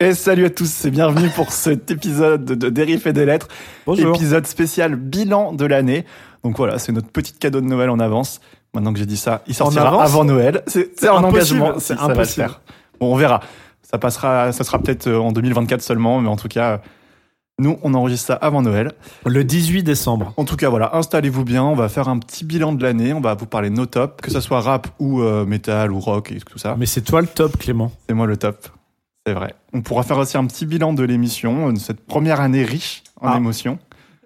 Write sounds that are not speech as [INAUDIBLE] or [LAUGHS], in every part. Et salut à tous et bienvenue pour cet épisode de Dérive et des lettres. Bonjour. Épisode spécial bilan de l'année. Donc voilà, c'est notre petit cadeau de Noël en avance. Maintenant que j'ai dit ça, il sortira avance avant Noël. C'est c'est un impossible, engagement, c'est si ça va le impossible. faire. Bon, on verra. Ça passera, ça sera peut-être euh, en 2024 seulement, mais en tout cas, nous, on enregistre ça avant Noël. Le 18 décembre. En tout cas, voilà, installez-vous bien. On va faire un petit bilan de l'année. On va vous parler de nos tops, que ça soit rap ou euh, métal ou rock et tout ça. Mais c'est toi le top, Clément. C'est moi le top. C'est vrai. On pourra faire aussi un petit bilan de l'émission, euh, de cette première année riche en Ah. émotions.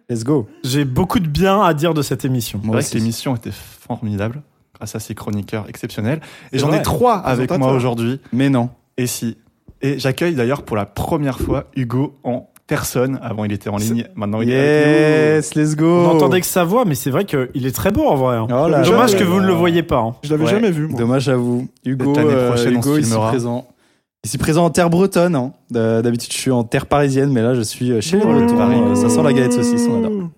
Let's go. J'ai beaucoup de bien à dire de cette émission. C'est vrai aussi. que l'émission était formidable grâce à ces chroniqueurs exceptionnels. Et C'est j'en ai vrai. trois avec moi Présentateur. aujourd'hui. Mais non. Et si. Et j'accueille d'ailleurs pour la première fois Hugo en personne. Avant, il était en ligne. Maintenant, il est avec Yes, let's go. On n'entendait que sa voix, mais c'est vrai qu'il est très beau en vrai. hein. Oh là Dommage là que là vous ne là. le voyez pas. hein. Je l'avais Ouais. jamais vu, moi. Dommage à vous. Hugo, Peut-être l'année euh, prochaine, on se Hugo ici filmera. présent. Ici présent en terre bretonne. hein. Euh, D'habitude, je suis en terre parisienne, mais là, je suis euh, chez les Bretons. Paris. Euh, Ça sent la galette saucisse, on adore. nous.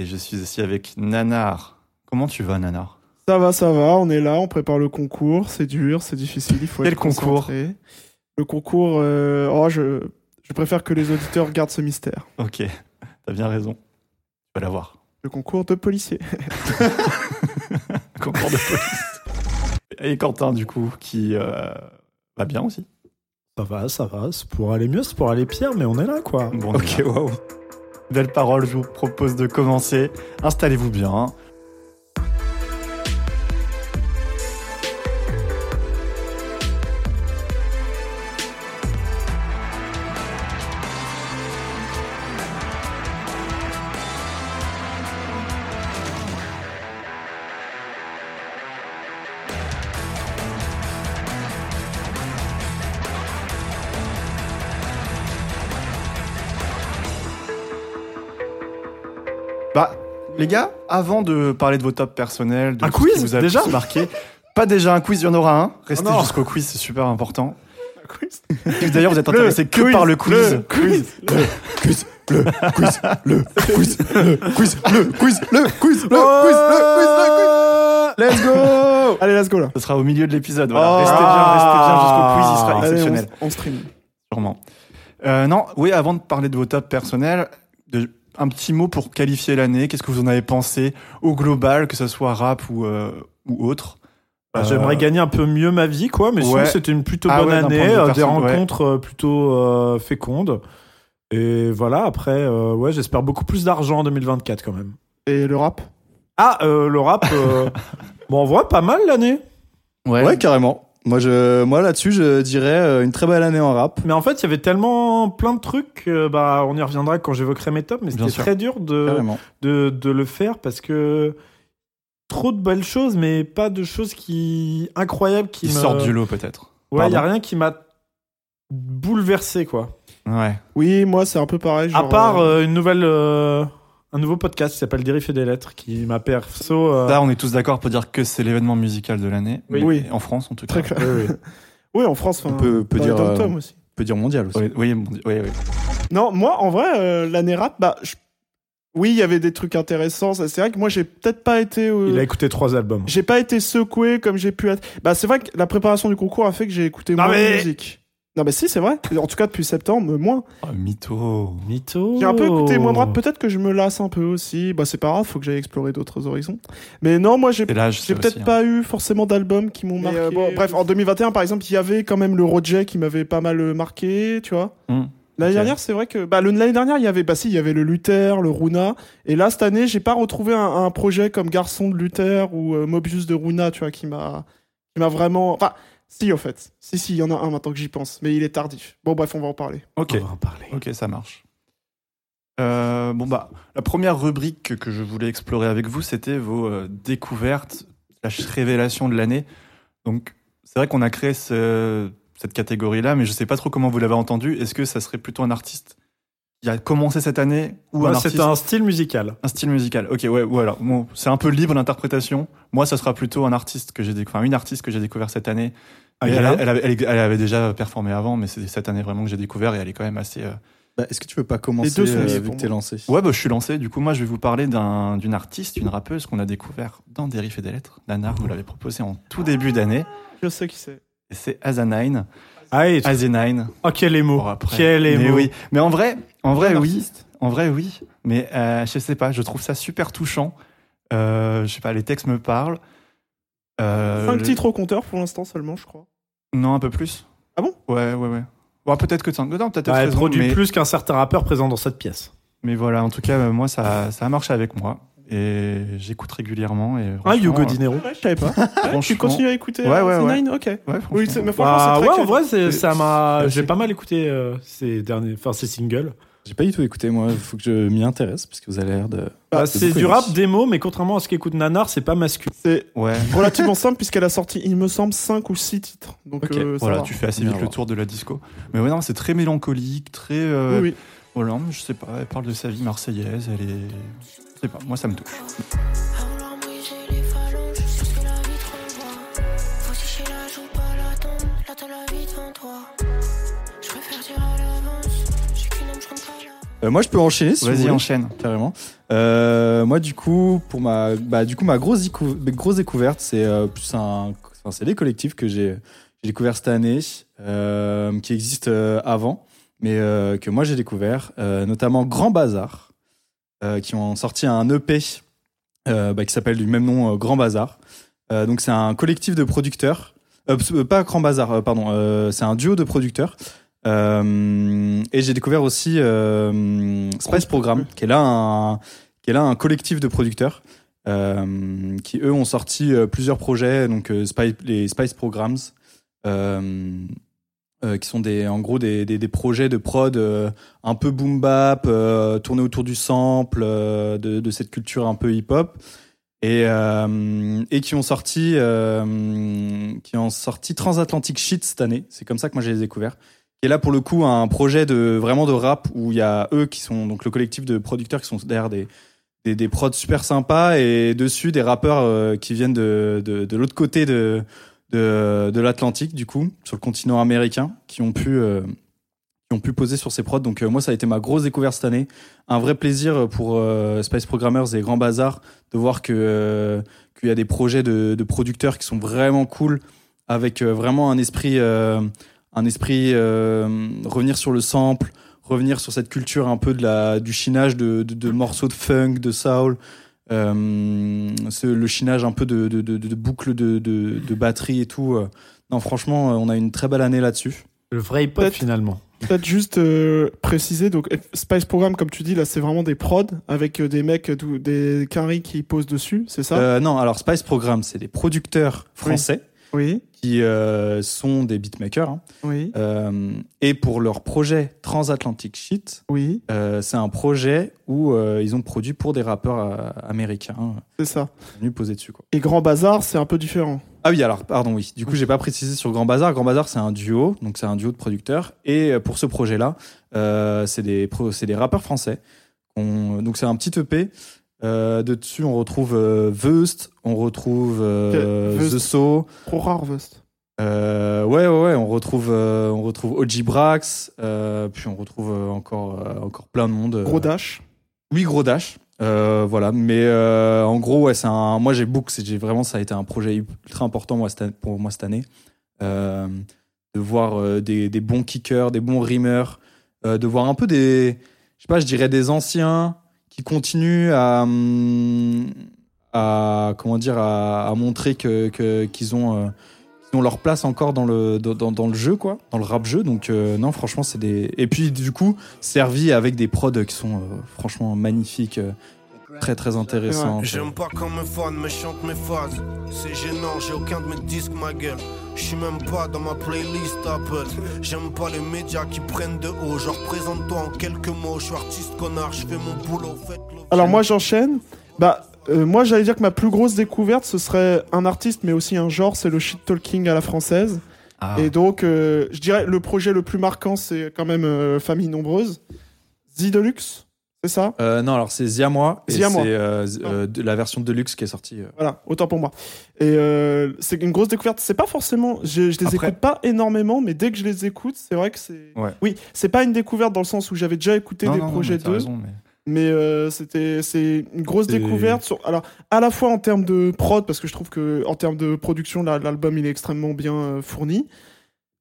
Et je suis aussi avec Nanar. Comment tu vas, Nanar Ça va, ça va, on est là, on prépare le concours, c'est dur, c'est difficile, il faut Quel être concentré. Le concours, euh, oh, je, je préfère que les auditeurs gardent ce mystère. Ok, [LAUGHS] t'as bien raison. Tu vas l'avoir. Le concours de policiers. Concours [LAUGHS] de police. Et Quentin, du coup, qui euh, va bien aussi. Ça va, ça va. C'est pour aller mieux, c'est pour aller pire, mais on est là quoi. Bon, on y va. Ok, waouh. Belle parole, je vous propose de commencer. Installez-vous bien. Bah, les gars, avant de parler de vos tops personnels, de Un tout ce qui quiz, vous a déjà marqué, pas déjà un quiz, il y en aura un. Restez Oh non. jusqu'au quiz, c'est super important. Et D'ailleurs, vous êtes Le intéressé que quiz, par le quiz. le [LAUGHS] quiz. Quiz, le quiz, le quiz, le quiz, le quiz, le quiz, le quiz, le quiz, Oh le quiz, le quiz. Let's [LAUGHS] go. Allez, let's go là. Ce sera au milieu de l'épisode. voilà. Oh. Restez bien, restez bien jusqu'au quiz, il sera Ah, Allez, exceptionnel, on, on stream. sûrement. Euh, non, oui, avant de parler de vos tops personnels, de- un petit mot pour qualifier l'année. Qu'est-ce que vous en avez pensé au global, que ce soit rap ou, euh, ou autre Bah, Euh, J'aimerais gagner un peu mieux ma vie quoi, mais ouais. sinon c'était une plutôt Ah bonne ouais, d'un point de année, vue euh, des perso, ouais. rencontres euh, plutôt euh, fécondes. Et voilà, après, euh, ouais, j'espère beaucoup plus d'argent en 2024 quand même. Et le rap Ah, euh, le rap, euh, bon, on voit pas mal l'année. Ouais, carrément. Moi, je, moi là-dessus, je dirais euh, une très belle année en rap. Mais en fait, il y avait tellement plein de trucs, euh, bah, on y reviendra quand j'évoquerai mes tops, mais Bien c'était sûr. très dur de, Carrément. de, de le faire parce que trop de belles choses, mais pas de choses qui incroyables qui Qui me... sortent du lot, peut-être. Ouais, il y a rien qui m'a bouleversé quoi. Ouais. Oui, moi, c'est un peu pareil. à genre, part euh, euh, une nouvelle, euh, un nouveau podcast qui s'appelle Dérif et des lettres, qui m'a perso. euh, Là, on est tous d'accord pour dire que c'est l'événement musical de l'année. Oui. Oui. En France, en tout cas. Très clair. oui, oui. [LAUGHS] Oui, en France, On peut- peut dire, Tom euh, aussi. On peut dire mondial aussi. Oui, oui, mon Dieu, oui, oui. Non, moi, en vrai, euh, l'année rap, bah, je- oui, il y avait des trucs intéressants. ça, C'est vrai que moi, j'ai peut-être pas été. euh, Il a écouté trois albums. J'ai pas été secoué comme j'ai pu être. Bah, c'est vrai que la préparation du concours a fait que j'ai écouté Non, moins de mais- musique. Non, mais si, c'est vrai. En tout cas, depuis septembre, euh, moins. Oh, mytho. Mytho. J'ai un peu écouté moins de Oh. rap. Peut-être que je me lasse un peu aussi. Bah, c'est pas grave, faut que j'aille explorer d'autres horizons. Mais non, moi, j'ai. C'est l'âge, ça J'ai peut-être aussi, hein. pas eu forcément d'albums qui m'ont Et, marqué. euh, bon, bref, en 2021, par exemple, il y avait quand même le Roger qui m'avait pas mal euh, marqué, tu vois. Hmm. L'année Ok. dernière, c'est vrai que bah, le- l'année dernière, il y avait bah si, il y avait le Luther, le Runa, et là cette année, j'ai pas retrouvé un, un projet comme Garçon de Luther ou euh, Mobius de Runa, tu vois, qui m'a qui m'a vraiment. Enfin, si au fait, si si, il y en a un maintenant que j'y pense, mais il est tardif. Bon bref, on va en parler. Ok, On va en parler. hein. ok, ça marche. Euh, bon bah, la première rubrique que- que je voulais explorer avec vous, c'était vos euh, découvertes, slash révélations de l'année. Donc, c'est vrai qu'on a créé ce- cette catégorie-là, mais je sais pas trop comment vous l'avez entendu. Est-ce que ça serait plutôt un artiste qui a commencé cette année ou Moi, un artiste c'était un style musical. Un style musical. Ok, ouais, voilà. Bon, c'est un peu libre d'interprétation. Moi, ça sera plutôt un artiste que j'ai découvert, une artiste que j'ai découvert cette année. Ah, Et il y elle, en a elle avait, elle- elle avait déjà performé avant, mais c'est cette année vraiment que j'ai découvert et elle est quand même assez. euh, Bah, Est-ce que tu peux pas commencer Les deux sont euh, liés vu pour que t'es moi. lancé Ouais, bah, je suis lancé. Du coup, moi, je vais vous parler d'un- d'une artiste, une rappeuse qu'on a découvert dans Des Riffs et des Lettres. Nanar nous l'avait proposé en tout début d'année. Je sais qui c'est. Et c'est Azanine. Ah, et- Azenine. oh, quel émo. pour après. Quel émo. Mais oui, mais en vrai, en vrai, Un oui. En vrai, oui. Mais euh, je sais pas, je trouve ça super touchant. Euh, je sais pas, les textes me parlent. Euh, 5 le- titres au compteur pour l'instant seulement, je crois. Non, un peu plus. Ah bon Ouais, ouais, ouais. Bon, peut-être que 5. Non, peut-être Ouais, elle raison, produit mais, plus qu'un certain rappeur présent dans cette pièce. mais voilà, en tout cas, euh, moi, ça, ça a marché avec moi. Et j'écoute régulièrement. Et Hein, Hugo franchement, euh, Dinero. Ouais, je savais pas. Ouais, tu Franchement. continues à écouter Ouais, ouais, euh, C9 Ok. euh, ouais, franchement. Oui, c'est- mais franchement, Bah, c'est ouais, très en vrai, c'est- c'est- ça m'a. c'est J'ai assez- pas mal écouté euh, ces derniers, enfin ces singles. J'ai pas du tout écouté, moi. Faut que je m'y intéresse, parce que vous avez l'air de. Bah, c'est c'est beaucoup du aimé. rap démo, mais contrairement à ce qu'écoute Nanar, c'est pas masculin. C'est Ouais, relativement simple puisqu'elle a sorti, il me semble, 5 ou 6 titres. Donc Ok, euh, ça voilà, va. tu fais assez On ira vite le voir. tour de la disco. Mais ouais, non, c'est très mélancolique, très. Oui, Euh, oui. Hollande, je sais pas, elle parle de sa vie marseillaise, elle est. Je sais pas, moi ça me touche. Vouloir briser les phalanges jusqu'à la vie trop Faut sécher la joue, pas l'attendre. Là t'as la vie devant toi. Je préfère dire à l'avance. J'ai qu'une âme, je compte pas là. Euh, moi, je peux enchaîner, si vous Vas-y, voulez. enchaîne. carrément. Euh, moi, du coup, pour ma, bah, du coup, ma grosse, décou- grosse découverte, c'est euh, plus un, enfin, c'est des collectifs que j'ai j'ai découvert cette année, euh, qui existent euh, avant, mais euh, que moi j'ai découvert, euh, notamment Grand Bazar, euh, qui ont sorti un EP euh, bah, qui s'appelle du même nom euh, Grand Bazar. Euh, donc c'est un collectif de producteurs, euh, ps- euh, pas Grand Bazar, euh, pardon, euh, c'est un duo de producteurs. Euh, et j'ai découvert aussi euh, Spice Programme, qui est là un, qui est là un collectif de producteurs euh, qui eux ont sorti euh, plusieurs projets, donc euh, Spice- les Spice Programs, euh, euh, qui sont des, en gros des, des- des projets de prod euh, un peu boom bap, euh, tournés autour du sample, euh, de, de cette culture un peu hip hop, et, euh, et qui ont sorti euh, qui ont sorti Transatlantic Shit cette année. C'est comme ça que moi j'ai les ai découverts. Qui est là pour le coup un projet de vraiment de rap où il y a eux qui sont donc le collectif de producteurs qui sont derrière des des, des prods super sympas et dessus des rappeurs euh, qui viennent de, de, de l'autre côté de, de, de l'Atlantique, du coup, sur le continent américain, qui ont pu, euh, qui ont pu poser sur ces prods. Donc, euh, moi, ça a été ma grosse découverte cette année. Un vrai plaisir pour euh, Space Programmers et Grand Bazar de voir que, euh, qu'il y a des projets de, de producteurs qui sont vraiment cool, avec euh, vraiment un esprit, euh, un esprit euh, revenir sur le sample, revenir sur cette culture un peu de la, du chinage de, de, de morceaux de funk, de soul. Euh, ce- le chinage un peu de, de, de, de boucles de, de, de batterie et tout. euh. Non, franchement, euh, on a une très belle année là-dessus. Le vrai hip hop Peut-être. finalement. Peut-être juste euh, préciser, donc F- Spice Programme, comme tu dis, là c'est vraiment des prods avec euh, des mecs, d'où- des quinries qui posent dessus, c'est ça Euh, non, alors Spice Programme, c'est des producteurs français Oui, qui euh, sont des beatmakers. hein. oui, Euh, et pour leur projet Transatlantic Shit, oui, euh, c'est un projet où euh, ils ont produit pour des rappeurs euh, américains c'est ça. euh, venus poser dessus. Quoi. Et Grand Bazar, c'est un peu différent. Ah oui, alors, pardon, oui. Du coup, j'ai pas précisé sur Grand Bazar. Grand Bazar, c'est un duo, donc c'est un duo de producteurs. Et euh, pour ce projet-là, euh, c'est des, pro- c'est des rappeurs français. On- donc c'est un petit EP. Euh, de dessus, on retrouve euh, Veust, on retrouve euh, Ok, Veust. The So. Trop rare, Vust. Euh, ouais, ouais, ouais, on retrouve, euh, on retrouve OG Brax, euh, puis on retrouve euh, encore, euh, encore plein de monde. euh, Gros Dash. oui, gros dash. Euh, voilà, mais euh, en gros, ouais, c'est un. Moi, j'ai book, c'est j'ai vraiment ça a été un projet ultra important moi, cette an- pour moi cette année, Euh, de voir euh, des, des bons kickers, des bons rimeurs, euh, de voir un peu des, je sais pas, je dirais des anciens qui continuent à, hum, à comment dire, à, à montrer que que- qu'ils ont euh, qu'ils ont leur place encore dans le dans, dans- dans le jeu quoi, dans le rap jeu. Donc euh, non, franchement, c'est des. Et puis du coup, servi avec des prods qui sont euh, franchement magnifiques, euh, très très intéressantes. J'aime pas quand mes fans me chantent mes phases. C'est gênant, j'ai aucun de mes disques, ma gueule. Je suis même pas dans ma playlist Apple. J'aime pas les médias qui prennent de haut. Je représente toi en quelques mots. Je suis artiste connard, je fais mon boulot. Faites-le. Alors moi j'enchaîne. Bah euh, moi j'allais dire que ma plus grosse découverte ce serait un artiste mais aussi un genre, c'est le shit talking à la française. Ah. Et donc euh, je dirais le projet le plus marquant c'est quand même euh, Famille Nombreuse. The Deluxe, c'est ça Euh, non, alors c'est Ziamois, et c'est Ziamois. euh, z- euh, de- la version deluxe qui est sortie. euh, Voilà, autant pour moi. Et euh, c'est une grosse découverte. C'est pas forcément. Je, je les Après- écoute pas énormément, mais dès que je les écoute, c'est vrai que c'est. Ouais. Oui, c'est pas une découverte dans le sens où j'avais déjà écouté Non, des non, non, projets mais t'as d'eux, raison, mais- mais euh, c'était c'est une grosse C'est- découverte sur alors à la fois en termes de prod parce que je trouve que en termes de production la- l'album il est extrêmement bien euh, fourni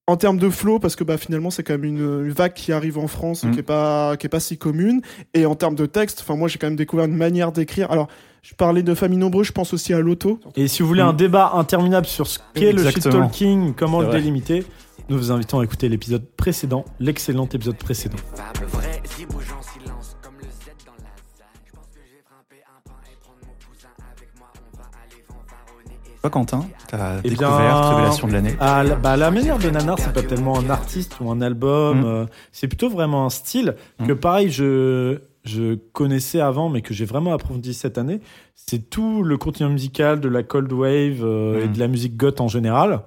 en termes de flow, parce que bah, finalement, c'est quand même une, une vague qui arrive en France Mm. qui est pas qui est pas si commune. Et en termes de texte, enfin moi, j'ai quand même découvert une manière d'écrire. Alors, je parlais de famille nombreux, je pense aussi à l'auto. Et si vous voulez un débat interminable sur ce qu'est le shit Exactement. talking, comment C'est le vrai. délimiter, nous vous invitons à écouter l'épisode précédent, l'excellent épisode précédent. Fable vrai, si bouge en silence, comme le Z dans la salle. Je pense que j'ai frappé un pain et prendre mon cousin avec moi. On va aller fanfaronner et. Toi, Quentin, t'as Eh bien, découverte, révélation de l'année. Ah, la- bah, la manière de Nanar, c'est pas tellement un artiste ou un album, Mm. euh, c'est plutôt vraiment un style Mm. que pareil, je, je connaissais avant, mais que j'ai vraiment approfondi cette année. C'est tout le contenu musical de la Cold Wave euh, et Mm. de la musique goth en général.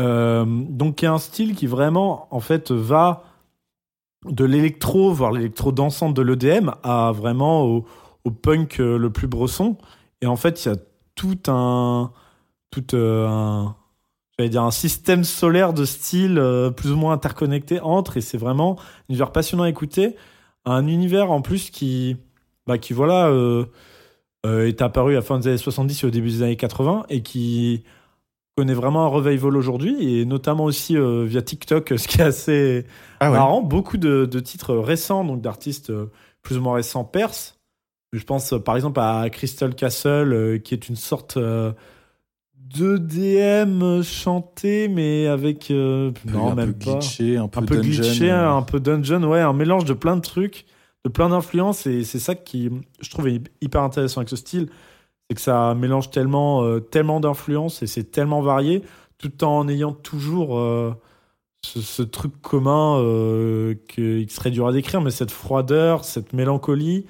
Euh, donc, il y a un style qui vraiment, en fait, va de l'électro, voire l'électro dansante de l'EDM, à vraiment au, au punk euh, le plus bresson. Et en fait, il y a tout un. Tout euh, un. J'allais dire un système solaire de styles euh, plus ou moins interconnectés entre. Et c'est vraiment un univers passionnant à écouter. Un univers en plus qui. Bah, qui voilà. euh, euh, est apparu à la fin des années 70 et au début des années 80 et qui connaît vraiment un revival aujourd'hui et notamment aussi euh, via TikTok [LAUGHS] ce qui est assez Ah ouais. marrant. Beaucoup de, de titres récents, donc d'artistes euh, plus ou moins récents perses. Je pense euh, par exemple à Crystal Castle, euh, qui est une sorte euh, d'EDM chanté, mais avec. euh, non, un même peu pas. glitché, un peu, un peu dungeon, glitché, euh, un peu dungeon, ouais, un mélange de plein de trucs, de plein d'influences. Et c'est ça qui, je trouve, est hyper intéressant avec ce style. C'est que ça mélange tellement, euh, tellement d'influences et c'est tellement varié, tout en ayant toujours. euh, ce, ce truc commun euh, que- qui serait dur à décrire, mais cette froideur, cette mélancolie.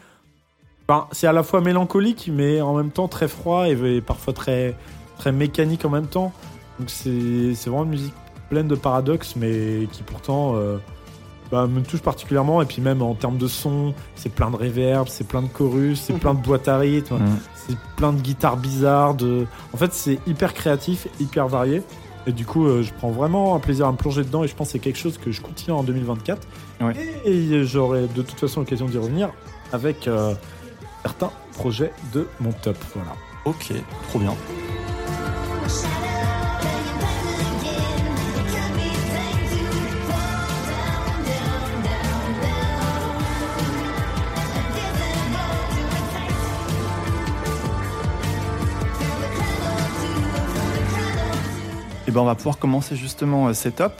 Enfin, c'est à la fois mélancolique, mais en même temps très froid et, et parfois très, très mécanique en même temps. Donc c'est c'est vraiment une musique pleine de paradoxes, mais qui pourtant euh, bah, me touche particulièrement. Et puis même en termes de son, c'est plein de réverb, c'est plein de chorus, c'est plein de boîtes à rythme, Mhm. c'est plein de guitares bizarres. De... En fait, c'est hyper créatif, hyper varié. Et du coup, euh, je prends vraiment un plaisir à me plonger dedans et je pense que c'est quelque chose que je continue en 2024. Ouais. Et, et j'aurai de toute façon l'occasion d'y revenir avec euh, certains projets de mon top. Voilà. Ok, trop bien. Et ben on va pouvoir commencer justement euh, ces tops.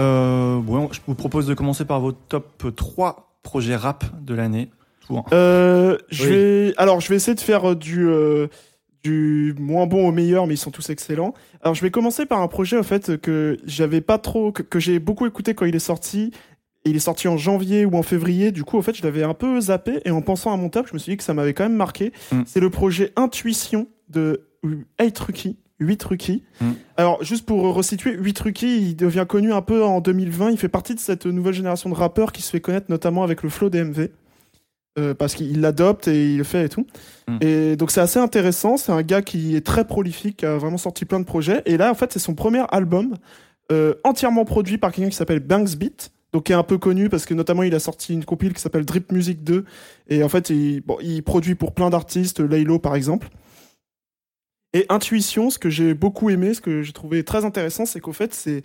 Euh, bon, je vous propose de commencer par vos top 3 projets rap de l'année. Tout en- Euh, je Oui. vais, alors je vais essayer de faire euh, du euh, du moins bon au meilleur, mais ils sont tous excellents. Alors je vais commencer par un projet en fait que j'avais pas trop, que, que j'ai beaucoup écouté quand il est sorti. Et Il est sorti en janvier ou en février. Du coup, en fait, je l'avais un peu zappé et en pensant à mon top, je me suis dit que ça m'avait quand même marqué. Mm. C'est le projet Intuition de 8 Ruki. 8 Ruki. Mm. Alors, juste pour resituer, 8 Ruki, il devient connu un peu en 2020. Il fait partie de cette nouvelle génération de rappeurs qui se fait connaître notamment avec le flow DMV. Euh, parce qu'il l'adopte et il le fait et tout. Mm. Et donc c'est assez intéressant, c'est un gars qui est très prolifique, qui a vraiment sorti plein de projets. Et là, en fait, c'est son premier album euh, entièrement produit par quelqu'un qui s'appelle Banks Beat, donc qui est un peu connu parce que notamment il a sorti une compile qui s'appelle Drip Music 2. Et en fait, il, bon, il produit pour plein d'artistes, Laylo par exemple. Et Intuition, ce que j'ai beaucoup aimé, ce que j'ai trouvé très intéressant, c'est qu'au fait, c'est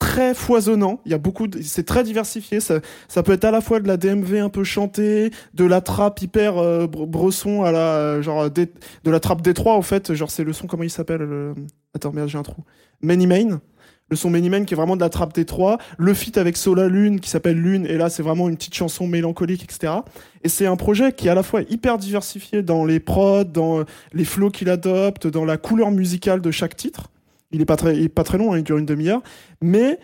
très foisonnant. Il y a beaucoup, de- c'est très diversifié. Ça, ça peut être à la fois de la DMV un peu chantée, de la trappe hyper euh, br- bresson à la euh, genre dé- de la trappe Détroit en fait. Genre c'est le son comment il s'appelle le- Attends merde j'ai un trou. Many Main. Le son Many Main qui est vraiment de la trappe Détroit. Le feat avec Sola Lune qui s'appelle Lune et là c'est vraiment une petite chanson mélancolique etc. Et c'est un projet qui est à la fois hyper diversifié dans les prods, dans euh, les flows qu'il adopte, dans la couleur musicale de chaque titre. Il est pas très, il est pas très long, hein, il dure une demi-heure, mais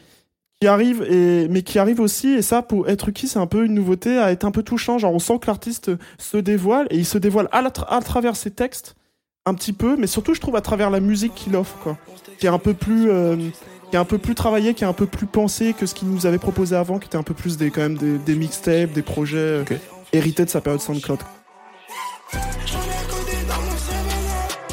qui arrive et mais qui arrive aussi et ça pour être qui c'est un peu une nouveauté à être un peu touchant genre on sent que l'artiste se dévoile et il se dévoile à, la tra- à travers ses textes un petit peu mais surtout je trouve à travers la musique qu'il offre quoi qui est un peu plus euh, qui est un peu plus travaillé qui est un peu plus pensé que ce qu'il nous avait proposé avant qui était un peu plus des quand même des, des mixtapes des projets euh, hérités de sa période SoundCloud J'en ai codé dans mon cerveau.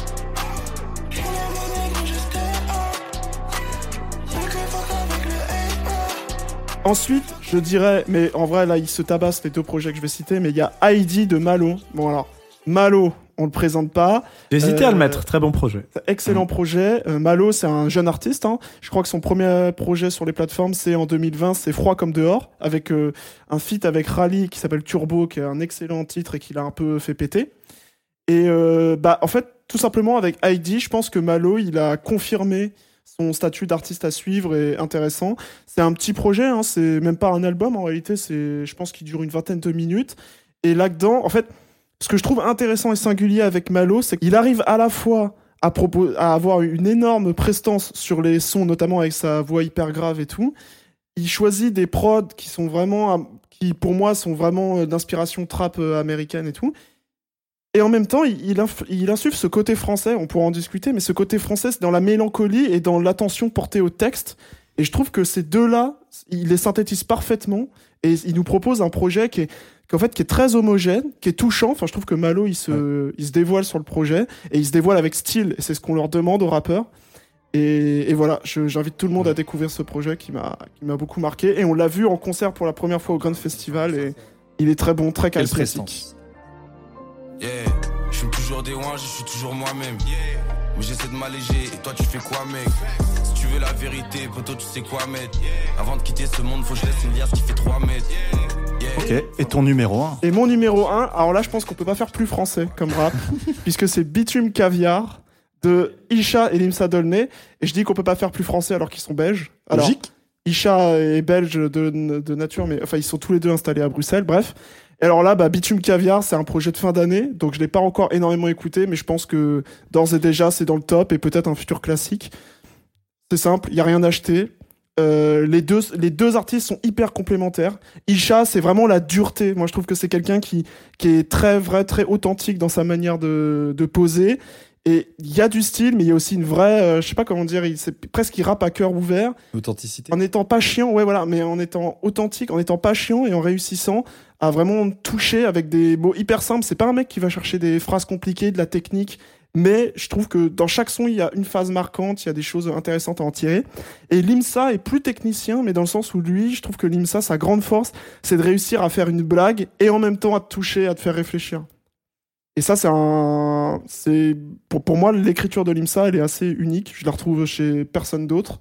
J'en ai mené quand j'étais un. Donc, fuck avec le AI. Ensuite, je dirais, mais en vrai, là, il se tabasse les deux projets que je vais citer, mais il y a Heidi de Malo. Bon, alors, Malo, on le présente pas. J'ai hésité à le Euh, mettre, très bon projet. Excellent projet. Euh, Malo, c'est un jeune artiste. hein. Je crois que son premier projet sur les plateformes, c'est en 2020, c'est Froid comme dehors, avec euh, un feat avec Rally qui s'appelle Turbo, qui est un excellent titre et qui l'a un peu fait péter. Et euh, bah, en fait, tout simplement avec Heidi, je pense que Malo, il a confirmé son statut d'artiste à suivre et intéressant. C'est un petit projet, hein, c'est même pas un album en réalité, c'est, je pense qu'il dure une vingtaine de minutes. Et là-dedans, en fait, ce que je trouve intéressant et singulier avec Malo, c'est qu'il arrive à la fois à, propos- à avoir une énorme prestance sur les sons, notamment avec sa voix hyper grave et tout. Il choisit des prods qui sont vraiment, euh, qui pour moi sont vraiment euh, d'inspiration trap euh, américaine et tout. Et en même temps, il, il, inf- il insuffle ce côté français, on pourra en discuter, mais ce côté français, c'est dans la mélancolie et dans l'attention portée au texte. Et je trouve que ces deux-là, il les synthétise parfaitement et il nous propose un projet qui est, qu'en fait, qui est très homogène, qui est touchant. Enfin, je trouve que Malo, il se, il se dévoile sur le projet et ils se dévoilent avec style. Et c'est ce qu'on leur demande aux rappeurs. Et, et voilà, je- j'invite tout le monde à découvrir ce projet qui m'a qui m'a beaucoup marqué. Et on l'a vu en concert pour la première fois au Grand Festival. Et il est très bon, très Quelle charismatique. prestance. Yeah, je suis toujours des ouins, je suis toujours moi-même. Mais j'essaie de m'alléger, et toi tu fais quoi, mec Si tu veux la vérité, poto, tu sais quoi mettre. Avant de quitter ce monde, faut que je laisse une liasse qui fait 3 mètres. Yeah. Ok, et ton numéro 1 Et mon numéro 1, alors là, je pense qu'on peut pas faire plus français comme rap, puisque c'est Bitume Caviar de Isha et Limsa Dolné. Et je dis qu'on peut pas faire plus français alors qu'ils sont belges. Alors, Logique. Isha est belge de, de nature, mais enfin, ils sont tous les deux installés à Bruxelles, bref. Et alors là, bah, Bitume Caviar, c'est un projet de fin d'année, donc je l'ai pas encore énormément écouté, mais je pense que d'ores et déjà, c'est dans le top et peut-être un futur classique. C'est simple, il y a rien à acheter. Euh, les, deux, les deux artistes sont hyper complémentaires. Isha, c'est vraiment la dureté. Moi, je trouve que c'est quelqu'un qui, qui est très vrai, très authentique dans sa manière de, de poser. Et il y a du style, mais il y a aussi une vraie, euh, je sais pas comment dire, il- c'est presque il rappe à cœur ouvert. Authenticité. En n'étant pas chiant, ouais, voilà, mais en étant authentique, en n'étant pas chiant et en réussissant à vraiment toucher avec des mots hyper simples. C'est pas un mec qui va chercher des phrases compliquées, de la technique, mais je trouve que dans chaque son, il y a une phase marquante, il y a des choses intéressantes à en tirer. Et Limsa est plus technicien, mais dans le sens où lui, je trouve que Limsa, sa grande force, c'est de réussir à faire une blague et en même temps à te toucher, à te faire réfléchir. Et ça, c'est un. C'est... Pour, pour moi, l'écriture de Limsa, elle est assez unique. Je la retrouve chez personne d'autre.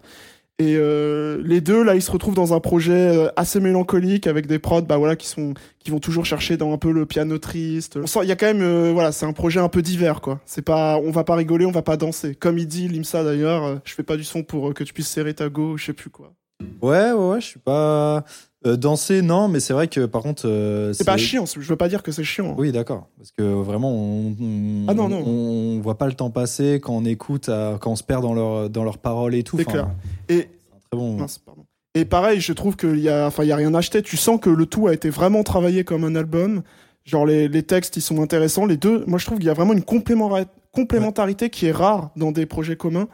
Et euh, les deux, là, ils se retrouvent dans un projet euh, assez mélancolique avec des prods, bah voilà, qui sont, qui vont toujours chercher dans un peu le piano triste. On sent, il y a quand même, euh, voilà, c'est un projet un peu divers, quoi. C'est pas, on va pas rigoler, on va pas danser. Comme il dit Limsa d'ailleurs, euh, je fais pas du son pour euh, que tu puisses serrer ta go, je sais plus quoi. Ouais, ouais, ouais, je suis pas. euh, danser, non, mais c'est vrai que par contre. euh, C'est pas chiant, je veux pas dire que c'est chiant. hein. Oui, d'accord. Parce que vraiment, on, on, Ah non, non. on- on voit pas le temps passer quand on écoute, à- quand on se perd dans leurs dans leurs paroles et tout. C'est clair. Et c'est un Très bon. moment. Mince, pardon. Et pareil, je trouve qu'il y a, enfin, il y a rien acheté. Tu sens que le tout a été vraiment travaillé comme un album. Genre les, les textes, ils sont intéressants. Les deux, moi je trouve qu'il y a vraiment une complémenta- complémentarité qui est rare dans des projets communs.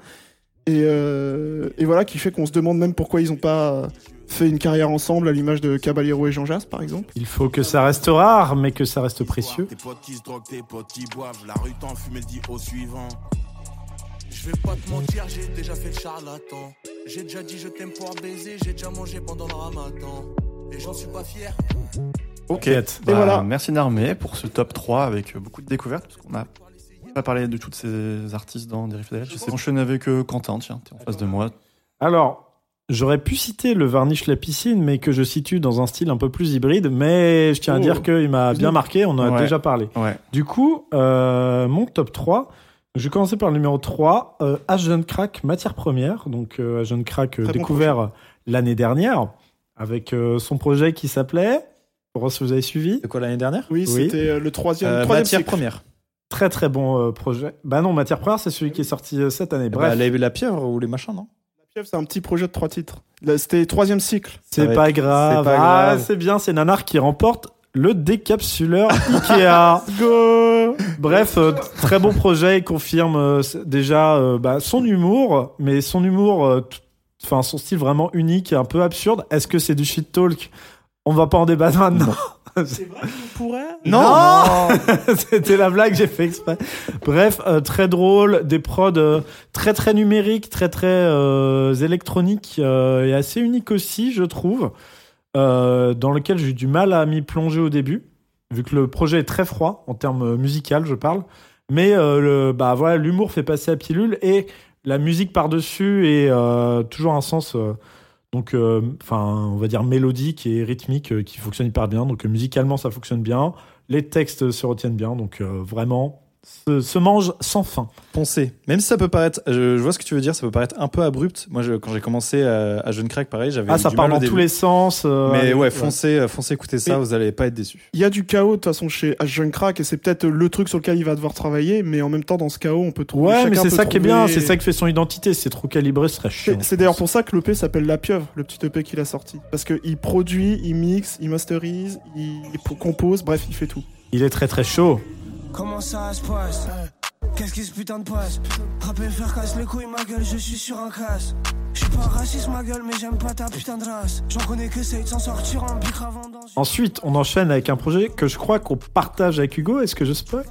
Et, euh, et voilà, qui fait qu'on se demande même pourquoi ils n'ont pas fait une carrière ensemble, à l'image de Caballero et Jean Jass, par exemple. Il faut que ça reste rare, mais que ça reste précieux. Tes potes qui se droguent, tes potes qui boivent, la rue t'enfume, elle dit au suivant. Je vais pas te mentir, j'ai déjà fait le charlatan. J'ai déjà dit je t'aime pour baiser, j'ai déjà mangé pendant le ramadan. Et j'en suis pas fier. Ok, Yes. Bah, Et voilà. merci Narmé pour ce top 3 avec euh, beaucoup de découvertes, parce qu'on a pas parlé de toutes ces artistes dans Dérive Fidèle. Je sais enchaîner avec euh, Quentin, tiens, t'es en face de moi. Alors, j'aurais pu citer le varnish la piscine, mais que je situe dans un style un peu plus hybride, mais je tiens à Oh. dire qu'il m'a bien marqué, on en a Ouais. déjà parlé. Ouais. Du coup, euh, mon top 3, je vais commencer par le numéro 3, euh, Agent Crack, matière première. Donc, euh, Agent Crack euh, Très bon découvert euh, l'année dernière avec euh, son projet qui s'appelait, pour voir si vous avez suivi, De quoi l'année dernière Oui, Oui. c'était euh, le troisième, Euh, troisième Matière cycle. première. très très bon euh, projet. Bah non, matière première, c'est celui qui est sorti euh, cette Eh année. Bah, ben, Bref, la, la pieuvre ou les machins, non C'est un petit projet de trois titres. Là, C'était troisième cycle. c'est va pas être- grave. c'est pas Ah, grave. c'est bien, c'est Nanar qui remporte le décapsuleur [LAUGHS] Ikea. Go Bref, euh, très bon projet. Il confirme euh, c- déjà euh, bah, son humour, mais son humour, euh, tout- enfin son style vraiment unique et un peu absurde. Est-ce que c'est du shit talk On va pas en débattre maintenant. Pourrait Non, [LAUGHS] C'était la blague, j'ai fait exprès. Bref, euh, très drôle, des prods euh, très très numériques, très très euh, électroniques euh, et assez uniques aussi, je trouve, euh, dans lequel j'ai eu du mal à m'y plonger au début, vu que le projet est très froid en termes euh, musical, je parle. Mais euh, le, bah voilà, l'humour fait passer la pilule et la musique par-dessus et euh, toujours un sens euh, donc euh, enfin on va dire mélodique et rythmique euh, qui fonctionne hyper bien. Donc euh, musicalement ça fonctionne bien, les textes se retiennent bien donc euh, vraiment se, se mange sans fin. Poncé. Même si ça peut paraître, je, je vois ce que tu veux dire, ça peut paraître un peu abrupt. Moi, je- quand j'ai commencé euh, à, à Jeune Crack, pareil, j'avais Ah eu ça du part mal au dans début. tous les sens. euh, Mais ouais, ouais. foncez, euh, foncez écouter ça, Mais- vous allez pas être déçus. Il y a du chaos de toute façon chez H. Crack et c'est peut-être le truc sur lequel il va devoir travailler, mais en même temps dans ce chaos on peut trouver. Ouais, mais chacun c'est peut ça qui est trouver- bien, c'est ça qui fait son identité. C'est trop calibré, ce serait chiant. C'est c'est d'ailleurs pour ça que l'EP s'appelle La Pieuvre, le petit EP qu'il a sorti. Parce qu'il produit, il mixe, il masterise, il pro- compose, bref, il fait tout. Il est très très chaud. Comment ça se passe Qu'est-ce qui se putain de passe Rappel faire casse les couilles ma gueule, je suis sur un casse. Je suis pas raciste ma gueule, mais j'aime pas ta putain de race. J'en connais que c'est de s'en sortir en bicravant dans une. Ensuite, on enchaîne avec un projet que je crois qu'on partage avec Hugo. Est-ce que je spoil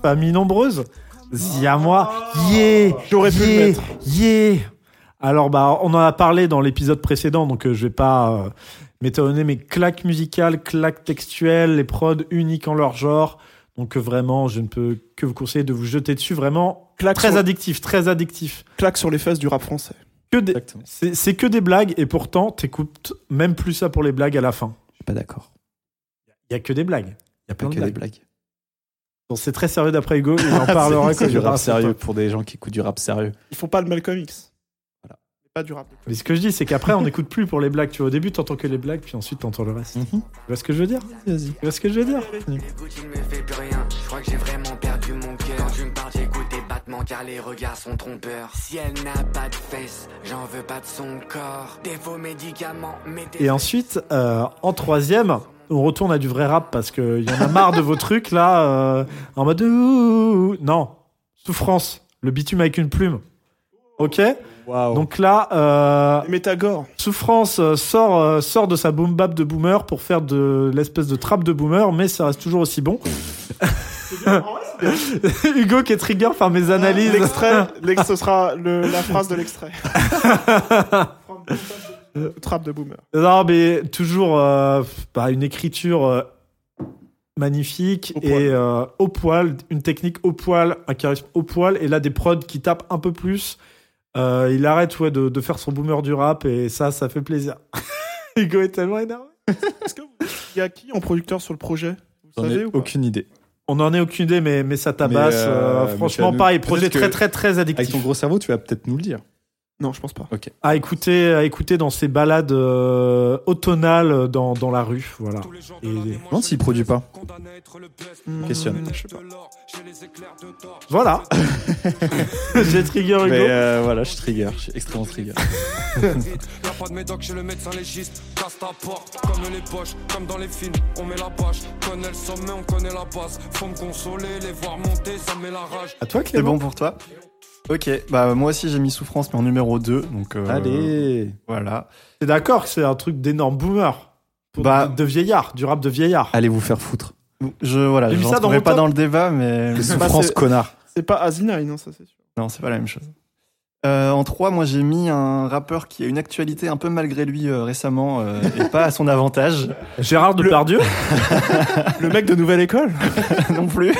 Famille nombreuse Zia moi Yeah J'aurais pu le Yeah mettre. Yeah Alors, bah, on en a parlé dans l'épisode précédent, donc euh, je vais pas euh, m'étonner, mais claque musicale, claque textuelle, les prods uniques en leur genre. Donc euh, vraiment, je ne peux que vous conseiller de vous jeter dessus. Vraiment, Claque, très sur, addictif, très addictif. claque sur les fesses du rap français. Que des- Exactement. C'est c'est que des blagues et pourtant, t'écoutes même plus ça pour les blagues à la fin. Je suis pas d'accord. Il y a que des blagues. Il y a Pas plein de que blagues. des blagues. Bon, c'est très sérieux d'après Hugo, il en parlera [LAUGHS] C'est quand il du aura rap son temps. sérieux pour des gens qui écoutent du rap sérieux. Ils font pas le Malcolm X. Voilà. C'est Pas du rap. Mais ce que je dis, c'est qu'après, on n'écoute plus pour les blagues. Tu vois, au début, t'entends que les blagues, puis ensuite, t'entends le reste. Mhm. Tu vois ce que je veux dire Vas-y. Tu vois ce que je veux dire Les gouttes, il me fait plus rien. Je crois que j'ai vraiment perdu mon cœur. Quand tu me parles, j'écoute tes battements car les regards sont trompeurs. Si elle n'a pas de fesses, j'en veux pas de son corps. Des faux médicaments, mais des Et ensuite, euh, en troisième, on retourne à du vrai rap parce qu'il y en a marre de vos trucs là, euh, en mode ouh, non, souffrance, le bitume avec une plume. Ok Oh. Donc là, euh, Métagore. Souffrance euh, sort, euh, sort de sa boom bap de boomer pour faire de l'espèce de trappe de boomer, mais ça reste toujours aussi [LAUGHS] bon. Hugo qui est trigger par mes analyses. [LAUGHS] L'extrait, l'ex- ce sera le- la phrase de l'extrait. Trap de boomer. non, mais toujours euh, bah, une écriture euh, magnifique Au poil. et euh, au poil, une technique au poil, un charisme au poil, et là des prods qui tapent un peu plus. Euh, il arrête ouais, de, de faire son boomer du rap et ça, ça fait plaisir. [LAUGHS] Hugo est tellement énervé. Il y a qui en producteur sur le projet Vous J'en ai savez ou pas aucune idée. On en est aucune idée, mais, mais ça tabasse. Mais, euh, euh, mais franchement, tu as- pareil, peut-être projet que- très, très, très Avec addictif. ton gros cerveau, tu vas peut-être nous le dire. Non, je pense pas. À écouter, à écouter dans ces balades euh, automnales dans, dans la rue, voilà. Et- Je me demande s'il produit pas. Questionne. Je sais pas. voilà. [LAUGHS] J'ai trigger Hugo. Mais euh, voilà, je trigger, je suis extrêmement trigger. [LAUGHS] Y'a pas de médoc chez le médecin légiste. Casse ta porte, comme les poches, comme dans les films. On met la bâche, connaît le sommet, on connaît la base. Faut me consoler, les voir monter, ça met la rage. À toi, C'est Clément. bon pour toi Ok, bah moi aussi j'ai mis Souffrance, mais en numéro 2. Donc, euh, Allez. Voilà. T'es d'accord que c'est un truc d'énorme boomer Pour- Bah- De vieillard, du rap de vieillard. Allez vous faire foutre. Je voilà, J'ai je mis ça dans rentrerai mon pas top. dans le débat, mais [LAUGHS] Les Bah, souffrances, c'est- connard. C'est pas Asinine, hein, ça c'est sûr. non, c'est pas la même chose. Euh, en 3, moi j'ai mis un rappeur qui a une actualité un peu malgré lui euh, récemment euh, et pas à son avantage Gérard Depardieu Le mec de Nouvelle École [LAUGHS] non plus.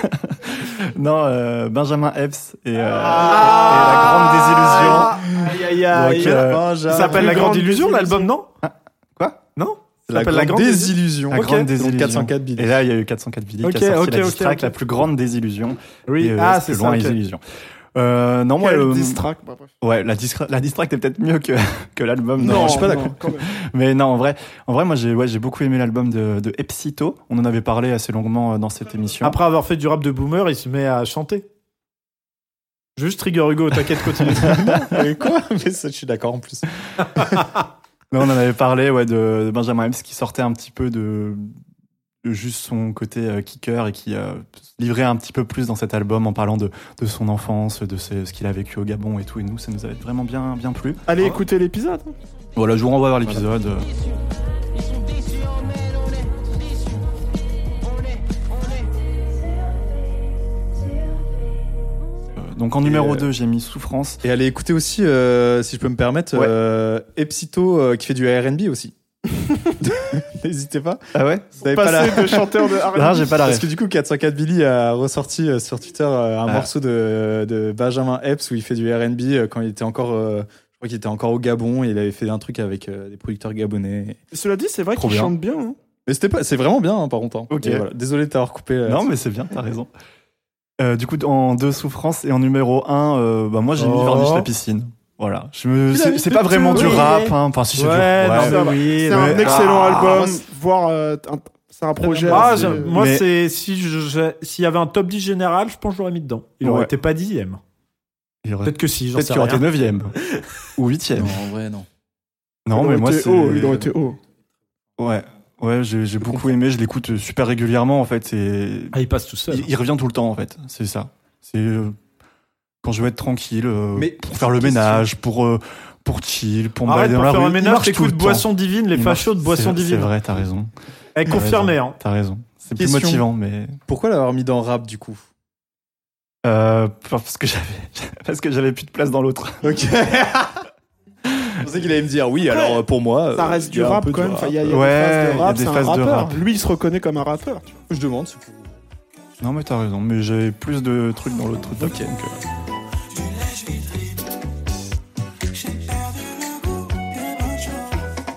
non, euh, Benjamin Epps et, euh, Ah. et la grande désillusion. Aïe aïe Donc, euh, Ça s'appelle La Grande Illusion, l'album, non Quoi Non La s'appelle grande, La Grande désillusion. La Ok. grande Donc, désillusion. 404 Et billets. là, il y a eu 404 Billy Ok, qui a sorti ok, la diss ok, track, ok. la plus grande désillusion. Oui, Et, euh, ah, reste c'est ça. loin ok. les illusions. Euh, non, moi, Quel le- diss track, bah, bref. ouais, la, distra- la diss track est peut-être mieux que, [LAUGHS] que l'album. Non, je suis pas non. d'accord. quand même. [LAUGHS] Mais non, en vrai, en vrai, moi, j'ai ouais, j'ai beaucoup aimé l'album de, de Epsito. On en avait parlé assez longuement euh, dans cette émission. Après avoir fait du rap de boomer, il se met à chanter. Juste Trigger Hugo, t'inquiète, continue. Mais quoi [LAUGHS] Mais ça, je suis d'accord en plus. Non, on en avait parlé ouais, de, de Benjamin Epps qui sortait un petit peu de, de juste son côté euh, kicker et qui euh, se livrait un petit peu plus dans cet album en parlant de, de son enfance, de ce, ce qu'il a vécu au Gabon et tout. Et nous, ça nous avait vraiment bien, bien plu. [LAUGHS] Allez écouter l'épisode. hein. Voilà, je vous renvoie vers l'épisode. Euh, Euh, Donc en numéro euh, 2, j'ai mis Souffrance. Et allez écouter aussi, euh, si je peux me permettre, Ouais. [LAUGHS] euh, Epsito euh, qui fait du RB aussi. N'hésitez pas. Ah ouais Vous avez pas la- Passer de chanteur de R&B. Non, Ah, j'ai pas la Ah Parce ref. que du coup, 404 Billy a ressorti euh, sur Twitter euh, un Ah. morceau de, de Benjamin Epps où il fait du RB euh, quand il était encore. euh, je crois qu'il était encore au Gabon et il avait fait un truc avec euh, des producteurs gabonais. Cela dit, c'est vrai Trop qu'il bien. chante bien. hein. Mais c'était pas, c'est vraiment bien hein, par contre. hein. Ok. Et voilà. Désolé de t'avoir coupé. euh, Non, mais c'est bien, t'as raison. Euh, du coup, en deux souffrances et en numéro un, euh, bah, moi j'ai mis Oh. Varnish la piscine. Voilà. Je me... c'est, c'est pas tu- vraiment du oui. rap, hein. Enfin, si c'est du Ouais, ouais. non, mais oui. C'est un ouais. excellent Ah, album, moi, c'est- voire euh, un- c'est un projet. Ah, assez- j'aime- moi, Mais- c'est si je- je- s'il y avait un top 10 général, je pense que je l'aurais mis dedans. Il aurait Ouais. été pas dixième. Il aurait- Peut-être que si, j'en Peut-être sais qu'il aurait été rien. 9ème ou 8ème. Non, en vrai, non. Non, mais Il aurait moi été c'est. haut, il aurait été haut. Ouais, ouais j'ai, j'ai beaucoup aimé, je l'écoute super régulièrement en fait. Et... Ah, il passe tout seul. Il, il revient tout le temps en fait, c'est ça. C'est euh, quand je veux être tranquille, euh, Mais- pour faire le question. ménage, pour, euh, pour chill, pour me Arrête balader dans pour la faire rue. un il ménage, marche tout le t'écoutes temps. Boisson Divine, les Il fachos marche- de Boisson c'est- C'est Divine. vrai, t'as raison. Eh, confirmé, hein. T'as raison. C'est plus Question. motivant, mais Pourquoi l'avoir mis dans rap du coup euh, [LAUGHS] parce que j'avais parce que j'avais plus de place dans l'autre. [LAUGHS] Ok. Je pensais qu'il allait me dire oui, alors euh, pour moi. euh, Ça reste il y du a un rap peu quand de même. Enfin, Il y a, il y a Ouais, des phases il de y a rap, des c'est un phases de rappeur. rap. Lui, il se reconnaît comme un rappeur. tu vois. Je demande. c'est pour- Non, mais t'as raison, mais j'avais plus de trucs dans l'autre. Ok. Tu lèches vite vite J'ai perdu le goût des bonnes choses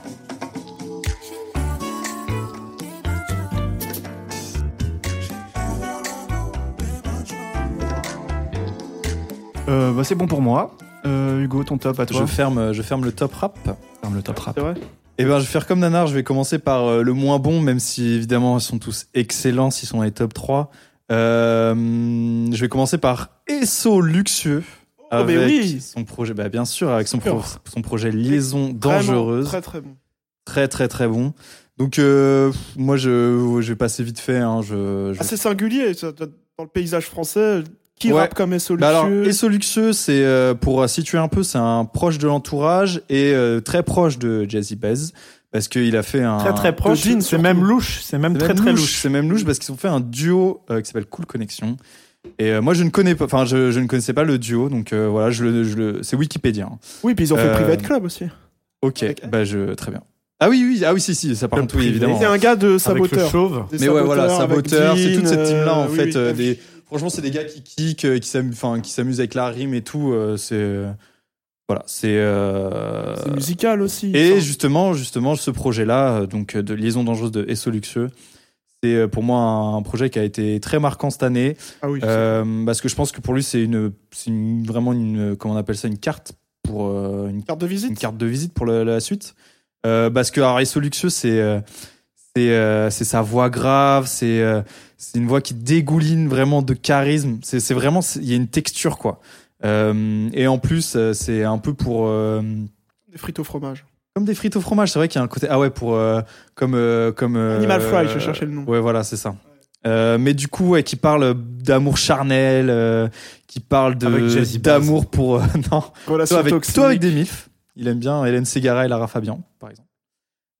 Euh, bah, c'est bon pour moi. Euh, Hugo, ton top à toi. Je ferme, je ferme le top rap. ferme le top rap. C'est vrai. Eh ben, je vais faire comme Nanar, je vais commencer par euh, le moins bon, même si évidemment ils sont tous excellents, s'ils sont dans les top 3. Euh, je vais commencer par Esso Luxueux. Oh, mais avec oui. son projet, bah, bien sûr, avec son, pro- Sûr. son projet Liaison Vraiment, Dangereuse. Très très bon. très, très, très bon. Donc, euh, pff, moi, je, je vais passer vite fait. hein, je, je- Assez Ah, singulier ça, dans le paysage français. Qui Ouais. rappe comme SO Bah alors, Luxueux Esso Luxueux, c'est euh, pour euh, situer un peu, c'est un proche de l'entourage et euh, très proche de Jazzy Baez parce qu'il a fait un Ah, Très très proche. jeans, C'est surtout. même louche. C'est même C'est très même très louche, louche. C'est même louche parce qu'ils ont fait un duo euh, qui s'appelle Cool Connection. Et euh, moi, je ne connais pas, enfin, je, je ne connaissais pas le duo, donc euh, voilà, je le, je le- c'est Wikipédia. hein. Oui, puis ils ont fait euh, Private Club aussi. Ok, Avec- bah je, très bien. Ah oui, oui, ah oui, si, si, ça par Le contre, oui, privé. évidemment. C'est un gars de Avec le saboteur. chauve. Des Mais ouais, voilà, saboteurs saboteur, avec c'est toute Dean, cette team-là en euh, oui, fait. oui. euh, des, franchement, c'est des gars qui kick, euh, qui s'amusent, enfin, qui s'amusent avec la rime et tout. euh, c'est, euh, voilà, c'est. euh, C'est musical aussi. Et Enfin, justement, justement, ce projet-là, euh, donc euh, de liaison dangereuse de Esso Luxueux, c'est euh, pour moi un un projet qui a été très marquant cette année. Ah oui, Euh, parce que je pense que pour lui, c'est une, c'est une- vraiment une, comment on appelle ça, une carte pour euh, une, carte de une visite. carte de visite pour la, la suite. Euh, parce que alors, SO Luxueux, c'est euh, c'est euh, c'est sa voix grave, c'est euh, c'est une voix qui dégouline vraiment de charisme. C'est c'est vraiment c'est- il y a une texture quoi. Euh, et en plus, euh, c'est un peu pour euh, Des frites au fromage. comme des frites au fromage. C'est vrai qu'il y a un côté ah ouais pour euh, comme euh, comme euh, Animal Fry, je cherchais le nom. Ouais, voilà, c'est ça. Euh, mais du coup, ouais, qui parle d'amour charnel, euh, qui parle Avec de Jazzy d'amour pour euh, [LAUGHS] non, Relation toi avec, toxique. toi avec des milfs. Il aime bien Hélène Segara et Lara Fabian, par exemple.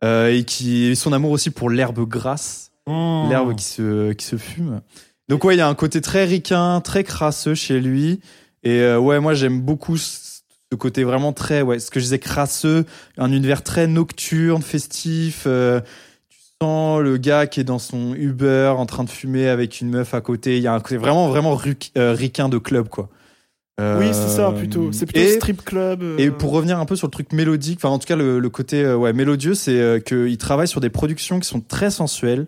Euh, et qui son amour aussi pour l'herbe grasse, Mmh. l'herbe qui se qui se fume. Donc ouais, il y a un côté très ricain, très crasseux chez lui. Et euh, ouais, moi j'aime beaucoup ce ce côté vraiment très ouais, ce que je disais crasseux, un univers très nocturne, festif. euh, tu sens le gars qui est dans son Uber en train de fumer avec une meuf à côté. Il y a un côté vraiment vraiment ruc- euh, ricain de club quoi. Oui, c'est ça Euh, plutôt. C'est plutôt et- strip club. euh, et pour revenir un peu sur le truc mélodique, enfin en tout cas le, le côté euh, ouais, mélodieux, c'est euh, qu'il travaille sur des productions qui sont très sensuelles.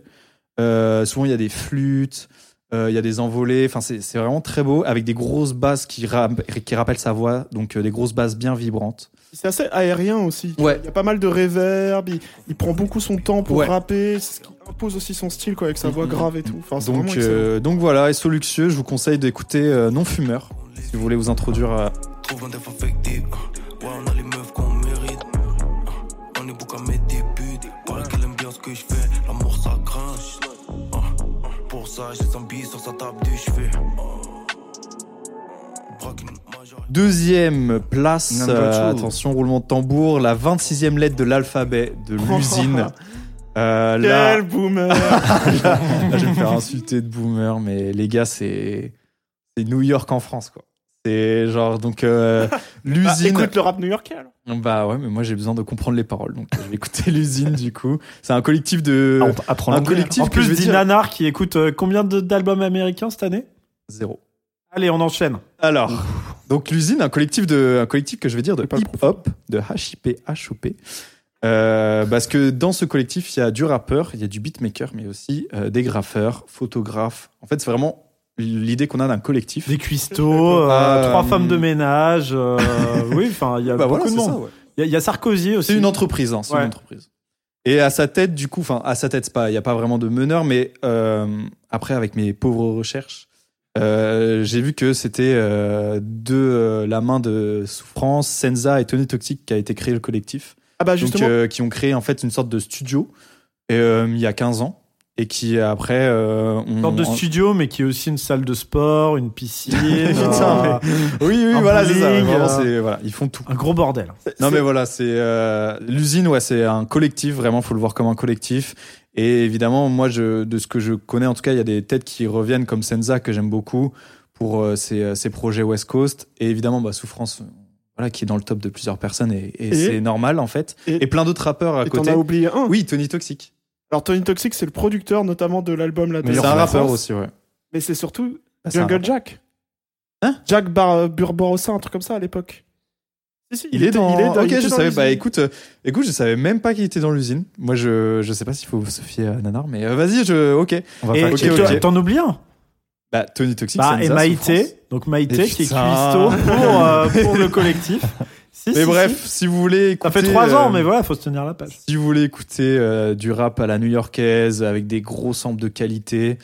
Euh, souvent il y a des flûtes, euh, il y a des envolées, enfin c'est c'est vraiment très beau, avec des grosses basses qui, rap- qui rappellent sa voix, donc euh, des grosses basses bien vibrantes. C'est assez aérien aussi. Ouais. Il y a pas mal de reverb. Il, il prend beaucoup son temps pour Ouais. rapper. Ce qui impose aussi son style quoi, avec sa voix Mhm. grave et tout. Enfin, Oh, c'est vraiment Donc, excellent. euh, donc voilà, SO Luxueux, je vous conseille d'écouter euh, Non Fumeur, si vous voulez vous introduire à... Trouve un def affecté. Ouais, on a les meufs qu'on mérite. Euh, On est beaucoup à mettre des buts. Pareil qu'elle aime bien ce que je fais. L'amour ça grince. Euh, Pour ça, j'ai son billet sur sa table de cheveux. Braque une majeure. Deuxième place, Number euh, two. attention, roulement de tambour, la 26e lettre de l'alphabet [LAUGHS] de l'usine. Euh, Quel là- Bah, boomer [LAUGHS] Là, je vais me faire insulter de boomer, mais les gars, c'est c'est New York en France, quoi. C'est genre, donc, euh, [LAUGHS] Bah, l'usine. écoute le rap new-yorkais alors. Bah ouais, mais moi j'ai besoin de comprendre les paroles, donc je vais écouter [LAUGHS] l'usine du coup. C'est un collectif de Ah, on peut apprendre un l'anglais, collectif En que je plus, veux dit dire Nanar qui écoute euh, combien de- d'albums américains cette année zéro. Allez, on enchaîne. Alors, donc l'usine, un collectif de, un collectif que je vais dire de hip hop, de HIP, HOP. Euh, parce que dans ce collectif, il y a du rappeur, il y a du beatmaker, mais aussi euh, des graffeurs, photographes. En fait, c'est vraiment l'idée qu'on a d'un collectif. Des cuistots, euh, Ah, trois hum. femmes de ménage. [LAUGHS] euh, oui, enfin, il y a Bah beaucoup voilà, de c'est ça. monde. ouais. Il y, a- il y a Sarkozy aussi. C'est une entreprise, hein, c'est Ouais. une entreprise. Et à sa tête, du coup, enfin, à sa tête, c'est pas, il n'y a pas vraiment de meneur, mais euh, après, avec mes pauvres recherches, euh, j'ai vu que c'était euh, de euh, la main de Souffrance, Senza et Tony Toxic qui a été créé le collectif. Ah bah Donc, justement, euh, qui ont créé en fait une sorte de studio et, euh, il y a 15 ans et qui après. euh, ont- Une sorte de en- studio, mais qui est aussi une salle de sport, une [LAUGHS] piscine, Putain, euh, Oui, oui, un voilà, c'est ça. bowling, Vraiment, euh, c'est- voilà, ils font tout. un gros bordel. Non mais voilà, c'est euh, l'usine, ouais, c'est un collectif, vraiment, faut le voir comme un collectif. Et évidemment, moi, je, de ce que je connais, en tout cas, il y a des têtes qui reviennent comme Senza, que j'aime beaucoup, pour euh, ses, euh, ses projets West Coast. Et évidemment, bah, Souffrance, euh, voilà, qui est dans le top de plusieurs personnes, et, et Et- c'est normal, en fait. et- Et plein d'autres rappeurs euh, à et t'en côté. as oublié un. Oui, Tony Toxic. Alors Tony Toxic, c'est le producteur notamment de l'album La Mais C'est Meilleur un rappeur. rappeur aussi, ouais. Mais c'est surtout Ah, c'est un Bah, Jungle rappeur. Jack. Hein Jack Bar Burborossa, un truc comme ça à l'époque. Si, si, Il, est était- dans. il est dans- ok, il était je dans savais. Bah l'usine. écoute, euh, écoute, je savais même pas qu'il était dans l'usine. Moi, je, je sais pas s'il faut se fier à Nanar, mais euh, vas-y, je. Ok. On va Et, faire ok, et quelque ok. toi, chose. t'en oublies un Bah, Tony Toxic, Bah, Senza, et Souffrance. Maïté, donc Maïté Et qui est cuistot putain. pour, euh, pour le [LAUGHS] collectif. Si, Mais si, bref, si. si vous voulez écouter. ça fait trois ans, euh, mais voilà, faut se tenir la page. Si vous voulez écouter euh, du rap à la new-yorkaise avec des gros samples de qualité,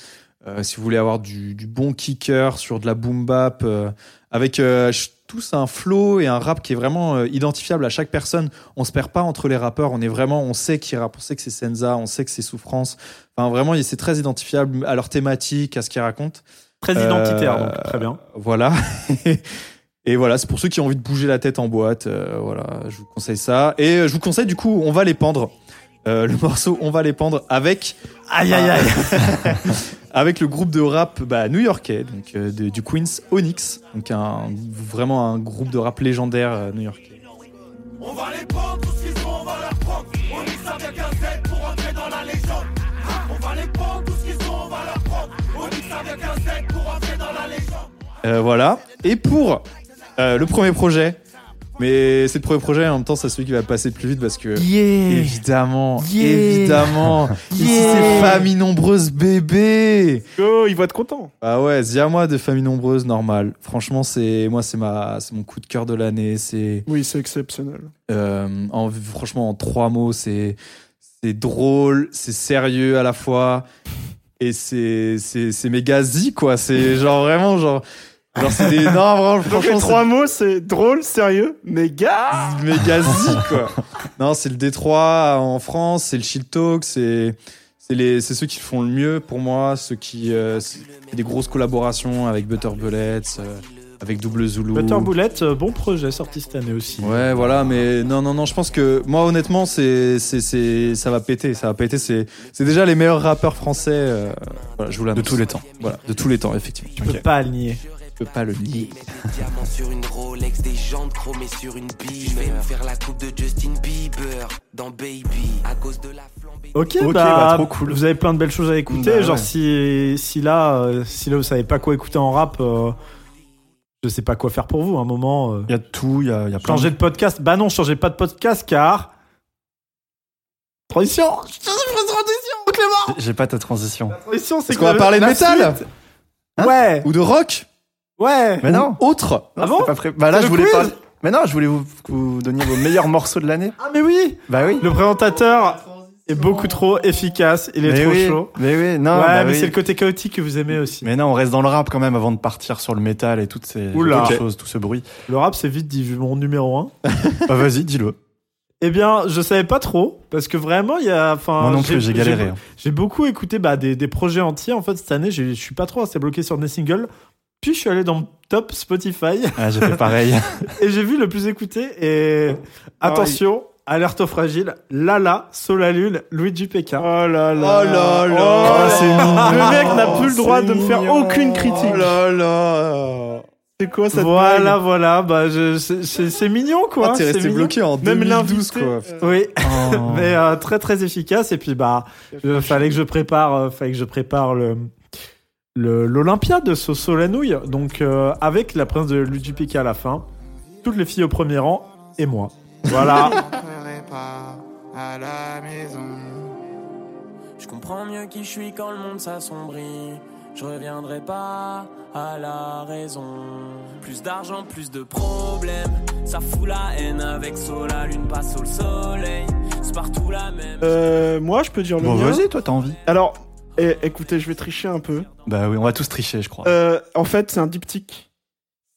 euh, si vous voulez avoir du, du bon kicker sur de la boom bap, euh, avec euh, ch- tous un flow et un rap qui est vraiment euh, identifiable à chaque personne, on se perd pas entre les rappeurs, on est vraiment, on sait qui rappe, on sait que c'est Senza, on sait que c'est Souffrance. Enfin, vraiment, il- c'est très identifiable à leur thématique, à ce qu'ils racontent. Très Euh, identitaire, donc très bien. Voilà. [LAUGHS] Et voilà, c'est pour ceux qui ont envie de bouger la tête en boîte. euh, voilà, je vous conseille ça. Et euh, je vous conseille du coup, on va les pendre. Euh, le morceau, on va les pendre avec Aïe, aïe, aïe. [LAUGHS] avec le groupe de rap bah, new-yorkais, donc euh, de- du Queens Onyx, donc un, vraiment un groupe de rap légendaire euh, new-yorkais. On va les prendre, tout ce qu'ils ont, on va leur prendre. On mixe avec un Z pour entrer dans la légende. On va les prendre, tout ce qu'ils ont, on va leur prendre. On mixe avec un Z pour entrer dans la légende. Euh, voilà. Et pour euh, le premier projet, mais c'est le premier projet, en même temps, c'est celui qui va passer le plus vite parce que. Mm. Évidemment, Yeah. [LAUGHS] évidemment. Ici, Yeah. c'est famille nombreuse bébé. Go, Oh, il va être content. Ah ouais, Ziamois de famille nombreuse, normal. Franchement, c'est moi, c'est ma, c'est mon coup de cœur de l'année. C'est Oui, c'est exceptionnel. euh, en, franchement, en trois mots, c'est c'est drôle, c'est sérieux à la fois, et c'est c'est c'est méga zi quoi. C'est genre vraiment genre genre c'est [LAUGHS] des non vraiment, Donc les franchement trois mots, c'est drôle, sérieux, méga. c'est méga zi quoi. Non, c'est le Détroit en France, c'est le Chill Talk, c'est c'est les c'est ceux qui le font le mieux pour moi, ceux qui euh, c'est- des grosses collaborations avec Butter Bullets, euh, avec Double Zulu. Butter Boulette, euh, bon projet sorti cette année aussi. Ouais, voilà, mais non, non, non, je pense que moi, honnêtement, c'est, c'est, c'est, ça va péter, ça va péter. C'est, c'est déjà les meilleurs rappeurs français, euh, voilà, je vous l'annonce. De tous les temps. Voilà, de tous les temps, effectivement. Je peux pas le nier. peux pas le nier. Mettre des diamants sur une Rolex, des jantes chromées sur une bille. Je vais me faire la coupe de Justin Bieber dans Baby. À cause de la flambée. Ok, Ok, bah, bah, trop cool. vous avez plein de belles choses à écouter. Bah, genre, ouais. si, si, là, euh, si là, vous savez pas quoi écouter en rap, euh, je sais pas quoi faire pour vous. À un moment, euh, Il y a tout, il y a, il y a plein changer de podcast. Bah non, changez pas de podcast car. Transition de- J'ai pas ta transition. Transition, c'est Est-ce qu'on va parler de la métal suite. Hein Ouais, Ou de rock ouais. Mais non, Ou autre non Ah bon c'est pas pré- Bah là, je C'est le voulais quiz parler- Mais non, je voulais vous, que vous donniez vos meilleurs [LAUGHS] morceaux de l'année. Ah mais oui Bah oui. Le présentateur est beaucoup trop efficace, il est mais trop oui, chaud. Mais oui, non. ouais, bah mais oui. c'est le côté chaotique que vous aimez aussi. Mais non, on reste dans le rap quand même avant de partir sur le métal et toutes ces Oula. toutes ces Ok. choses, tout ce bruit. Le rap, c'est vite dit, vu mon numéro 1. Bah vas-y, dis-le. Eh bien, je savais pas trop, parce que vraiment, il y a... enfin, Moi non plus, j'ai galéré. hein. Oh, J'ai beaucoup écouté bah, des, des projets entiers, en fait, cette année, j'ai- je suis pas trop resté bloqué sur des singles. Puis je suis allé dans top Spotify, [LAUGHS] Ah, j'ai fait pareil. et j'ai vu le plus Ah, écouté, et... Attention, alerte au fragile, Lala, Solalul, Luigi Pékin. Oh là là. Oh là là. Oh, Oh, c'est Le mignon. mec n'a plus le C'est droit de me faire mignon. aucune critique. Oh là là C'est quoi cette Voilà, blague voilà, bah je- c'est- c'est c'est mignon quoi. Ah, t'es c'est resté mignon. bloqué en Même 2012, l'invité. quoi. euh, Oui, [LAUGHS] mais euh, très très efficace et puis bah euh, fallait que je prépare, euh, fallait que je prépare le le- l'Olympia de Soso la nouille, donc euh, avec la prince de Ludupica à la fin, toutes les filles au premier rang et moi. Voilà. rentrerai pas à la maison. Je comprends mieux qui je suis quand le monde s'assombrit. Je reviendrai pas à la raison. Plus d'argent, plus de problèmes. Ça fout la haine avec Sol, la lune passe au soleil. C'est partout la même. Euh, moi, je peux dire le Bon, mien. vas-y, toi, t'as envie. Alors, eh, écoutez, je vais tricher un peu. Bah oui, on va tous tricher, je crois. Euh, en fait, c'est un diptyque.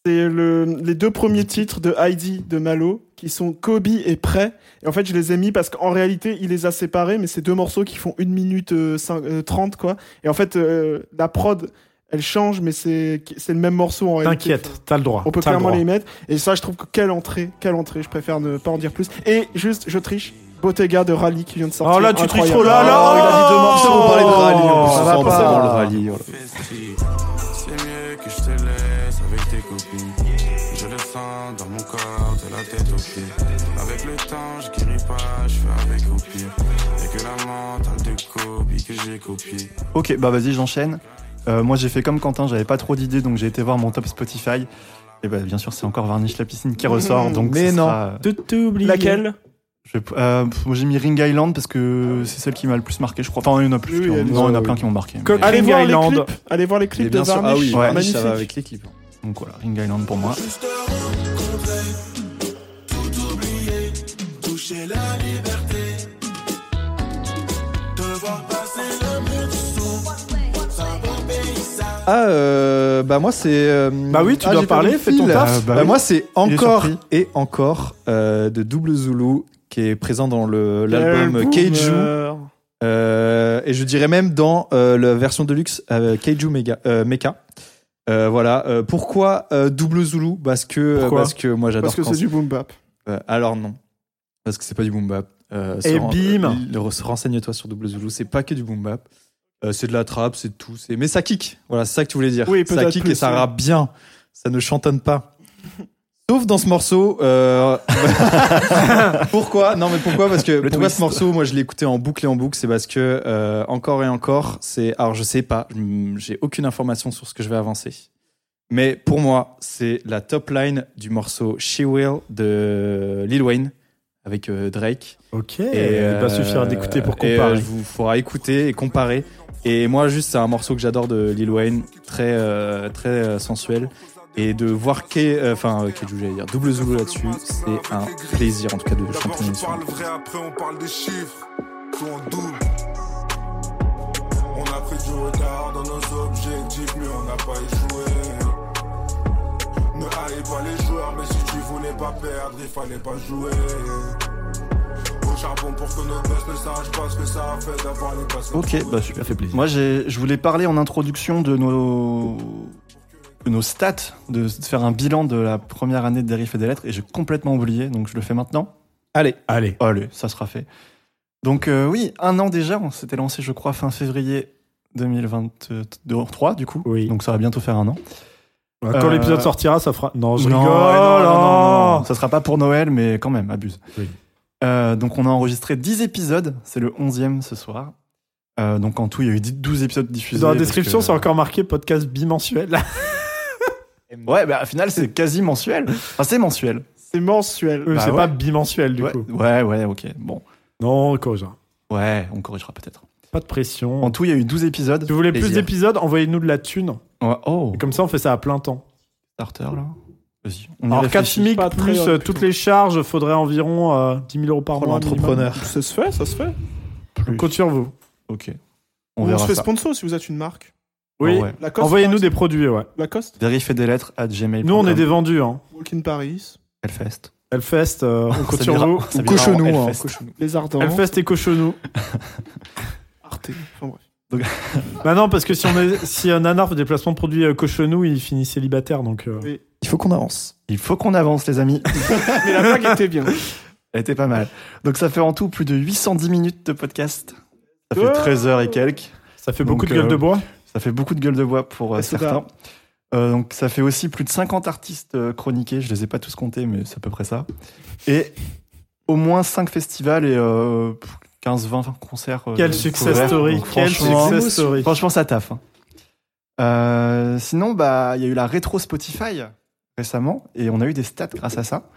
C'est le, les deux premiers titres de Heidi de Malo qui sont Kobe et Prêt. Et en fait, je les ai mis parce qu'en réalité, il les a séparés, mais c'est deux morceaux qui font 1 minute euh, cinq- euh, 30, quoi. Et en fait, euh, la prod, elle change, mais c'est c'est le même morceau en réalité. T'inquiète, t'as le droit. On peut t'as le clairement droit. les mettre. Et ça, je trouve que quelle entrée, quelle entrée. Je préfère ne pas en dire plus. Et juste, je triche. Bottega de Rally qui vient de sortir. Oh là, tu Incroyable. triches trop, là, là, Oh, il a dit deux oh, morceaux, On parlait de rallye, en plus, ça on va s'en pas. parle, le rallye, oh là. Festi. C'est mieux que je te laisse avec tes copines. Je le sens dans mon corps, de la tête aux pieds. Avec le temps, je guéris pas, je fais avec au pire. Et que la mentale de Kobe que j'ai copié. Ok, bah vas-y, j'enchaîne. Euh, moi, j'ai fait comme Quentin, j'avais pas trop d'idées, donc j'ai été voir mon top Spotify. Et bah, bien sûr, c'est encore Varnish la piscine qui ressort. Donc Mais ce non. sera, euh, De t'oublier. Laquelle je vais- euh, pff, moi, j'ai mis Ring Island parce que c'est celle qui m'a le plus marqué, je crois. Enfin, il y en a plus. Oui, qui oui, ont- elle est- non, il y en a oui. plein qui m'ont marqué. mais- Coq- Allez Ring voir, Island. les clips, allez voir les Et clips de bien sûr, ah Varnish. oui, Ouais. Varnish, ça va Magnifique. avec hein. les clips. Donc voilà, Ring Island pour moi. Toucher la liberté. Te voir passer le mur du son. Ça va payer ça. Ah, euh, bah moi c'est. euh, Bah oui, tu ah, dois j'ai parler, perdu le fais ton fil. taf. Euh, bah Bah oui. Moi c'est est encore surpris. et encore euh, de Double Zulu qui est présent dans le- l'album Quel Keiju. euh. boomer. Euh, et je dirais même dans euh, la version deluxe euh, Keiju Mega, euh, Mecha. Euh, voilà. Euh, pourquoi euh, Double Zulu Parce que euh, Pourquoi parce que moi j'adore Parce que quand c'est du boom bap. Euh, alors non, parce que c'est pas du boom bap. Euh, Et se ren- bim euh, le- re- Renseigne-toi sur Double Zulu, c'est pas que du boom bap. Euh, c'est de la trappe, c'est de tout. c'est- Mais ça kick, voilà, c'est ça que tu voulais dire. Oui, ça peut-être kick plus, et ça ouais. rappe bien, ça ne chantonne [LAUGHS] pas. Sauf dans ce morceau. euh, [LAUGHS] pourquoi Non, mais pourquoi Parce que pourquoi ce morceau, moi je l'ai écouté en boucle et en boucle, c'est parce que euh, encore et encore, c'est. Alors je sais pas, hmm, j'ai aucune information sur ce que je vais avancer. Mais pour moi, c'est la top line du morceau She Will de Lil Wayne avec euh, Drake. Ok. Eh, il va suffire d'écouter pour euh, et, euh, comparer. je vous faudra écouter et comparer. Et moi, juste, c'est un morceau que j'adore de Lil Wayne, très, euh, très euh, sensuel. Et de voir Kay, euh, enfin, euh, Kay Jou, j'allais dire, double Zulu là-dessus, c'est un plaisir en tout cas de D'abord chanter une je chanson. parle vrai, après on parle des chiffres, tout en double. On a pris du retard dans nos objectifs, mais on n'a pas échoué. Ne haïs pas les joueurs, mais si tu voulais pas perdre, il fallait pas jouer. Au charbon pour que nos boss ne sachent pas ce que ça a fait d'avoir les passes. Ok, bah super. fait plaisir. Moi, j'ai- je voulais parler en introduction de nos, de nos stats, de, de faire un bilan de la première année de Dérif et des Lettres, et j'ai complètement oublié, donc je le fais maintenant. Allez, Allez. Allez, ça sera fait. Donc euh, oui, un an déjà, on s'était lancé, je crois, fin février 2023, du coup. Oui. Donc ça va bientôt faire un an. Quand Euh, l'épisode sortira, ça fera. Non, je Non, rigole. non, non, non, hein. non. Ça sera pas pour Noël, mais quand même, abuse. Oui. Euh, donc, on a enregistré 10 épisodes. C'est le 11e ce soir. Euh, donc, en tout, il y a eu 12 épisodes diffusés. Dans la parce description, que- c'est encore marqué podcast bimensuel. Ouais, bah, au final, c'est quasi mensuel. Enfin, c'est mensuel. C'est mensuel. Euh, Bah c'est ouais. pas bimensuel du ouais, coup. ouais, ouais, ok. Bon. Non, Corin. Ouais, on corrigera peut-être. Pas de pression. En tout, il y a eu 12 épisodes. Si vous voulez plus Plaisir. d'épisodes, envoyez-nous de la thune. Ouais, Oh, Et comme ça, on fait ça à plein temps. starter, là. Vas-y. On y Alors, 4 réfléchit. SMIC Pas de plus Patreon, euh, plutôt. toutes les charges, faudrait environ euh, 10 000 euros par pour mois. l'entrepreneur. Ça se fait, ça se fait. Plus. minimum. Compte sur vous. Ok. On, On verra se fait ça. sponsor si vous êtes une marque. Oui. Ah ouais. Lacoste. Envoyez-nous des produits, ouais. Lacoste. Vérifiez des lettres à gmail. Nous, on est des vendus. Hein. Walk in Paris. Hellfest. Hellfest, euh, on compte [LAUGHS] Ça sur vira- vous. ça vira en Cochonou, hein, Hellfest. cochonou. Les Ardents. Hellfest et Cochonou. Arte. Enfin, bref. bah non, parce que si, on est, si un nanar fait des placements de produits euh, Cochonou, il finit célibataire. Donc, euh, Il faut qu'on avance. Il faut qu'on avance, les amis. [LAUGHS] Mais la blague était bien. Elle était pas mal. Donc ça fait en tout plus de 810 minutes de podcast. Ça fait Ouais. 13 heures et quelques. ça fait Donc, beaucoup de gueule euh, de bois. Bah, Ça fait beaucoup de gueule de bois pour euh, Et soda. certains. Euh, donc ça fait aussi plus de 50 artistes euh, chroniqués, je les ai pas tous comptés, mais c'est à peu près ça. Et au moins 5 festivals et euh, 15-20 concerts. euh, Quel de success couverts. story, Donc, quel franchement, success story. Franchement, ça taffe. hein. Euh, sinon, bah, il y a eu la rétro Spotify récemment et on a eu des stats grâce à ça.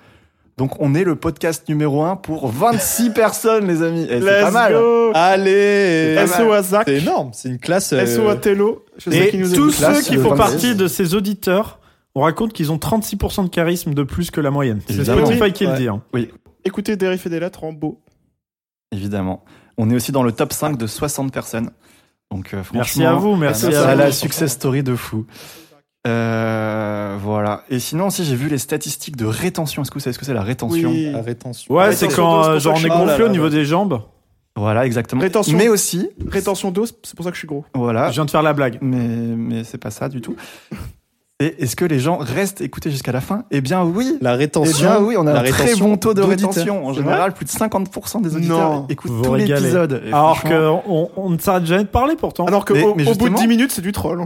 Donc, on est le podcast numéro 1 pour 26 personnes, les amis. Et C'est Let's pas mal. hein. go Allez SO à Zach, Ah, C'est énorme, c'est une classe. euh, SO à Tello. Je sais Et qui nous tous écoute. ceux classe, qui euh, font vingt-six. partie de ces auditeurs, on raconte qu'ils ont 36% de charisme de plus que la moyenne. C'est Évidemment. Spotify qui le Ouais. dit. hein. Écoutez Dérif et des lettres en beau. Évidemment. On est aussi dans le top 5 de 60 personnes. Donc, euh, franchement, Merci à vous, merci C'est à la vous. success story de fou. Euh, voilà. Et sinon aussi, j'ai vu les statistiques de rétention. Est-ce que vous savez ce que c'est la rétention Oui. à rétention. Ouais, Ouais, c'est c'est quand surtout, euh, c'est pour genre ça on que est je- Oh gonflé là au là. niveau des jambes. Voilà, exactement. Rétention. Mais aussi, Rétention d'eau, c'est pour ça que je suis gros. voilà. Je viens de faire la blague. Mais, mais c'est pas ça du tout. Et est-ce que les gens restent écoutés jusqu'à la fin Eh bien oui. La Eh rétention. bien oui, on a la un très rétention bon taux de d'auditeurs. rétention. En général, plus de 50% des auditeurs Non. écoutent Vous tout régalez. l'épisode. Et Alors franchement, qu'on on, on ne s'arrête jamais de parler pourtant. Alors que Mais- au, mais au bout de justement- 10 minutes, c'est du troll.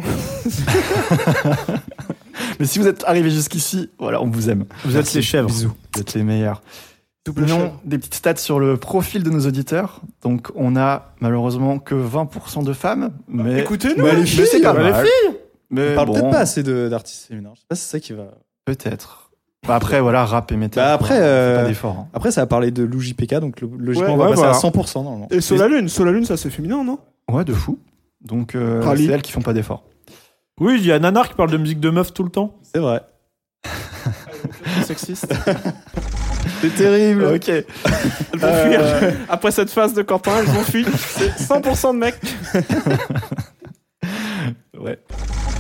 Mais si vous êtes arrivé jusqu'ici, voilà, on vous aime. Vous êtes les chèvres. Vous êtes les meilleurs. Non, chèvre. des petites stats sur le profil de nos auditeurs. Donc, on a malheureusement que 20% de femmes, mais, Écoutez-nous. Mais mais les filles, c'est pas bah, les mal. Mais On parle bon, peut-être pas assez de- d'artistes féminins. Je sais pas si c'est ça qui va. Peut-être. Bah, après, voilà, rap et métal. Bah, après, quoi. euh, Fais pas d'effort. hein. Après, ça a parlé de Lou JPK, donc lo- logiquement, Ouais, on va ouais, passer voilà. à 100% normalement. Et Solalune, Lune, Sola Lune, ça c'est féminin, non Ouais, de fou. hein. Donc, euh, Rallye. c'est elles qui font pas d'effort. Oui, il y a Nanar qui parle de musique de meuf tout le temps. C'est vrai. Sexiste. C'est terrible. [LAUGHS] Ok. Elles vont Euh. fuir. Après cette phase de Quentin, elles vont fuir. C'est 100% de mecs.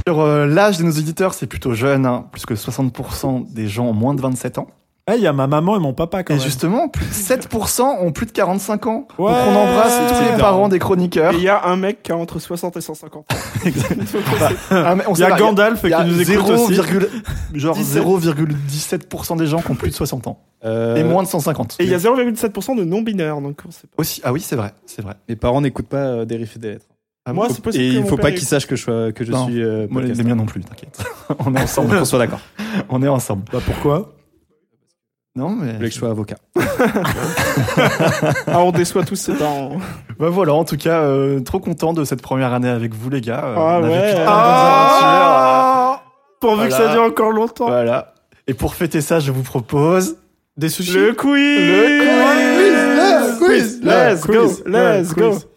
Sur euh, l'âge de nos auditeurs, c'est plutôt jeune, hein, plus que 60% des gens ont moins de 27 ans. Eh, il y a ma maman et mon papa quand et même. justement, plus de 7% ont plus de 45 ans. Ouais. Donc, on embrasse tous les Énorme. parents des chroniqueurs. Et il y a un mec qui a entre 60 et 150 ans. Ah, mais on Il sait y a pas, Gandalf Il y qui a nous écoute 0, aussi. virgule- genre 17. 0,17% des gens qui ont plus de 60 ans Euh, et moins de 150. Et il y a 0,7% de non-binaires. Donc on sait pas. aussi, ah oui, c'est vrai, c'est vrai. Ah Mes parents n'écoutent pas euh, des riffs et des lettres. Moi, Faut- c'est possible Et que il mon faut père pas écoute. qu'ils sachent que je, sois- que je Non. suis. euh, Moi, les, podcaster. les miens non plus, t'inquiète. [LAUGHS] on est [LAUGHS] Pour ensemble, qu'on soit d'accord. on est ensemble. Bah pourquoi Non mais Je voulais que je sois avocat. Ah, on déçoit tous ces parents. bah voilà, en tout cas, euh, trop content de cette première année avec vous les gars. Euh, Ah on a ouais. vécu de bonnes aventures. Ah Pourvu que ça Voilà. dure encore longtemps. Voilà. Et pour fêter ça, je vous propose Des sushis. Le quiz. Le quiz, le quiz, le Let's go. quiz, le Let's go. quiz.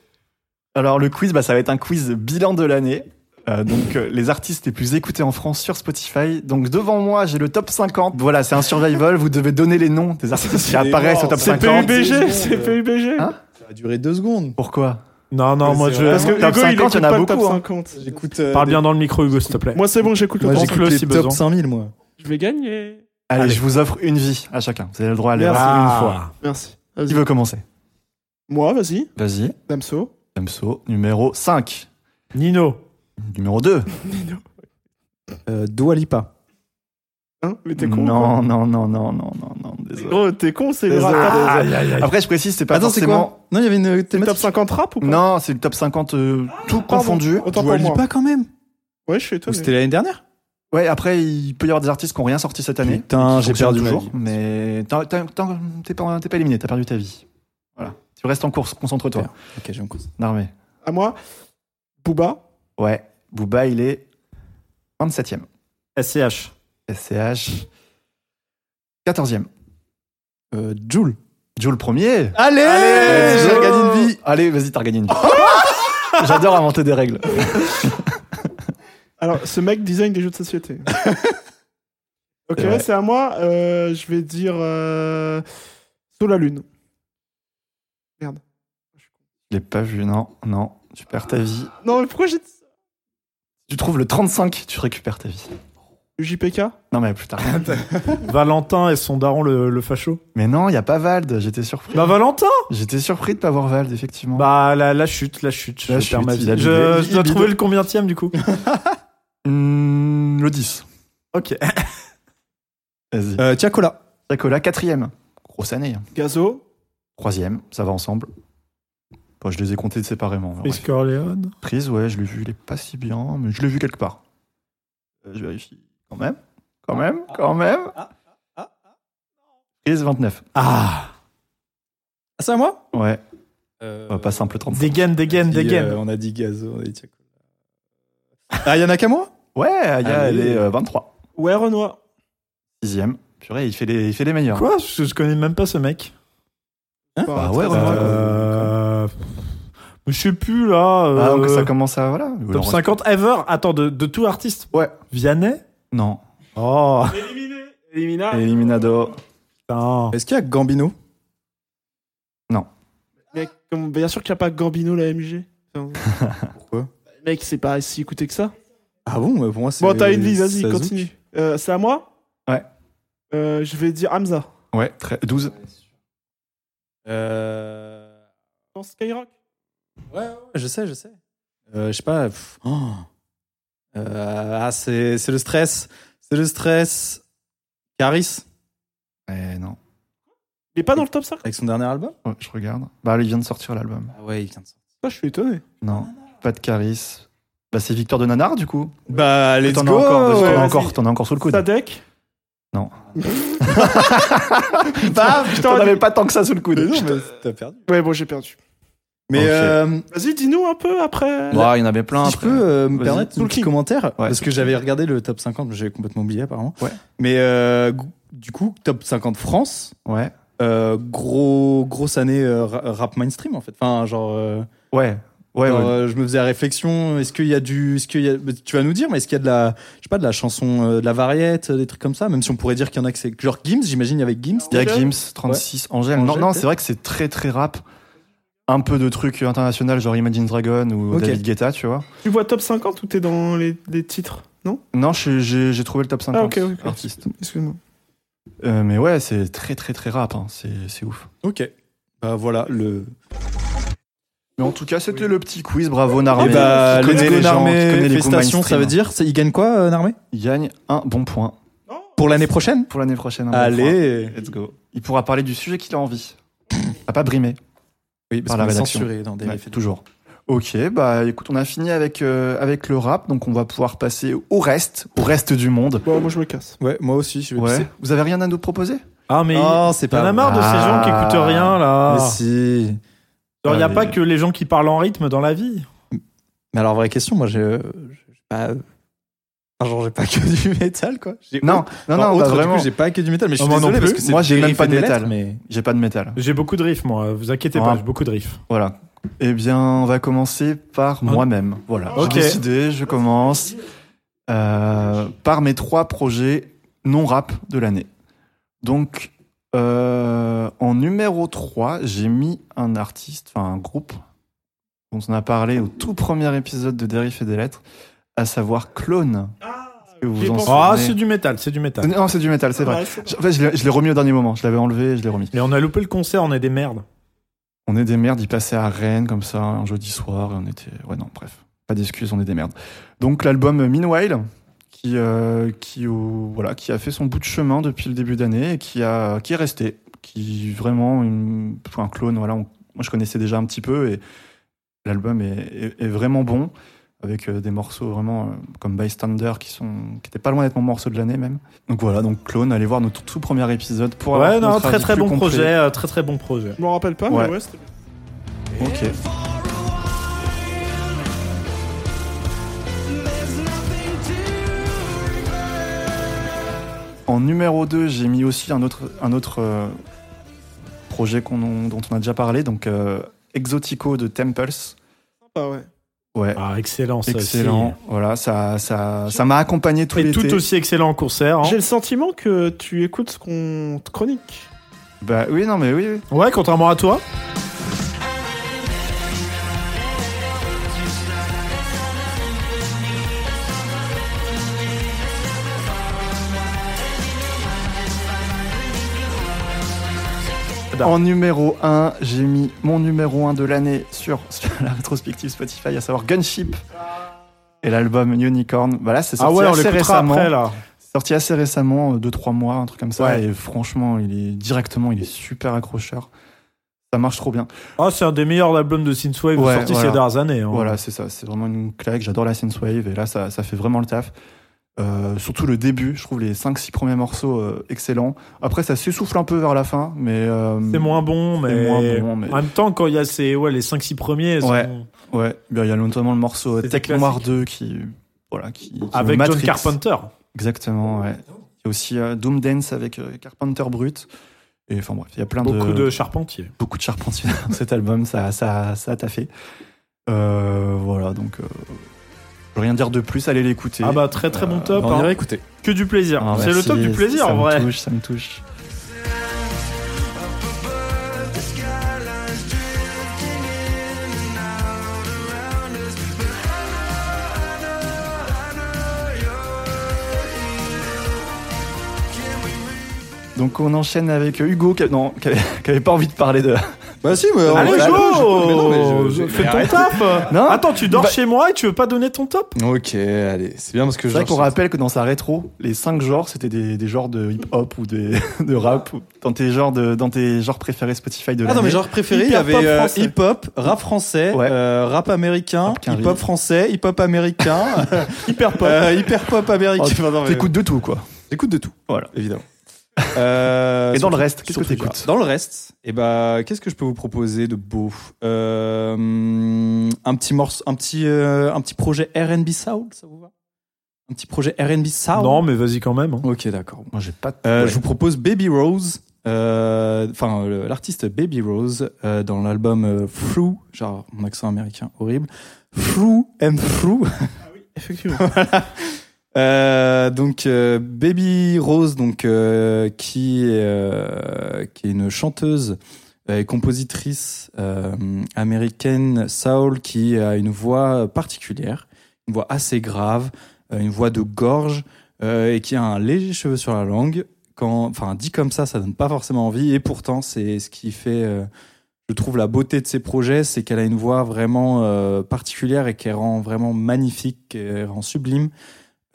Alors le quiz, bah, ça va être un quiz bilan de l'année. Euh, donc euh, les artistes les plus écoutés en France sur Spotify. Donc devant moi, j'ai le top 50. Voilà, c'est un survival. Vous devez donner les noms des artistes qui apparaissent au top C'est C'est 50. PUBG. secondes. C'est PUBG. Hein Ça a duré deux secondes. Pourquoi Non, non, moi je. Parce que euh, Top Hugo, il 50, il y en écoute a pas le top beaucoup, hein. 50. J'écoute. euh, Parle des- bien dans le micro, Hugo, s'il te plaît. Moi, c'est bon, j'écoute le Moi, top j'écoute 50. Pense-le les si besoin. top 5000, moi. Je vais gagner. Allez, Allez. je vous offre une vie à chacun. Vous avez le droit à l'heure. Merci. une fois. Merci. Qui Vas-y. veut commencer Moi, vas-y. Vas-y. Damso. Damso, numéro 5. Nino. Numéro 2. Euh, Dua Lipa. Hein Mais t'es con. quoi. Non, non, non, non, non, non, non, désolé. Gros, t'es con, c'est le Désolé, rap. désolé. aïe, aïe. Après, je précise, c'est pas Attends, c'est forcément. quoi Non, il y avait une euh, C'est le top thématique. 50 rap ou pas non, c'est le top 50 euh, tout Pardon, confondu. Autant Dua pour moi. Lipa quand même. Ouais, je suis Ou étonné. C'était l'année dernière Ouais, après, il peut y avoir des artistes qui n'ont rien sorti cette année. Putain, qui j'ai fonctionnent perdu ma toujours. vie. Mais t'en- t'en- t'en- t'es pas, t'es pas éliminé, t'as perdu ta vie. Voilà. Tu restes en course, concentre-toi. Super. Ok, j'ai un coup. Narmé. À moi, Booba. Ouais. Booba, il est 27 e SCH. SCH. 14 e Euh, Joule. Joe le premier. Allez, Let's J'ai go. regagné une vie. Allez, vas-y, t'as regagné une vie. [LAUGHS] J'adore inventer des règles. Alors, ce mec design des jeux de [LAUGHS] société. ok, C'est vrai. c'est à moi. Euh, je vais dire. Euh... Sous la lune. Je l'ai pas vu, non, non. Tu perds ta vie. Non, mais pourquoi j'ai. dit- Tu trouves le 35, tu récupères ta vie. JPK Non, mais plus [LAUGHS] tard. Valentin et son daron, le, le facho. mais non, il y a pas Vald. J'étais surpris. Bah, Valentin J'étais surpris de pas voir Vald, effectivement. Bah, la, la chute, la chute. La je perds chute, ma vie. il a Je, bidé. je dois Il bidé. trouver le combien du coup Hmm, le 10. Ok. [LAUGHS] Vas-y. Euh, Tiakola. Sacola, quatrième. Grosse année. hein. Gazo. Troisième, ça va ensemble. Bon, je les ai comptés séparément. Chris Corleone. Prise, ouais, je l'ai vu, il est pas si bien, mais je l'ai vu quelque part. Euh, je vérifie. Quand même. Quand même. Quand même. Prise 29. Ah Ah, c'est à moi Ouais. Euh, Euh, Pas simple 35. Dégaine, dégaine, Puis, dégaine. euh, on a dit Gazo, on a dit Tiakola. Ah, Yana Kamura Ouais, Aya, Allez. elle est euh, 23. Ouais, Renoir. Sixième. Purée, il fait les, il fait les meilleurs. Quoi je, je connais même pas ce mec. bah Oh, ouais, Renoir. Euh... Je sais plus là. Ah, donc euh, ça commence à. Voilà. Top 50 ever. Attends, de, de tout artiste Ouais. Vianney Non. Oh, Elimina. Eliminado. putain. Est-ce qu'il y a Gambino Mec, comme- bien sûr qu'il n'y a pas Gambino, la MG. [LAUGHS] Enfin, Pourquoi Mec, c'est pas si écouté que ça. Ah bon mais Pour moi, c'est. Bon, t'as une vie, vas-y, Sazuk. continue. Euh, c'est à moi Ouais. Euh, je vais dire Hamza. Ouais, très- 12. Euh... Dans Skyrock Ouais, ouais, ouais, je sais, je sais. Euh, je sais pas. pff, oh. Euh, ah, c'est c'est le stress. C'est le stress. Caris, Eh non. Il est pas dans le top 5 avec son dernier album Ouais, je regarde. Bah, il vient de sortir l'album. Ah ouais, il vient de sortir. Ça, je suis étonné. Non. Pas de Caris. Bah, c'est Victor de Nanar, du coup. Bah, let's T'en as go encore, parce que t'en ouais. as vas-y. encore, t'en as encore sous le coude. Sadek Bah, putain, t'en avais pas tant que ça sous le coude. Mais non, mais t'as perdu. Ouais, bon, j'ai perdu. Mais Ah, Ok. euh, Vas-y, dis-nous un peu après. Bah, il y en avait plein. si je après. peux euh, me Vas-y. permettre Soul un petit King. commentaire Parce Soul que j'avais regardé le top 50, mais j'avais complètement oublié apparemment. Ouais. Mais euh, gou- du coup, top 50 France, Ouais. euh, gros, grosse année euh, ra- rap mainstream en fait. Enfin, genre. euh, Ouais. Ouais, Alors, ouais. euh, je me faisais la réflexion. Est-ce qu'il y a du, est-ce qu'il y a, bah, tu vas nous dire, mais est-ce qu'il y a de la, je sais pas, de la chanson, euh, de la variette, euh, des trucs comme ça. Même si on pourrait dire qu'il y en a que c'est genre Gims, j'imagine il y avait Gims. Il y a Angèle Gims, 36, Angèle. Non, Angèle, non, peut-être. c'est vrai que c'est très très rap. Un peu de trucs internationaux, genre Imagine Dragon ou Ok. David Guetta, tu vois. Tu vois top 50 ou t'es dans les, les titres Non Non, je- j'ai j'ai trouvé le top 50 Ah, ok, ok. artistes. Excuse-moi. Euh, mais ouais, c'est très très très rap, hein. c'est c'est ouf. Ok. Bah voilà le. Mais en tout cas, c'était le petit quiz. Bravo Narmé. Eh bah, Ah, qui let's connaît go les gens, qui connaît Narmé. les goûts Félicitations, ça mainstream. veut dire, c'est- il gagne quoi, euh, Narmé Il gagne un bon point Pour l'année prochaine pour l'année prochaine. un bon point. Allez. let's go. Il pourra parler du sujet qu'il a envie. À pas brimer. Oui, Par la rédaction. dans des Ouais, toujours. Ok, bah écoute, on a fini avec euh, avec le rap, donc on va pouvoir passer au reste, au reste du monde. Bon, moi, je me casse. Ouais, moi aussi, je vais Ouais. pisser. Vous avez rien à nous proposer Ah, mais. Non, c'est T'en pas. as marre de ces gens qui Ah. écoutent rien là. Mais si. Il n'y a Allez. pas que les gens qui parlent en rythme dans la vie. Mais alors vraie question, moi j'ai euh, j'ai pas. enfin, genre j'ai pas que du métal quoi. J'ai Non, non, Genre, non, autre, bah, du coup, vraiment. j'ai pas que du métal, mais je suis Ah, moi non désolé plus. parce que c'est Moi, j'ai des même pas de riffs et des métal. lettres, mais J'ai pas de métal. J'ai beaucoup de riffs, moi. Vous inquiétez Ah. pas, j'ai beaucoup de riffs. Voilà. Eh bien, on va commencer par moi-même. Voilà. Ok. J'ai décidé, je commence euh, par mes trois projets non rap de l'année. Donc, euh, en numéro 3, j'ai mis un artiste, enfin un groupe dont on a parlé au tout premier épisode de Dérif et des Lettres, à savoir Clone. Est-ce que vous j'y ai en pensé. Ah, souvenez c'est du métal, c'est du métal. Non, c'est du métal, c'est vrai. Ouais, c'est bon. En fait, je l'ai- je l'ai remis au dernier moment. Je l'avais enlevé, je l'ai remis. Mais on a loupé le concert, on est des merdes. On est des merdes, ils passaient à Rennes comme ça un jeudi soir et on était. Ouais, non, bref, pas d'excuses, on est des merdes. Donc l'album Meanwhile, qui, euh, qui, au- voilà, qui a fait son bout de chemin depuis le début d'année et qui, a, qui est resté, qui vraiment une, un clone, voilà, on- moi je connaissais déjà un petit peu et l'album est, est- est vraiment bon, avec euh, des morceaux vraiment euh, comme Bystander qui sont qui étaient pas loin d'être mon morceau de l'année même. Donc voilà, donc clone, allez voir notre tout premier épisode pour avoir ouais, non, notre très avis très plus bon complet. projet, euh, très très bon projet. Je m'en rappelle pas, Ouais. Ah, mais ouais, c'était bien. Ok. En numéro 2, j'ai mis aussi un autre, un autre euh, projet qu'on en- dont on a déjà parlé, donc euh, Exotico de Temples. sympa, ouais. Ouais, Ah, excellent, ça aussi. excellent. Voilà, ça ça ça m'a accompagné tout Et l'été. tout aussi excellent en concert. hein. J'ai le sentiment que tu écoutes ce qu'on te chronique. Bah oui, non mais oui, oui. Ouais, contrairement à toi. Bah. En numéro 1, j'ai mis mon numéro 1 de l'année sur [LAUGHS] la rétrospective Spotify, à savoir Gunship. Et l'album Unicorn, voilà, c'est Ah sorti ouais, on assez l'écoutera récemment. après là. C'est sorti assez récemment, 2-3 mois, un truc comme ça. Ouais. Et franchement, il est directement, il est super accrocheur. Ça marche trop bien. Ah, c'est un des meilleurs albums de Synthwave Ouais, sortis voilà. ces dernières années. hein. Voilà, c'est ça. C'est vraiment une claque. J'adore la synthwave et là, ça, ça fait vraiment le taf. Euh, surtout le début, je trouve les 5-6 premiers morceaux euh, excellents. Après, ça s'essouffle un peu vers la fin, mais. euh, C'est moins bon, c'est mais... moins bon, mais- En même temps, quand il y a ces, ouais, les 5-6 premiers, elles Ouais. sont- Ouais, bien, il y a notamment le morceau euh, C'est Tech des Noir 2 qui. Voilà, qui. qui avec Matrix. John Carpenter. Exactement, ouais. Il y a aussi euh, Doom Dance avec euh, Carpenter Brut. Et enfin bref, il y a plein Beaucoup de charpentiers. beaucoup de charpentiers [LAUGHS] dans cet album, ça, ça, ça a taffé. Euh, voilà, donc euh, je peux rien dire de plus, allez l'écouter. Ah bah très très bon top. On hein. irait écouter. Que du plaisir. Ah, bah, c'est le merci, top du plaisir ça en vrai. Me touche, ça me touche. Donc on enchaîne avec Hugo qui, non, qui, avait, [LAUGHS] qui avait pas envie de parler [LAUGHS] de. Bah si, mais Allez, en vrai, Jo mais non, mais je- Fais mais ton arrête. top Non. Attends, tu dors Bah- chez moi et tu veux pas donner ton top Ok, allez, c'est bien parce que C'est vrai je qu'on rappelle que dans sa rétro, les cinq genres c'était des, des genres de hip hop ou des, [LAUGHS] de rap ou- dans tes genres de dans tes genres préférés Spotify de Ah non, l'année. mes genres préférés, il y Hyper avait pop euh, français. hip-hop, rap français, Ouais. euh, rap américain, Rap qu'un hip-hop riz. français, hip-hop américain, [LAUGHS] hyper pop. euh, hyper-pop américain. Oh, Enfin, non, mais- T'écoutes de tout quoi. J'écoute de tout, Voilà. évidemment. Euh, Oh. Et dans surtout- le reste, qu'est-ce que surtout t'écoutes ça. Dans le reste, eh ben, qu'est-ce que je peux vous proposer de beau Euh, hum, Un petit morceau, un petit, euh, un petit projet R&B soul, ça vous va Un petit projet R&B soul. Non, mais vas-y quand même. hein. Ok, d'accord. Moi j'ai pas. de- Euh, Ouais. Je vous propose Baby Rose, euh, enfin le- l'artiste Baby Rose euh, dans l'album euh, Through, genre mon accent américain horrible, Through and Through. [LAUGHS] Effectivement. Euh, donc euh, Baby Rose, donc euh, qui est, euh, qui est une chanteuse et compositrice euh, américaine soul qui a une voix particulière, une voix assez grave, euh, une voix de gorge euh, et qui a un léger cheveu sur la langue. Quand, enfin, dit comme ça, ça donne pas forcément envie et pourtant c'est ce qui fait. euh, je trouve la beauté de ses projets, c'est qu'elle a une voix vraiment euh, particulière et qu'elle rend vraiment magnifique, qu'elle rend sublime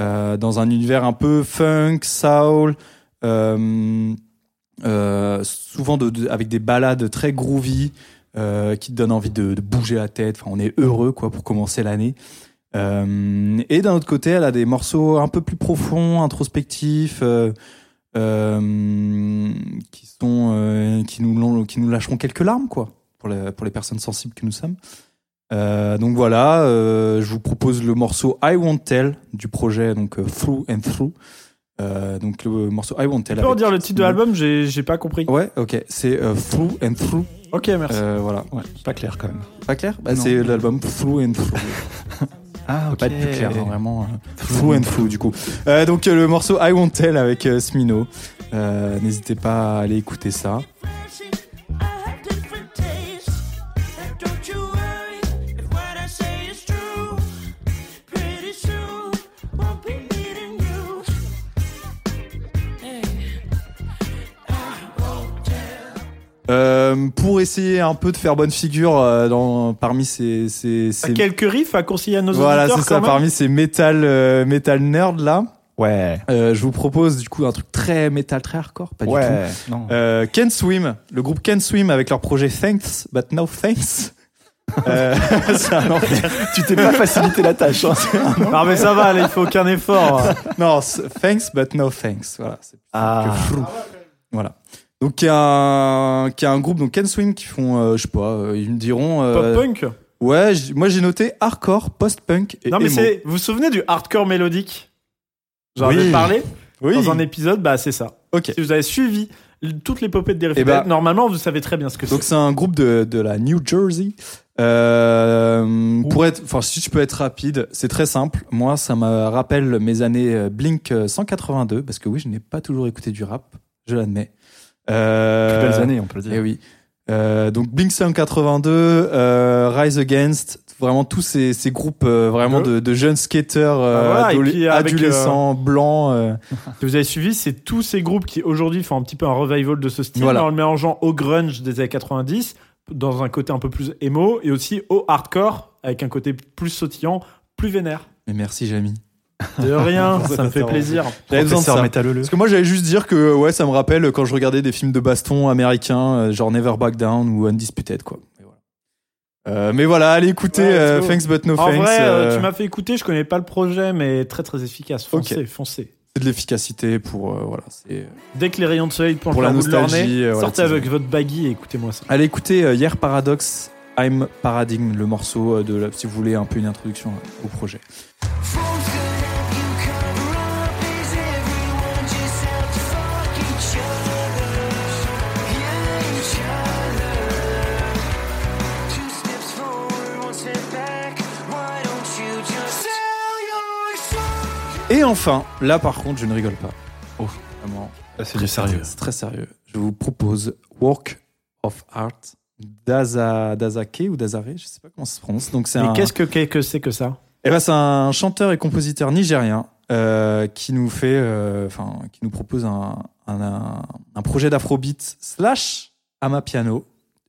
euh, dans un univers un peu funk, soul, euh, euh, souvent de- de- avec des balades très groovy euh, qui te donnent envie de, de bouger la tête. Enfin, on est heureux quoi pour commencer l'année. Euh, et d'un autre côté, elle a des morceaux un peu plus profonds, introspectifs, euh, euh, qui sont euh, qui nous l'ont- qui nous lâcheront quelques larmes quoi pour les, pour les personnes sensibles que nous sommes. Euh, donc voilà, euh, je vous propose le morceau I Won't Tell du projet donc euh, Through and Through. Euh, donc le morceau I Won't Tell. Tu peux avec- redire le titre de l'album J'ai j'ai pas compris. Ouais, ok. C'est euh, Through and Through. Ok, merci. Euh, voilà. Ouais, pas clair quand même. Pas clair bah, Non. C'est l'album Through and Through. Ah Pas de plus clair, hein, vraiment. euh, through and Through, du coup. Euh, donc, euh, le morceau I Won't Tell avec euh, Smino. Euh, N'hésitez pas à aller écouter ça. Don't you worry if what I say is true. Pretty soon, won't be needing you. Euh, pour essayer un peu de faire bonne figure euh, dans, parmi ces. ces, ces- T'as quelques riffs à conseiller à nos voilà, auditeurs c'est ça, quand même parmi ces metal, euh, metal nerds là. Ouais. Euh, je vous propose du coup un truc très metal, très hardcore, pas du tout. Ouais. Non. Euh, Can Swim, le groupe Can Swim avec leur projet Thanks but No Thanks. Euh, c'est un enfer. tu t'es pas facilité la tâche. hein. [LAUGHS] Ah mais ça va, là, il faut aucun effort. Non, c'est Thanks but No Thanks. Voilà. c'est que Ah. Frou. Voilà. Donc il y a un, qui a un groupe donc Can Swim qui font, euh, je sais pas, euh, ils me diront. euh, Pop punk. Ouais, j- moi j'ai noté hardcore, post-punk et Non mais emo. c'est, vous vous souvenez du hardcore mélodique J'en avais Oui. parlé Oui. dans un épisode. Bah c'est ça. Ok. Si vous avez suivi l- toute l'épopée de Dérif, Eh ben- normalement vous savez très bien ce que c'est. Donc c'est un groupe de, de la New Jersey. Euh, pour être, enfin si je peux être rapide, c'est très simple. Moi, ça me rappelle mes années euh, Blink euh, 182 parce que oui, je n'ai pas toujours écouté du rap, je l'admets. Euh, Plus belles années, on peut le Eh dire. oui. Euh, donc Blink 182, euh, Rise Against, vraiment tous ces, ces groupes euh, vraiment de, de jeunes skateurs Ah, euh, voilà, et adole- puis avec, adolescents blancs. euh, Si vous avez suivi, c'est tous ces groupes qui aujourd'hui font un petit peu un revival de ce style Voilà. en le mélangeant au grunge des années 90, dans un côté un peu plus emo, et aussi au hardcore avec un côté plus sautillant, plus vénère. Mais merci Jamie. De [LAUGHS] rien, ça me fait plaisir. J'avais besoin de Professeur ça. métalleux. Parce que moi j'allais juste dire que ouais ça me rappelle quand je regardais des films de baston américains euh, genre Never Back Down ou Undisputed quoi. Et voilà. Euh, mais voilà, allez écouter Ouais, euh, let's go. Thanks But No en Thanks. vrai, euh, euh, tu m'as fait écouter, je connais pas le projet, mais très très efficace. Ok. Foncez, foncez. c'est de l'efficacité pour. euh, voilà, c'est- Dès que les rayons de soleil pointent Pour la leur bout de leur nostalgie, nez, euh, voilà, sortez c'est- avec votre baggy et écoutez-moi ça. Allez écouter euh, Hier Paradox, I'm Paradigm, le morceau euh, de. la- si vous voulez un peu une introduction euh, au projet. Et enfin, là par contre, je ne rigole pas. Oh, vraiment. Ah, c'est du sérieux. C'est très sérieux. Je vous propose Work of Art d'Aza- d'Azake ou d'Azare, je sais pas comment ça se prononce. Donc c'est Mais un, qu'est-ce que qu'est- que c'est que ça eh ben, c'est un chanteur et compositeur nigérien euh, qui nous fait, euh, enfin, qui nous propose un, un- un- un projet d'afrobeat slash amapiano.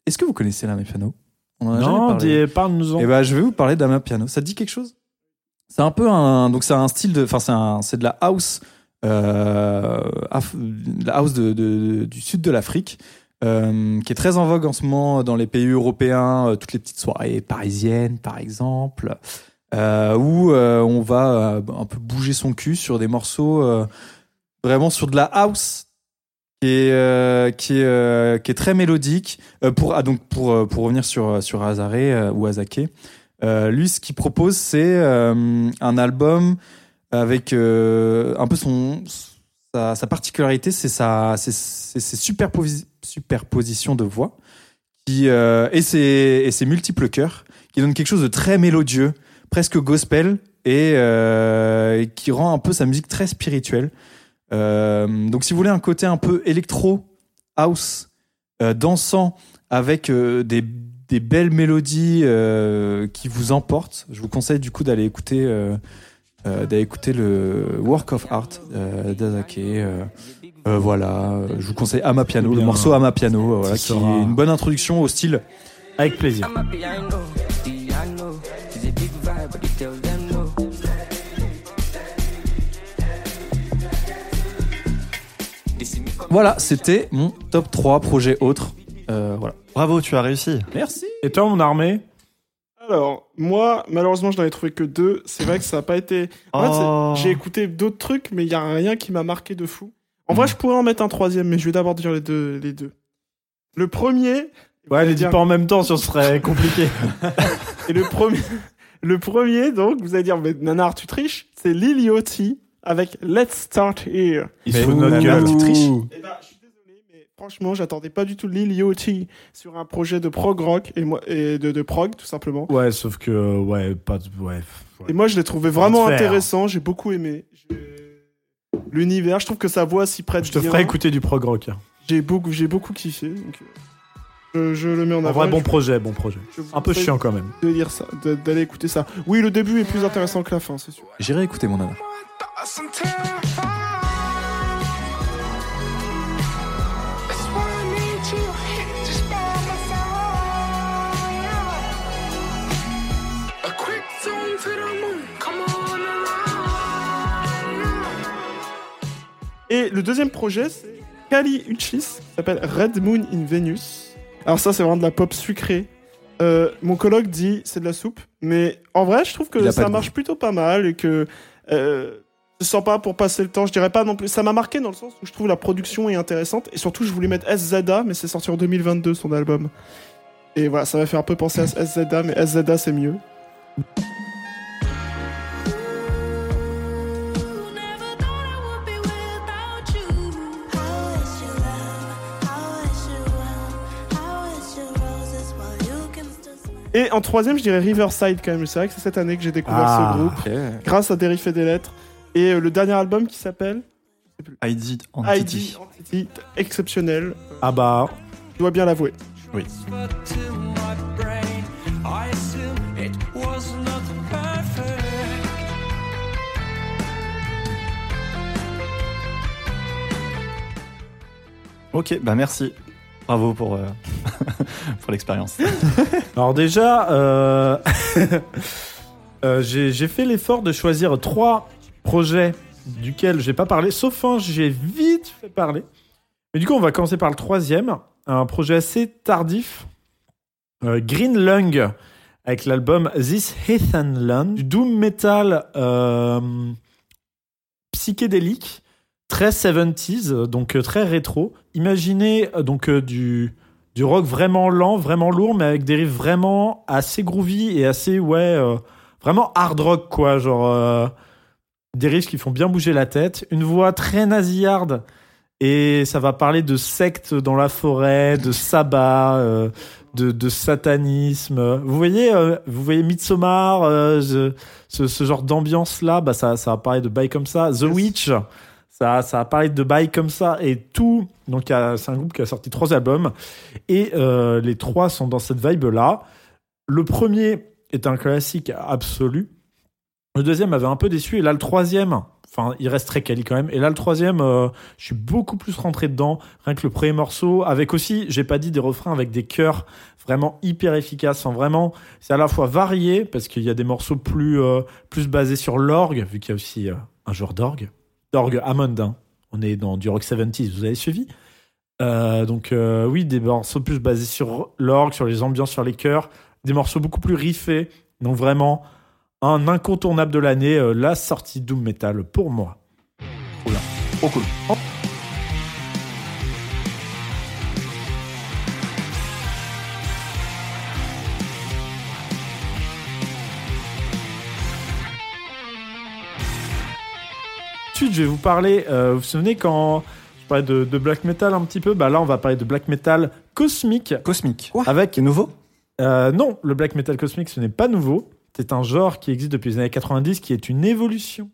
Est-ce que vous connaissez l'amapiano On en a jamais Non, parlé. dis- parle-nous-en. Eh ben, je vais vous parler d'Ama Piano. Ça te dit quelque chose C'est un peu un. Donc, c'est un style de. Enfin, c'est un- c'est de la house. euh, af- de la house de- de- du sud de l'Afrique. euh, qui est très en vogue en ce moment dans les pays européens, euh, toutes les petites soirées parisiennes par exemple, euh, où euh, on va euh, un peu bouger son cul sur des morceaux euh, vraiment sur de la house qui est, euh, qui est, euh, qui est très mélodique. Euh, pour, ah, donc pour, euh, pour revenir sur, sur Azare euh, ou Azake, euh, lui, ce qu'il propose, c'est euh, un album avec euh, un peu son. Sa, sa particularité, c'est sa c'est- c'est ses superposi- superpositions de voix qui, euh, et, ses, et ses multiples chœurs qui donnent quelque chose de très mélodieux, presque gospel, et euh, et qui rend un peu sa musique très spirituelle. Euh, donc si vous voulez un côté un peu électro, house, euh, dansant, avec euh, des, des belles mélodies euh, qui vous emportent, je vous conseille du coup d'aller écouter, euh, euh, d'aller écouter le Work of Art euh, d'Azake. euh, euh, voilà, euh, je vous conseille Ama Piano, le Bien. morceau Ama Piano, euh, voilà, Ce qui est sera- une bonne introduction au style. Avec plaisir. Voilà, c'était mon top 3 projet autre. Euh, voilà. Bravo, tu as réussi. Merci. Et toi, mon armée Alors, moi, malheureusement, je n'en ai trouvé que deux. C'est vrai que ça n'a pas été. En fait, c'est- Oh. j'ai écouté d'autres trucs, mais il n'y a rien qui m'a marqué de fou. En vrai, je pourrais en mettre un troisième, mais je vais d'abord dire les deux. Les deux. Le premier. Ouais, les dis dire- pas en même temps, sinon ce [LAUGHS] serait compliqué. Et le premier. [LAUGHS] le premier, donc, vous allez dire, mais Nanar, tu triches. C'est Lil Yachty avec Let's Start Here. Il Mais se fout de ouh, notre Nanar, gueule. tu triches. Eh ben, je suis désolé, mais franchement, j'attendais pas du tout Lil Yachty sur un projet de prog rock et, moi, et de, de prog, tout simplement. Ouais, sauf que, euh, ouais, pas de. Ouais. ouais. Et moi, je l'ai trouvé vraiment Faut le faire. intéressant. J'ai beaucoup aimé. J'ai- L'univers, je trouve que sa voix s'y prête Je te bien. ferai écouter du prog rock. hein. J'ai beaucoup, j'ai beaucoup kiffé. donc, euh, je, je le mets en En avant. vrai, bon Je- projet, bon projet. je vous Un peu conseille chiant quand même. de lire ça, de- d'aller écouter ça. Oui, le début est plus intéressant que la fin, c'est sûr. J'irai écouter mon âme. Et le deuxième projet, c'est Kali Uchis, qui s'appelle Red Moon in Venus. Alors ça, c'est vraiment de la pop sucrée. Euh, mon colloque dit c'est de la soupe, mais en vrai, je trouve Il a que pas ça de marche plutôt pas mal et que euh, je sens pas pour passer le temps. Je dirais pas non plus. Ça m'a marqué dans le sens où je trouve la production est intéressante et surtout, je voulais mettre SZA, mais c'est sorti en 2022 son album. Et voilà, ça m'a fait un peu penser à SZA, mais SZA c'est mieux. Et en troisième, je dirais Riverside quand même. C'est vrai que c'est cette année que j'ai découvert Ah. ce groupe grâce à Dérif et des Lettres. Et euh, le dernier album qui s'appelle ID Entity. ID Entity, exceptionnel, Ah bah, je dois bien l'avouer. Ok, bah merci. Bravo pour, euh, [LAUGHS] pour l'expérience. Alors déjà, euh, [LAUGHS] euh, j'ai j'ai fait l'effort de choisir trois projets duquel j'ai pas parlé, sauf un j'ai vite fait parler. Mais du coup, on va commencer par le troisième, un projet assez tardif euh, Green Lung avec l'album This Heathen Land, du doom metal euh, psychédélique, très 70s, euh, donc euh, très rétro. Imaginez euh, donc euh, du, du rock vraiment lent, vraiment lourd, mais avec des riffs vraiment assez groovy et assez, ouais, euh, vraiment hard rock, quoi. Genre euh, des riffs qui font bien bouger la tête, une voix très nasillarde. Et ça va parler de sectes dans la forêt, de sabbat, euh, de, de satanisme. Vous voyez, euh, vous voyez Midsommar, euh, ce, ce- ce genre d'ambiance-là, bah ça, ça va parler de bail comme ça. The Witch, ça, ça va parler de bail comme ça. Et tout, donc il y a- c'est un groupe qui a sorti trois albums. Et euh, les trois sont dans cette vibe-là. Le premier est un classique absolu. Le deuxième avait un peu déçu. Et là, le troisième, enfin, il reste très quali quand même. Et là, le troisième, euh, je suis beaucoup plus rentré dedans. Rien que le premier morceau, avec aussi, j'ai pas dit des refrains avec des chœurs vraiment hyper efficace. Enfin, vraiment, c'est à la fois varié parce qu'il y a des morceaux plus, euh, plus basés sur l'orgue, vu qu'il y a aussi euh, un joueur d'orgue, d'orgue Hammond. hein. On est dans du rock 70s, vous avez suivi. Euh, donc, euh, oui, des morceaux plus basés sur l'orgue, sur les ambiances, sur les chœurs, des morceaux beaucoup plus riffés. Donc, vraiment, un incontournable de l'année, euh, la sortie Doom Metal pour moi. Trop bien. Trop cool. Ensuite, je vais vous parler. euh, vous vous souvenez quand je parlais de, de black metal un petit peu Bah là, on va parler de black metal cosmique. Cosmique. avec nouveau Euh, Non, le black metal cosmique, ce n'est pas nouveau. C'est un genre qui existe depuis les années 90, qui est une évolution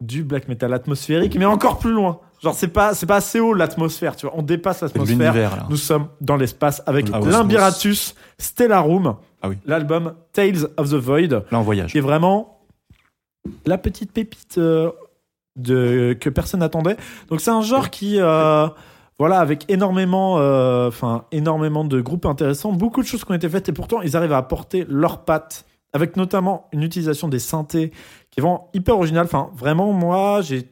du black metal atmosphérique, mais encore plus loin. Genre, c'est pas, c'est pas assez haut l'atmosphère. Tu vois, on dépasse l'atmosphère. L'univers, là. Nous sommes dans l'espace avec Ah ouais. l'Imbiratus, Stellarum, Ah oui. l'album Tales of the Void, Là, on voyage. qui est vraiment la petite pépite euh, de, que personne n'attendait. Donc c'est un genre qui, euh, voilà, avec énormément, euh, enfin énormément de groupes intéressants, beaucoup de choses qui ont été faites et pourtant ils arrivent à apporter leur patte, avec notamment une utilisation des synthés qui est vraiment hyper originale. Enfin vraiment, moi j'ai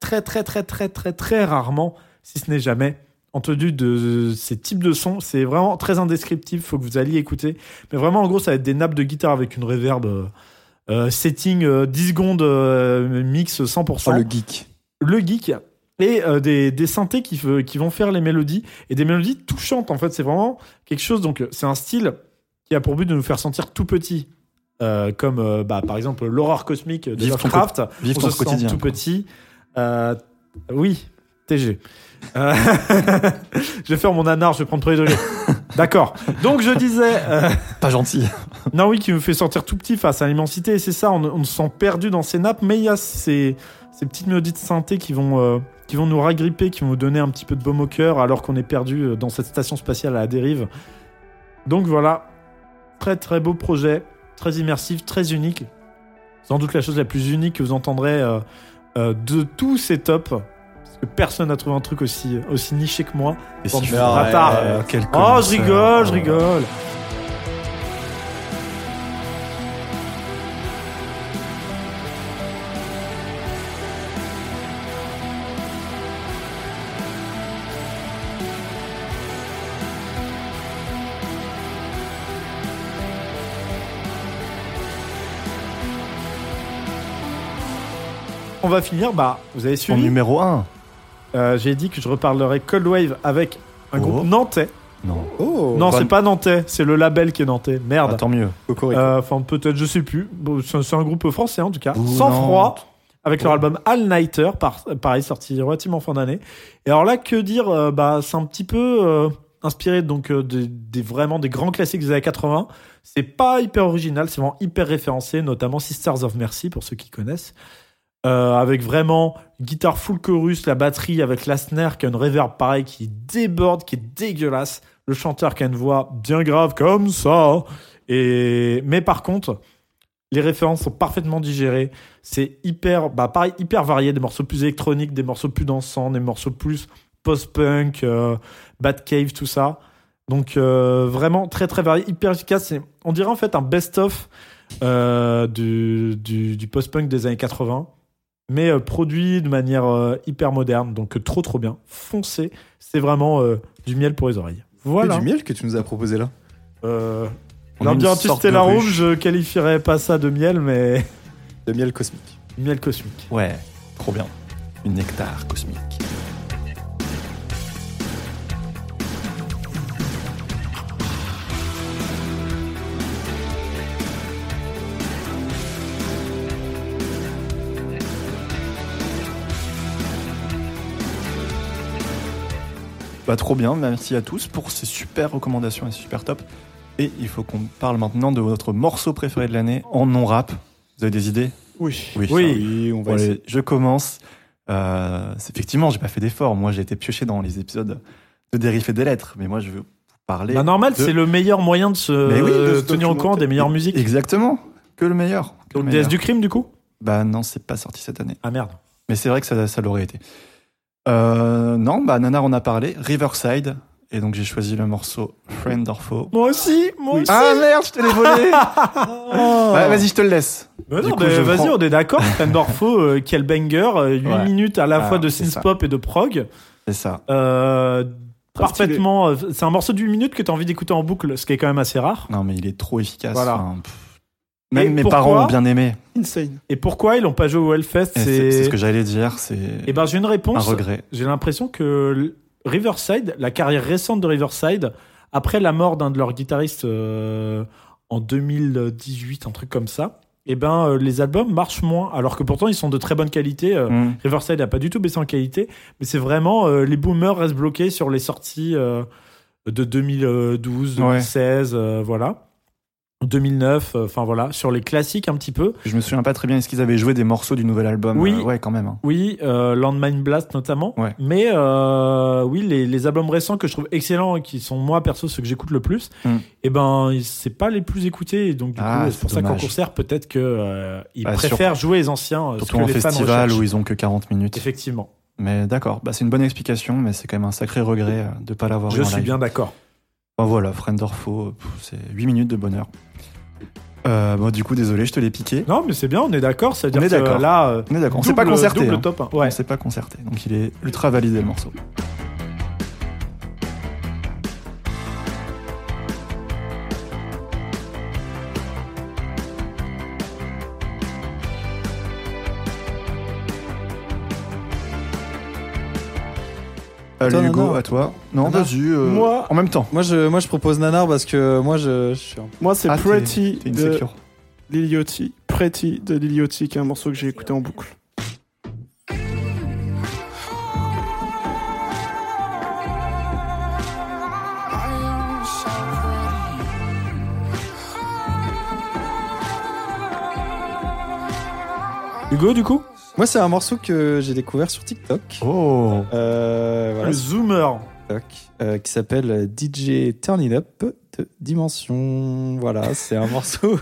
très très très très très très rarement, si ce n'est jamais, entendu de ces types de sons. C'est vraiment très indescriptible, faut que vous alliez écouter. Mais vraiment, en gros, ça va être des nappes de guitare avec une reverb euh, euh, setting euh, 10 secondes euh, mix 100%. Oh, le... le geek. geek. Et euh, des, des synthés qui, fe- qui vont faire les mélodies. Et des mélodies touchantes, en fait. C'est vraiment quelque chose. Donc, euh, c'est un style qui a pour but de nous faire sentir tout petit. Euh, comme euh, bah, par exemple l'horreur cosmique de Vive ton Lovecraft Vive on ton se sent quotidien. tout petit. Euh, oui, TG. Euh, [LAUGHS] je vais faire mon anard, je vais prendre premier degré. D'accord. Donc je disais, euh, Pas [LAUGHS] gentil. [LAUGHS] non oui, qui me fait sentir tout petit face à l'immensité. Et c'est ça, on, on se sent perdu dans ces nappes, mais il y a ces, ces petites mélodies de synthé qui vont, euh, qui vont nous ragripper, qui vont nous donner un petit peu de baume au cœur alors qu'on est perdu euh, dans cette station spatiale à la dérive. Donc voilà, très très beau projet, très immersif, très unique. Sans doute la chose la plus unique que vous entendrez euh, euh, de tous ces tops. Parce que personne n'a trouvé un truc aussi, aussi niché que moi. Et Bande si- de bâtards. Euh, quel Oh, je connaisseur. rigole, je rigole. On va finir, bah, vous avez En suivi. numéro 1. Euh, J'ai dit que je reparlerai Cold Wave avec un Oh. groupe nantais. Non. Oh, non, Van- c'est pas nantais, c'est le label qui est nantais. Merde. Ah, tant mieux. Cocorico. Euh, Enfin, peut-être, je sais plus. Bon, c'est c'est un groupe français en tout cas. Ouh, Sans non. froid, avec leur album All Nighter, par, pareil, sorti relativement fin d'année. Et alors là, que dire euh, Bah, c'est un petit peu euh, inspiré donc euh, des, des- vraiment des grands classiques des années 80. C'est pas hyper original, c'est vraiment hyper référencé, notamment Sisters of Mercy pour ceux qui connaissent. Euh, avec vraiment guitare full chorus, la batterie avec la snare qui a une reverb pareil qui déborde, qui est dégueulasse. Le chanteur qui a une voix bien grave comme ça. Et mais par contre, les références sont parfaitement digérées. C'est hyper, bah pareil, hyper varié. Des morceaux plus électroniques, des morceaux plus dansants, des morceaux plus post-punk, euh, Batcave, tout ça. Donc euh, vraiment très très varié, hyper efficace. C'est- On dirait en fait un best-of euh, du, du, du post-punk des années 80, mais euh, produit de manière euh, hyper moderne. Donc euh, trop trop bien. Foncé, c'est vraiment euh, du miel pour les oreilles. C'est Voilà. du miel que tu nous as proposé là. Euh, On a une L'ambiance sorte de Stella Room, ruche. je qualifierais pas ça de miel, mais de miel cosmique. miel cosmique. Ouais, trop bien. Une nectar cosmique. Bah, trop bien, merci à tous pour ces super recommandations et super top. Et il faut qu'on parle maintenant de votre morceau préféré de l'année en non-rap. Vous avez des idées Oui. ça, Oui, on va Bon, allez, essayer. je commence. Euh, c'est- effectivement, j'ai pas fait d'effort. Moi, j'ai été pioché dans les épisodes de Dérif et des lettres, mais moi, je veux vous parler. Bah, normal, de- c'est le meilleur moyen de se Mais oui, de euh, se tenir au courant des meilleures musiques. Exactement. Que le meilleur. que Donc le meilleur. DS du crime du coup Bah non, c'est pas sorti cette année. Ah merde. Mais c'est vrai que ça, ça l'aurait été. Euh, non, bah Nanar en a parlé. Riverside. Et donc j'ai choisi le morceau Friend or Foe. Moi aussi, moi aussi. Ah merde, je te l'ai [LAUGHS] volé. Oh. Ouais, Bah, Vas-y, je te le laisse. Bah Du non, coup, bah, je vas-y, prends- on est d'accord. Fendorfo, euh, quel banger. 8 Ouais. minutes à la Ah, fois de c'est ça. synth-pop et de prog. C'est ça. Euh, parfaitement. euh, C'est un morceau de 8 minutes que t'as envie d'écouter en boucle, ce qui est quand même assez rare. Non, mais il est trop efficace. Voilà. Enfin, pff. Même Et mes pourquoi parents ont bien aimé. Insane. Et pourquoi ils l'ont pas joué au Hellfest Et Eh, C'est c'est ce que j'allais dire. C'est Eh ben, j'ai une un réponse. regret. J'ai l'impression que l- Riverside, la carrière récente de Riverside, après la mort d'un de leurs guitaristes euh, en 2018, un truc comme ça, eh ben, euh, les albums marchent moins. Alors que pourtant, ils sont de très bonne qualité. euh, Mm. Riverside n'a pas du tout baissé en qualité, mais c'est vraiment euh, les boomers restent bloqués sur les sorties euh, de 2012, Ouais. 2016, euh, voilà. 2009, euh, enfin voilà, sur les classiques un petit peu. Je me souviens pas très bien. Est-ce qu'ils avaient joué des morceaux du nouvel album Oui. Euh, ouais, quand même. hein. Oui, euh, Landmine Blast notamment. Ouais. Mais euh, oui, les, les albums récents que je trouve excellents et qui sont moi perso ceux que j'écoute le plus, Mm. eh ben c'est pas les plus écoutés. Et Donc du Ah, coup, c'est c'est pour ça qu'en dommage. concert peut-être que euh, ils Bah, préfèrent jouer les anciens, euh, ce Surtout que en les festival fans où oui. ils ont que 40 minutes. Effectivement, Mais d'accord, bah, c'est une bonne explication, mais c'est quand même un sacré regret euh, de pas l'avoir eu je en suis live. bien d'accord. Enfin, voilà, Friend or Foe, pff, c'est 8 minutes de bonheur. Euh, bon, du coup, désolé, je te l'ai piqué. Non, mais c'est bien, on est d'accord. Ça veut On dire est que d'accord. là, euh, On est d'accord, on s'est double- pas concerté. double hein. top. hein. Ouais. On s'est pas concerté, donc il est ultra validé le morceau. Attends, Allez non, Hugo, non. à toi. Non, Nana. vas-y. euh, Moi- En même temps. Moi je, moi, je propose Nanar parce que moi, je, je suis un Moi, c'est Ah, t'es- Pretty T'es de insécure. Lil Yachty. Pretty de Lil Yachty, qui est un morceau que j'ai écouté en boucle. Hugo, du coup Moi, c'est un morceau que j'ai découvert sur TikTok. Oh. Euh, voilà, [LAUGHS] Le Zoomer. TikTok, euh, qui s'appelle DJ Turn It Up de Dimension. Voilà, c'est [LAUGHS] un morceau.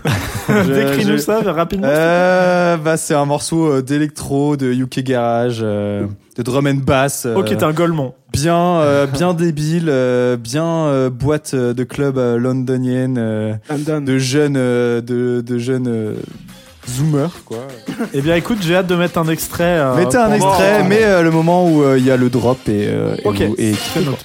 Je- Décris-nous je- ça rapidement. Euh, bah, c'est un morceau euh, d'électro, de UK Garage, euh, de drum and bass. euh, ok, t'es un Golemon. bien, [LAUGHS] euh, bien débile, euh, bien euh, boîte euh, de club euh, londonienne, euh, I'm done. de jeunes, euh, de, de jeunes euh, zoomers, quoi. eh bien, écoute, j'ai hâte de mettre un extrait. euh, Mettez un pour voir, extrait, euh, mais euh, le moment où euh, il y a le drop et, euh, et Ok. vous- et, c'est noté.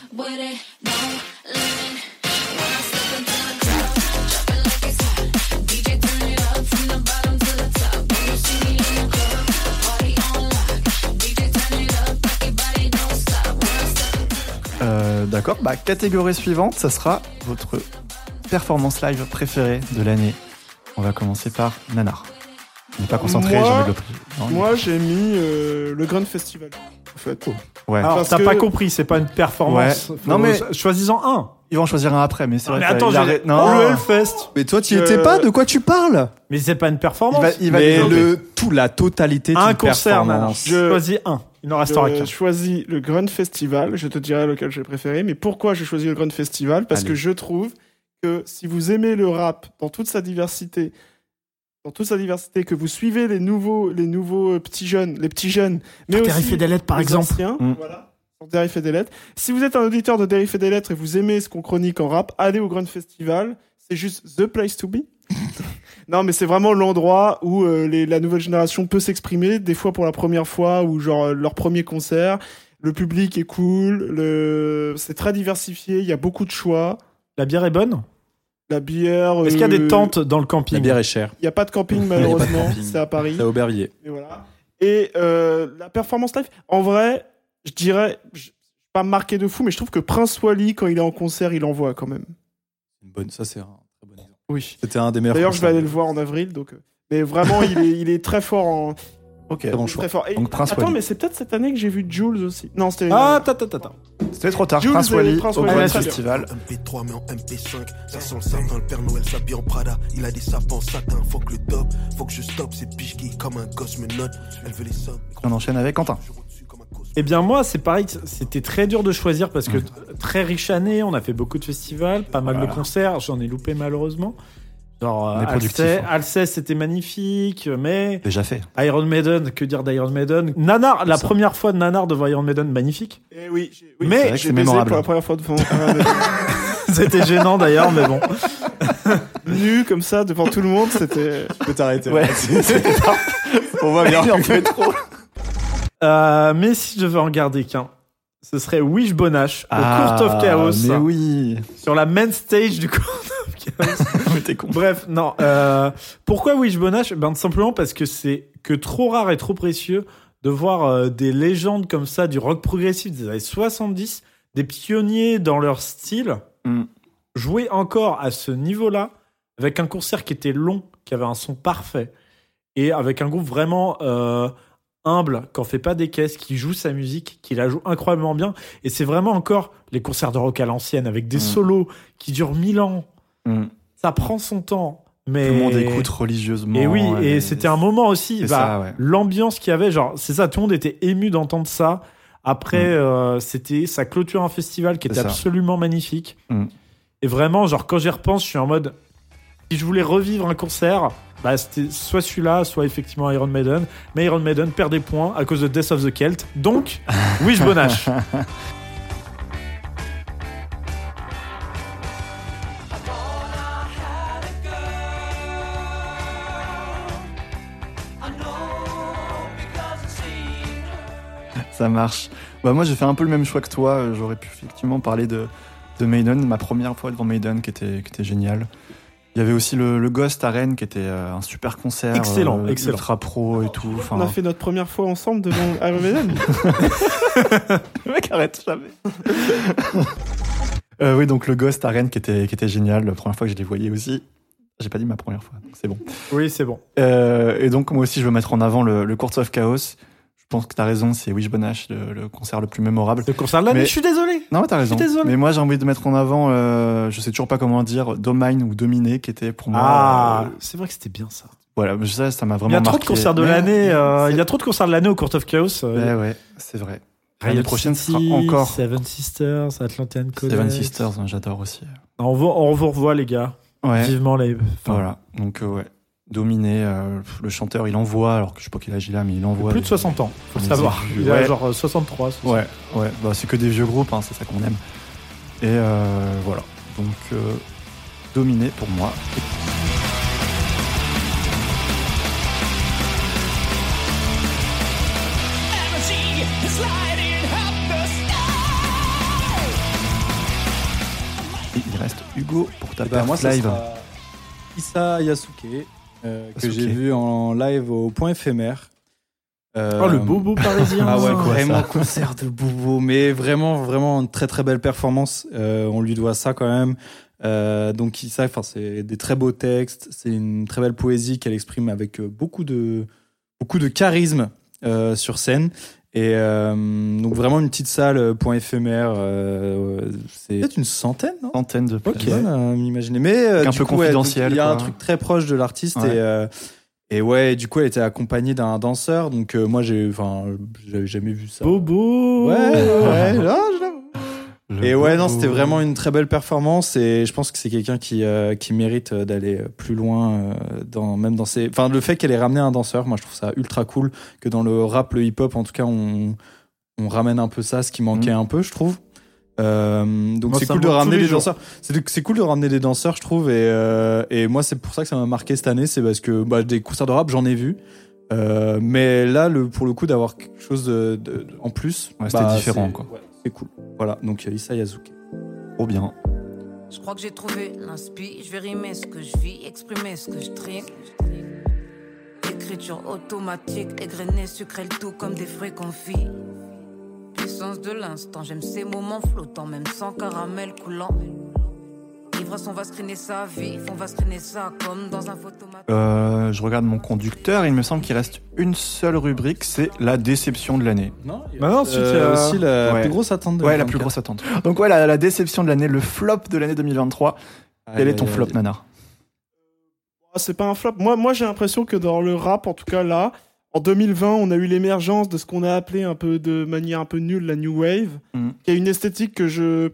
Euh, D'accord, bah, catégorie suivante, ça sera votre performance live préférée de l'année. On va commencer par Nanar. Il n'est pas concentré, Moi- j'ai envie de le prix. Non, Moi, j'ai mis euh, le Grand Festival, en Oh. fait. ouais. Alors, Parce t'as que- pas compris, c'est pas une performance. Ouais. Faut- Non, mais- Choisis-en un. Ils vont en choisir un après, mais c'est vrai. mais que attends, il a j'ai- ré- non. le Hellfest. Mais toi, tu Euh, étais pas De quoi tu parles Mais c'est pas une performance. Il va- il va Mais développer. le tout, la totalité d'une Un concert, Nana. performance. Je- Choisis un. Il n'en restera Je qu'un. choisis le Grand Festival, je te dirai lequel j'ai préféré, mais pourquoi j'ai choisi le Grand Festival Parce Allez. que je trouve que si vous aimez le rap dans toute sa diversité, dans toute sa diversité, que vous suivez les nouveaux, les nouveaux euh, petits jeunes, les petits jeunes, mais aussi des lettres, par les anciens, Mm. voilà, sur Dérif et des lettres. Si vous êtes un auditeur de Dérif et des lettres et vous aimez ce qu'on chronique en rap, allez au Grand Festival, c'est juste the place to be. Non, mais c'est vraiment l'endroit où euh, les- la nouvelle génération peut s'exprimer, des fois pour la première fois ou genre euh, leur premier concert. Le public est cool, le... c'est très diversifié, il y a beaucoup de choix. Euh, La bière est bonne. La bière. Est-ce qu'il y a des euh, tentes dans le camping La bière est chère. Il n'y a pas de camping, malheureusement. C'est à Paris. C'est à Aubervilliers. Et voilà. Et euh, la performance live, en vrai, je dirais, je je suis pas marqué de fou, mais je trouve que Prince Wally, quand il est en concert, il envoie quand même. Une bonne, ça c'est un très bon exemple. Oui. C'était un des meilleurs. D'ailleurs, je vais concerts. aller le voir en avril. Donc, euh, mais vraiment, il, est, il est très fort en. Ok. Très bon il est choix. Très fort. Et- Donc, Prince Attends, Wally. mais c'est peut-être cette année que j'ai vu Jules aussi. Non, c'était. Ah, ta, ta, ta, ta. C'était trop tard. Jules Prince et Wally Prince au Wally, Grand très bien. Festival. MP3 mais en MP5, ça sent le sapin, le Père Noël s'habille en Prada, il a des sapins en satin, faut que le top, faut que je stoppe, c'est piche qui comme un gosse me note, elle veut les sommes, On enchaîne avec Quentin. toujours au-dessus comme un cosmo. Eh bien moi, c'est pareil, c'était très dur de choisir parce que t- très riche année, on a fait beaucoup de festivals, pas mal de Voilà. concerts, j'en ai loupé malheureusement. Genre euh, On est productif, Alcest, hein. Alcest, c'était magnifique, mais Déjà fait. Iron Maiden, que dire d'Iron Maiden Nanar, la première fois de Nanar devant Iron Maiden, magnifique. Eh oui, j'ai- oui, Mais- j'ai C'est vrai que c'est baisé mémorable. pour la première fois devant un [LAUGHS] C'était gênant d'ailleurs, mais bon. [LAUGHS] nu comme ça devant tout le monde, c'était. Tu peux t'arrêter. Ouais. On voit bien. On fait trop. Euh, mais si je devais en garder qu'un, ce serait Wish Bonache au Court of Ah, Mais Chaos [LAUGHS] oui. sur la main stage du Court of Chaos. Mais t'es con. Bref, non. euh, pourquoi Wish Bonache Ben tout simplement parce que c'est que trop rare et trop précieux de voir euh, des légendes comme ça du rock progressif des années 70, des pionniers dans leur style, Mm. jouer encore à ce niveau-là avec un concert qui était long, qui avait un son parfait et avec un groupe vraiment euh, humble, qui en fait pas des caisses, qui joue sa musique, qui la joue incroyablement bien. Et c'est vraiment encore les concerts de rock à l'ancienne avec des Mm. solos qui durent mille ans Mm. ça prend son temps. Mais... Tout le monde écoute religieusement. Et oui, et c'était un moment aussi. c'est bah, ça, ouais. L'ambiance qu'il y avait, genre, c'est ça, tout le monde était ému d'entendre ça. Après, euh, c'était ça clôture un festival qui Mm. C'est était ça. absolument magnifique. Mm. Et vraiment, genre, quand j'y repense, je suis en mode, si je voulais revivre un concert, bah, c'était soit celui-là, soit effectivement Iron Maiden. Mais Iron Maiden perd des points à cause de Death of the Celt. Donc, [LAUGHS] Wish Bonache. Ça marche. Bah moi j'ai fait un peu le même choix que toi. Euh, J'aurais pu effectivement parler de, de Maiden, ma première fois devant Maiden qui était, qui était géniale. Il y avait aussi le, le Ghost à Rennes qui était euh, un super concert. Excellent, euh, excellent. Ultra pro et tout. Enfin, On a fait notre première fois ensemble devant Iron Maiden. le mec arrête jamais. Euh, oui, donc le Ghost à Rennes qui était, qui était génial. La première fois que je les voyais aussi. J'ai pas dit ma première fois, donc c'est bon. oui, c'est bon. Euh, et donc, moi aussi, je veux mettre en avant le, le Court of Chaos. Je pense que t'as raison, c'est Wish Bonash, le, le concert le plus mémorable. Ce concert-là, Mais- mais je suis désolé. Non, mais t'as raison. Je suis désolé. Mais moi, j'ai envie de mettre en avant, euh, je sais toujours pas comment dire, Domine ou Dominé, qui était pour moi. Ah, euh, c'est vrai que c'était bien ça. voilà, ça, ça m'a Il vraiment y a marqué. trop de concerts de Mais- l'année. euh, Il y a trop de concerts de l'année au Court of Chaos. Ouais, euh, ouais, c'est vrai. Riot L'année prochaine, ce sera City, encore Seven Sisters, Atlantean College. Seven Sisters, hein, j'adore aussi. On vous, on vous revoit, les gars. Ouais, Vivement les. enfin, voilà. Donc, euh, ouais. Dominé, euh, le chanteur, il envoie, alors que je sais pas quel âge il a, mais il envoie. plus des- de 60 ans, faut le Mais savoir. c'est- Il a ouais. genre euh, 63. 60. Ouais, ouais, bah, c'est que des vieux groupes, hein, c'est ça qu'on aime. Et euh, voilà, donc euh, dominé pour moi. Et il reste Hugo pour ta Eh ben, perf moi, ça live. sera Issa Yasuke, euh, que Yasuke. j'ai vu en live au Point Éphémère. Euh, Oh, le bobo parisien. Ah ouais, ça. quoi. vraiment ça concert de bobo, mais vraiment, vraiment une très très belle performance. Euh, on lui doit ça quand même. Euh, donc Issa, enfin, c'est des très beaux textes, c'est une très belle poésie qu'elle exprime avec euh, beaucoup de beaucoup de charisme euh, sur scène. Et euh, donc vraiment une petite salle, euh, point éphémère, euh, c'est peut-être une centaine, non Centaine de places. Ok. m'imaginer. Mais euh, Un du peu coup, ouais, confidentiel, donc, il y a un quoi. truc très proche de l'artiste Ouais. et euh, et ouais, du coup, elle était accompagnée d'un danseur. Donc euh, moi, j'ai, enfin, j'avais jamais vu ça. Bobo. Ouais, ouais, Ouais. là, je l'avoue. Le Et ouais, non, Bobo. c'était vraiment une très belle performance et je pense que c'est quelqu'un qui, euh, qui mérite euh, d'aller euh, plus loin, euh, dans, même dans ses. Enfin, le fait qu'elle ait ramené un danseur, moi je trouve ça ultra cool que dans le rap, le hip-hop, en tout cas, on, on ramène un peu ça, ce qui manquait un peu, je trouve. Euh, Mm. donc Moi, c'est ça cool de manque tous ramener les des jours. danseurs. C'est c'est cool de ramener des danseurs, je trouve. Et, euh, et moi, c'est pour ça que ça m'a marqué cette année, c'est parce que bah, des concerts de rap, j'en ai vu. Euh, mais là, le, pour le coup, d'avoir quelque chose de- de- en plus, bah, Ouais, c'était différent, c'est- quoi. ouais, c'est cool. Voilà, donc euh, Issa Yazuki. Trop bien. Je crois que j'ai trouvé l'inspi. Je vais rimer ce que je vis, exprimer ce que je trime. Écriture automatique, égrenée, sucrer le tout comme des fruits confits. Puissance de l'instant, j'aime ces moments flottants, même sans caramel coulant. Ivresse, on va screener sa vie, on va screener ça comme dans un photomat. Euh, je regarde mon conducteur, il me semble qu'il reste une seule rubrique, c'est la déception de l'année. Non, Bah non, ensuite, euh, il y a- aussi la Ouais. plus grosse attente de Ouais, la plus 2024. grosse attente. Donc ouais, la, la déception de l'année, le flop de l'année 2023. Quel est ton Aïe, aïe, flop, aïe. Nanar Ah, C'est pas un flop. Moi, moi j'ai l'impression que dans le rap, en tout cas là, en 2020, on a eu l'émergence de ce qu'on a appelé un peu de manière un peu nulle la new wave, Mhm. qui est une esthétique que je.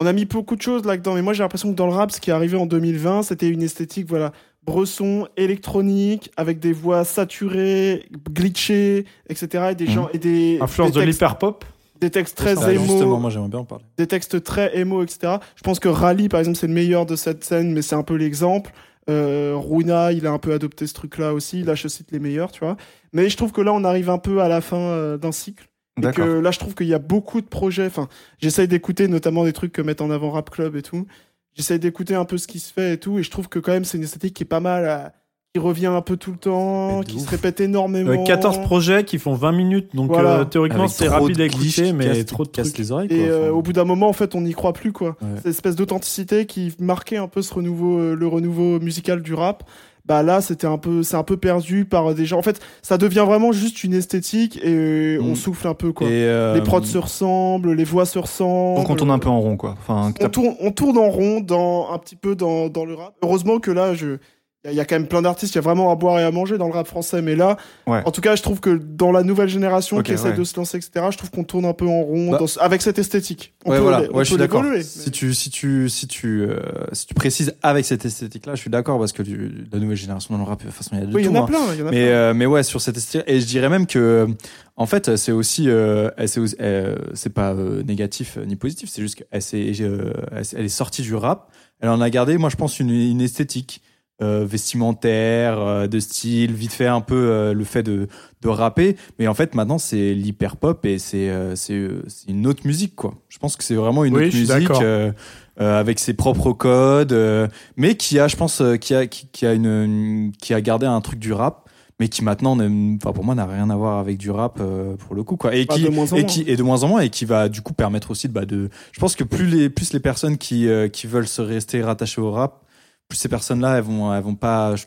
On a mis beaucoup de choses là-dedans, mais moi j'ai l'impression que dans le rap, ce qui est arrivé en 2020, c'était une esthétique, voilà, bresson, électronique, avec des voix saturées, glitchées, etc. Et des Mhm. gens et des Influence des de textes, l'hyperpop. des textes très Ah, Justement, émo, moi j'aimerais bien en parler. des textes très émo, etc. Je pense que Rally, par exemple, c'est le meilleur de cette scène, mais c'est un peu l'exemple. Euh, Runa, il a un peu adopté ce truc-là aussi. Là, je cite les meilleurs, tu vois. Mais je trouve que là, on arrive un peu à la fin euh, d'un cycle. Et que D'accord. là, je trouve qu'il y a beaucoup de projets. Enfin, j'essaye d'écouter notamment des trucs que mettent en avant Rap Club et tout. J'essaye d'écouter un peu ce qui se fait et tout. Et je trouve que quand même, c'est une esthétique qui est pas mal, à- qui revient un peu tout le temps, Mais de qui se ouf. répète énormément. Euh, 14 projets qui font 20 minutes, donc Voilà. euh, théoriquement Avec c'est trop rapide de à glitches écouter, qui mais cassent- trop de qui cassent trucs. les oreilles. Quoi. Et euh, Enfin, au bout d'un moment, en fait, on n'y croit plus, quoi. Ouais. Cette espèce d'authenticité qui marquait un peu ce renouveau, euh, le renouveau musical du rap. Bah là, c'était un peu, c'est un peu perdu par euh, des gens. En fait, ça devient vraiment juste une esthétique et euh, on Mm. souffle un peu, quoi. et, euh, les prods se ressemblent, les voix se ressemblent. Donc on tourne un peu en rond, quoi. Enfin, que On t'as- tourne, on tourne en rond dans, un petit peu dans, dans le rap. Heureusement que là, je. Il y a- il y a quand même plein d'artistes, il y a vraiment à boire et à manger dans le rap français. Mais là, Ouais. en tout cas, je trouve que dans la nouvelle génération Ok, qui essaie ouais. de se lancer, etc., je trouve qu'on tourne un peu en rond Bah. dans ce- avec cette esthétique. On Ouais, peut voilà, l'é- on ouais, je suis peut d'accord. l'évoluer, mais- Si tu, si, tu, si, tu, euh, si tu précises avec cette esthétique-là, je suis d'accord parce que du- la nouvelle génération dans le rap, de toute façon, il y a de Oui, il y tout. en a hein. plein. il y en a Mais, plein. euh, mais ouais, sur cette esthétique. Et je dirais même que, euh, en fait, c'est aussi. euh, elle, c'est aussi- euh, c'est pas euh, négatif euh, ni positif, c'est juste qu'elle s'est, euh, elle s'est- elle est sortie du rap. Elle en a gardé, moi, je pense, une, une esthétique euh, vestimentaire, euh, de style, vite fait un peu euh, le fait de, de rapper. Mais en fait, maintenant, c'est l'hyper pop et c'est euh, c'est, euh, c'est une autre musique, quoi. Je pense que c'est vraiment une Oui, autre je suis musique d'accord. euh, euh, avec ses propres codes, euh, mais qui a, je pense, euh, qui a, qui, qui a une, une- qui a gardé un truc du rap, mais qui maintenant, ne- enfin pour moi, n'a rien à voir avec du rap euh, pour le coup, quoi. Et Bah, qui de moins en et moins. qui est de moins hein. en moins et qui va du coup permettre aussi de, bah, de je pense que plus les plus les personnes qui euh, qui veulent se rester rattachées au rap plus ces personnes là elles vont elles vont pas je-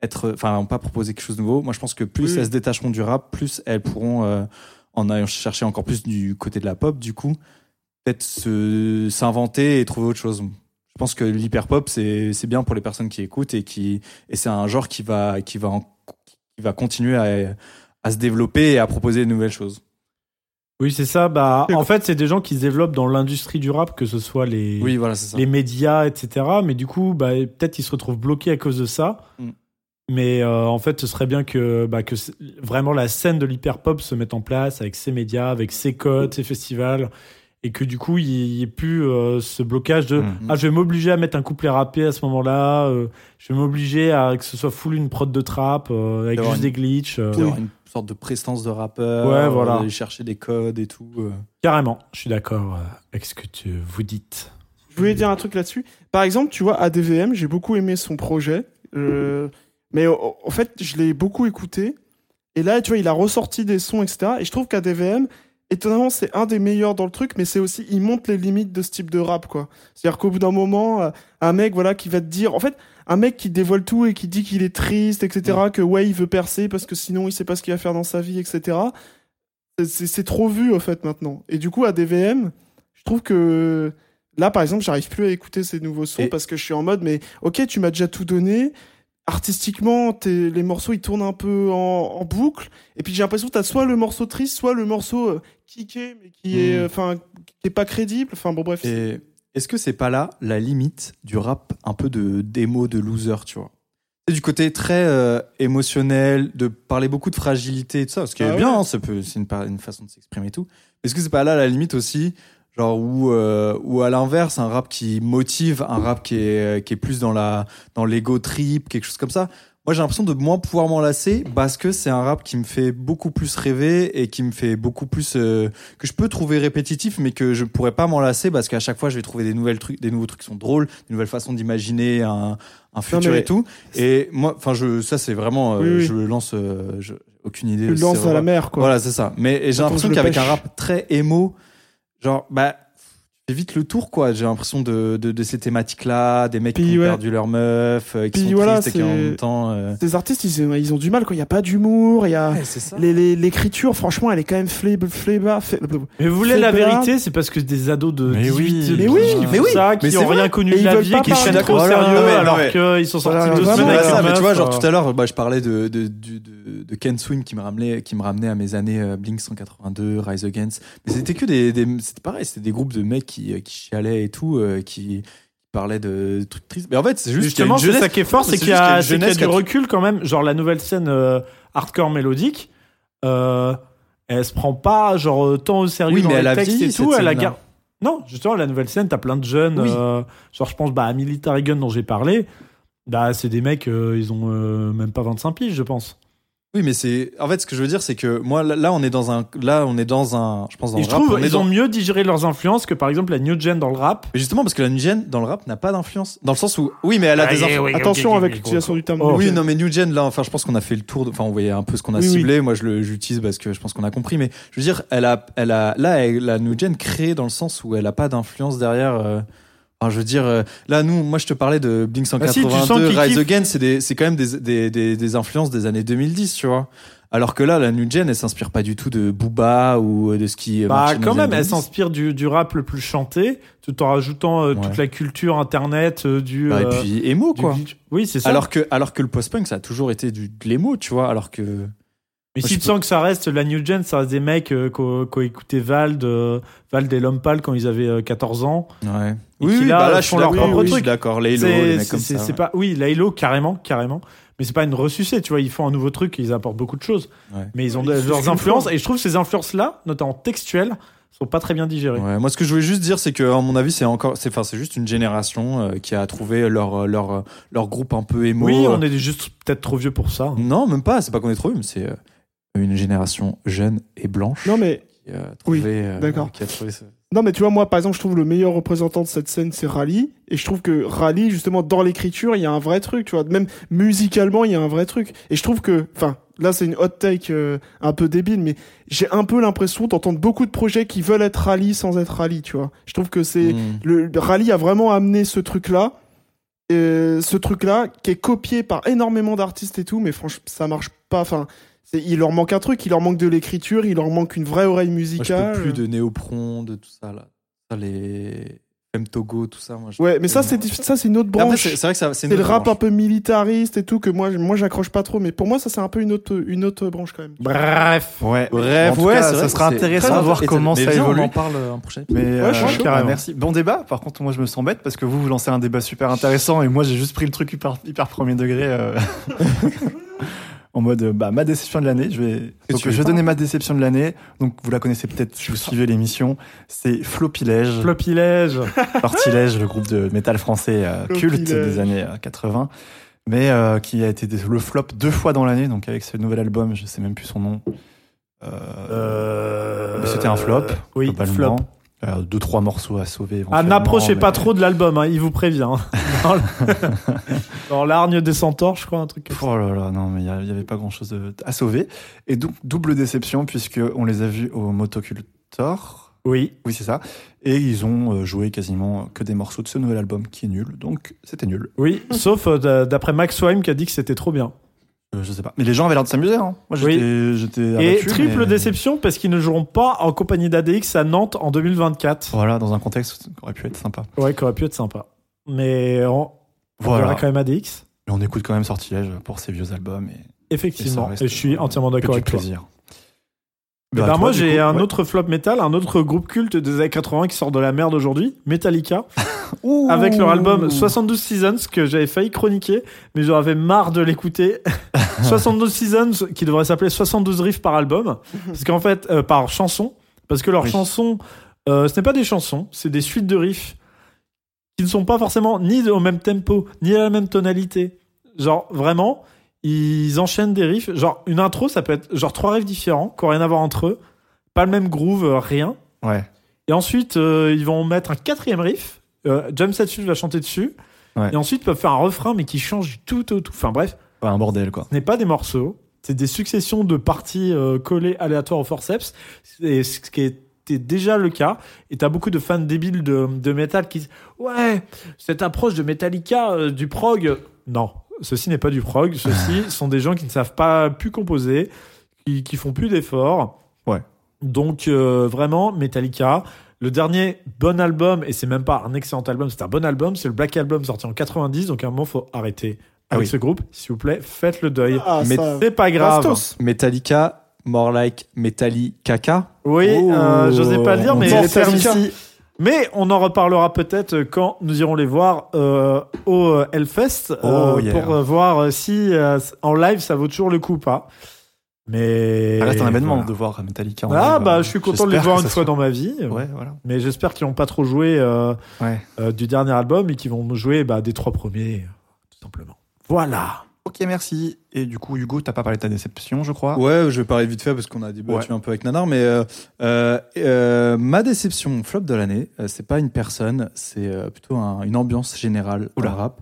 être enfin elles vont pas proposer quelque chose de nouveau moi je pense que plus Oui. elles se détacheront du rap plus elles pourront euh, en allant chercher encore plus du côté de la pop du coup peut-être se s'inventer et trouver autre chose je pense que l'hyper pop c'est c'est bien pour les personnes qui écoutent et qui et c'est un genre qui va qui va en- qui va continuer à à se développer et à proposer de nouvelles choses Oui, c'est ça. Bah, en fait, c'est des gens qui se développent dans l'industrie du rap, que ce soit les, oui voilà c'est ça les médias, etc. Mais du coup, bah, peut-être ils se retrouvent bloqués à cause de ça. Mm. Mais euh, en fait, ce serait bien que, bah, que c- vraiment la scène de l'hyper-pop se mette en place avec ses médias, avec ses codes, ses festivals. Et que du coup, il n'y ait plus euh, ce blocage de Mm. Ah, je vais m'obliger à mettre un couplet rappé à ce moment-là. euh, je vais m'obliger à que ce soit full une prod de trap euh, avec D'avoir juste une- des glitches. euh, d'avoir une sorte de prestance de rappeur, Ouais, voilà. d'aller chercher des codes et tout. euh. Carrément, je suis d'accord euh, avec ce que tu, vous dites. Je voulais dire un truc là-dessus. Par exemple, tu vois, ADVM, j'ai beaucoup aimé son projet. euh, mais en en fait, je l'ai beaucoup écouté. Et là, tu vois, il a ressorti des sons, etc. Et je trouve qu'ADVM, étonnamment, c'est un des meilleurs dans le truc, mais c'est aussi, il monte les limites de ce type de rap, quoi. C'est-à-dire qu'au bout d'un moment, euh, un mec, voilà, qui va te dire, en fait, un mec qui dévoile tout et qui dit qu'il est triste, etc., que ouais, il veut percer parce que sinon, il sait pas ce qu'il va faire dans sa vie, etc. C'est- C'est c'est trop vu, en fait, maintenant. Et du coup, ADVM, je trouve que là, par exemple, j'arrive plus à écouter ces nouveaux sons Et- parce que je suis en mode, mais ok, tu m'as déjà tout donné. Artistiquement, t'es- les morceaux ils tournent un peu en, en boucle, et puis j'ai l'impression que t'as soit le morceau triste, soit le morceau euh, kické, mais qui est, euh, Mm. enfin, qui est pas crédible. Enfin bon, bref. Et est-ce que c'est pas là la limite du rap un peu de démo de loser, tu vois C'est du côté très euh, émotionnel, de parler beaucoup de fragilité et tout ça, ce qui Ah est ouais. bien, hein, ça peut- c'est une, par- une façon de s'exprimer et tout. Mais Est-ce que c'est pas là la limite aussi Genre où, euh, où à l'inverse, un rap qui motive, un rap qui est, qui est plus dans la dans l'ego trip, quelque chose comme ça. moi j'ai l'impression de moins pouvoir m'en lasser parce que c'est un rap qui me fait beaucoup plus rêver et qui me fait beaucoup plus euh, que je peux trouver répétitif mais que je pourrais pas m'en lasser parce qu'à chaque fois je vais trouver des nouvelles trucs des nouveaux trucs qui sont drôles des nouvelles façons d'imaginer un, un futur mais- et tout et moi enfin je ça c'est vraiment euh, Oui, oui. je le lance euh, je- aucune idée Tu le c'est lances à la vraiment- mer, quoi. voilà c'est ça mais et j'ai Attends, l'impression je le qu'avec un pêche. rap très émo genre bah tu fais vite le tour quoi j'ai l'impression de, de, de ces thématiques là des mecs Puis, qui ont ouais. perdu leur meuf euh, qui Puis, sont voilà, tristes et qui en c'est- même temps euh, Ces artistes, ils, ont- ils ont du mal, quoi. Il n'y a pas d'humour, il y a. Ouais, c'est ça. les- les- L'écriture, franchement, elle est quand même fléba. fléba flé- Mais vous voulez la Faites-la. vérité, c'est parce que des ados de Mais 18 oui. Mais oui, qui font mais oui. ça, qui Mais c'est n'ont vrai. rien connu Et de ils la veulent vie pas et qui se parler prennent de trop au ça. Voilà, sérieux non, mais- alors non, mais- qu'ils sont sortis Voilà, deux vraiment, semaines Ouais, avec ça, une mais tu meuf, vois, genre euh. tout hein. à l'heure, bah, je parlais de, de, du- de, de Ken Swim qui me ramenait, qui me ramenait à mes années euh, Blink 182, Rise Against. Mais c'était que des, des c'était pareil, c'était des groupes de mecs qui, euh, qui chialaient et tout, euh, qui parlaient de trucs tristes. Mais en fait, c'est juste qu'il y Justement, a une c'est jeunesse- ça qui est fort, Non, c'est mais qu'il y juste a, c'est une qu'il y a jeunesse qui du a tout- recul quand même. Genre la nouvelle scène euh, hardcore mélodique, euh, elle se prend pas genre euh, tant au sérieux Oui, dans mais les elle a textes vieilli, et tout. cette Elle a scène-là. gar- Non, justement, la nouvelle scène, t'as plein de jeunes. Oui. euh, genre, je pense bah, à Military Gun dont j'ai parlé. Bah, c'est des mecs, euh, ils ont euh, même pas 25 piges, je pense. Oui, mais c'est, en fait, ce que je veux dire, c'est que moi, là- là, on est dans un, là, on est dans un, je pense, dans Et le je rap, trouve on est ils dans- ont mieux digéré leurs influences que par exemple la New Gen dans le rap. Mais justement, parce que la New Gen, dans le rap, n'a pas d'influence. Dans le sens où, oui, mais elle a Bah, des influences. Attention avec l'utilisation du terme. Oh. de- Oui, non, mais New Gen, là, enfin, je pense qu'on a fait le tour. de- Enfin, on voyait un peu ce qu'on a Oui, oui. ciblé. Moi, je le- j'utilise parce que je pense qu'on a compris. Mais je veux dire, elle a, elle a, là, elle- la New Gen créée dans le sens où elle a pas d'influence derrière. euh, enfin, je veux dire, euh, là, nous, moi, je te parlais de Blink Ah si, tu 182, sens qu'ils Rise kiffent. Again, c'est des- c'est quand même des, des, des, des influences des années 2010, tu vois. Alors que là, la New Gen, elle s'inspire pas du tout de Booba ou euh, de ce qui. Bah, marchait dans quand les même, années elle 2010. s'inspire du, du rap le plus chanté, tout en rajoutant euh, Ouais. toute la culture internet euh, du. Bah, et euh, puis, émo, du quoi. glitch. Oui, c'est ça. Alors que, alors que le post-punk, ça a toujours été du, de l'émo, tu vois. Alors que. Mais Moi, si je tu sens que ça reste la New Gen, ça reste des mecs euh, qui ont qui ont écouté Vald, euh, Vald et Lompal quand ils avaient euh, 14 ans. Ouais. Et Oui, qui, oui, là, bah là, je font suis leur d'accord. propre oui, je truc. suis d'accord. Les Halo, les C'est mecs c'est- comme ça. c'est ouais. pas, oui, Lilo, carrément, carrément. Mais c'est pas une ressucée, tu vois. Ils font un nouveau truc, ils apportent beaucoup de choses. Ouais. Mais ils ont de- leurs influences, et je trouve que ces influences-là, notamment textuelles, sont pas très bien digérées. Ouais, moi, ce que je voulais juste dire, c'est que, à mon avis, c'est encore, c'est, enfin, c'est juste une génération euh, qui a trouvé leur, euh, leur, euh, leur groupe un peu émo. Oui, euh. on est juste peut-être trop vieux pour Mm. ça. hein. Non, même pas. C'est pas qu'on est trop vieux, mais c'est euh, une génération jeune et blanche Non, mais qui a Oui, trouvé. euh, d'accord. Qui a trouvé ça. Non, mais tu vois, moi, par exemple, je trouve le meilleur représentant de cette scène, c'est Rally. Et je trouve que Rally, justement, dans l'écriture, il y a un vrai truc, tu vois. Même musicalement, il y a un vrai truc. Et je trouve que, enfin, là, c'est une hot take euh, un peu débile, mais j'ai un peu l'impression d'entendre beaucoup de projets qui veulent être Rally sans être Rally, tu vois. Je trouve que c'est. Mm. Le le Rally a vraiment amené ce truc-là. euh, ce truc-là, qui est copié par énormément d'artistes et tout, mais franchement, ça marche pas. Enfin, c'est- il leur manque un truc, il leur manque de l'écriture, il leur manque une vraie oreille Moi, je musicale. peux plus de néopron, de tout ça, là. Ça, les. M Togo, tout ça. Moi, je- Ouais, mais ça, c'est diff- ça, c'est une autre Après, branche. c'est, c'est vrai que ça, c'est, une C'est le autre rap branche. un peu militariste et tout que moi, moi j'accroche pas trop, mais pour moi ça c'est un peu une autre, une autre branche quand même. Bref. Ouais. Bref, En tout ouais, cas, c'est vrai ça que sera c'est intéressant très de voir intéressant. comment Mais ça viens, évolue. On en parle euh, un prochain épisode. Mais Ouais, je suis chaud, carrément. Ah, merci. Bon débat. Par contre, moi, je me sens bête parce que vous vous lancez un débat super intéressant et moi, j'ai juste pris le truc hyper, hyper premier degré. euh, [LAUGHS] en mode, euh, bah, ma déception de l'année. Je vais, Et donc, tu je veux vais pas donner ma déception de l'année. Donc, vous la connaissez peut-être. si Vous suivez l'émission. C'est Flopilège, Flopilège. Sortilège, le groupe de métal français euh, culte Flopilège. des années euh, 80, mais euh, qui a été des- le flop deux fois dans l'année. Donc, avec ce nouvel album, je sais même plus son nom. Euh, Euh, mais C'était un flop. Oui, flop. globalement. Euh, deux, trois morceaux à sauver. Ah, éventuellement, n'approchez mais- pas trop de l'album, hein, il vous [LAUGHS] prévient. hein. Dans le- [LAUGHS] Dans l'argne des centaures, je crois, un truc. comme ça. Oh là là, non, mais il n'y avait pas grand chose à sauver. Et donc, double déception, puisqu'on les a vus au Motocultor. Oui. Oui, c'est ça. Et ils ont euh, joué quasiment que des morceaux de ce nouvel album qui est nul. Donc, c'était nul. Oui, sauf euh, d'a- d'après Max Weim qui a dit que c'était trop bien. Euh, je sais pas. Mais les gens avaient l'air de s'amuser. Hein. Moi, Oui. j'étais. j'étais Et abattu, triple Ah, bah, mais- déception parce qu'ils ne joueront pas en compagnie d'ADX à Nantes en 2024. Voilà, dans un contexte qui aurait pu être sympa. Ouais, qui aurait pu être sympa. Mais on, on verra Oh. Voilà. quand même ADX. Et on écoute quand même Sortilège pour ces vieux albums. Et, et ça Effectivement. reste, Et je suis euh, entièrement que d'accord du avec toi. plaisir. Eh Bah, ben toi, moi du j'ai coup, un ouais. autre flop métal, un autre groupe culte des années 80 qui sort de la merde aujourd'hui, Metallica, avec leur album 72 Seasons que j'avais failli chroniquer, mais j'en avais marre de l'écouter. 72 Seasons qui devrait s'appeler 72 riffs par album, parce qu'en fait euh, par chanson, parce que leurs Oui. chansons, euh, ce n'est pas des chansons, c'est des suites de riffs qui ne sont pas forcément ni au même tempo, ni à la même tonalité. Genre vraiment, ils Ils enchaînent des riffs. Genre, une intro, ça peut être genre trois riffs différents qui n'ont rien à voir entre eux. Pas le même groove, euh, rien. Ouais. Et ensuite, euh, ils vont mettre un quatrième riff. Euh, James Hetfield va chanter dessus. Ouais. Et ensuite, ils peuvent faire un refrain, mais qui change du tout au tout. Enfin bref, Ouais, Bah, un bordel, quoi. ce n'est pas des morceaux. C'est des successions de parties euh, collées aléatoires au forceps. Et ce qui était déjà le cas. Et t'as beaucoup de fans débiles de, de métal qui disent Ouais, cette approche de Metallica, euh, du prog. Non, ceci n'est pas du [LAUGHS] prog. Ceci sont des gens qui ne savent pas plus composer, qui, qui font plus d'efforts. Ouais. Donc, euh, vraiment, Metallica. Le dernier bon album, et c'est même pas un excellent album, c'est un bon album, c'est le Black Album sorti en 90. Donc, à un moment, faut arrêter Ah avec oui. ce groupe. S'il vous plaît, faites le deuil. Ah, Mais- ça. C'est pas grave. Bastos. Metallica, more like Metallica. Oui, euh, Oh. j'osais pas le dire, On mais dit les ça termes ici. ici. Mais on en reparlera peut-être quand nous irons les voir euh, au euh, Hellfest euh, Oh, yeah. pour euh, voir euh, si euh, en live ça vaut toujours le coup ou pas. Mais Ça reste un événement voilà. de voir Metallica en Ah live, bah euh, je suis content de les j'espère voir que une ça fois dans ma vie. sera- Ouais, voilà. Mais j'espère qu'ils n'ont pas trop joué euh, Ouais. euh, du dernier album et qu'ils vont jouer bah, des trois premiers, tout simplement. Voilà. Ok, merci. Et du coup, Hugo, t'as pas parlé de ta déception, je crois. Ouais, je vais parler vite fait parce qu'on a débattu un peu avec Nanar, mais euh, euh, euh, ma déception, mon flop de l'année, euh, c'est pas une personne, c'est euh, plutôt un- une ambiance générale dans Oula. le rap.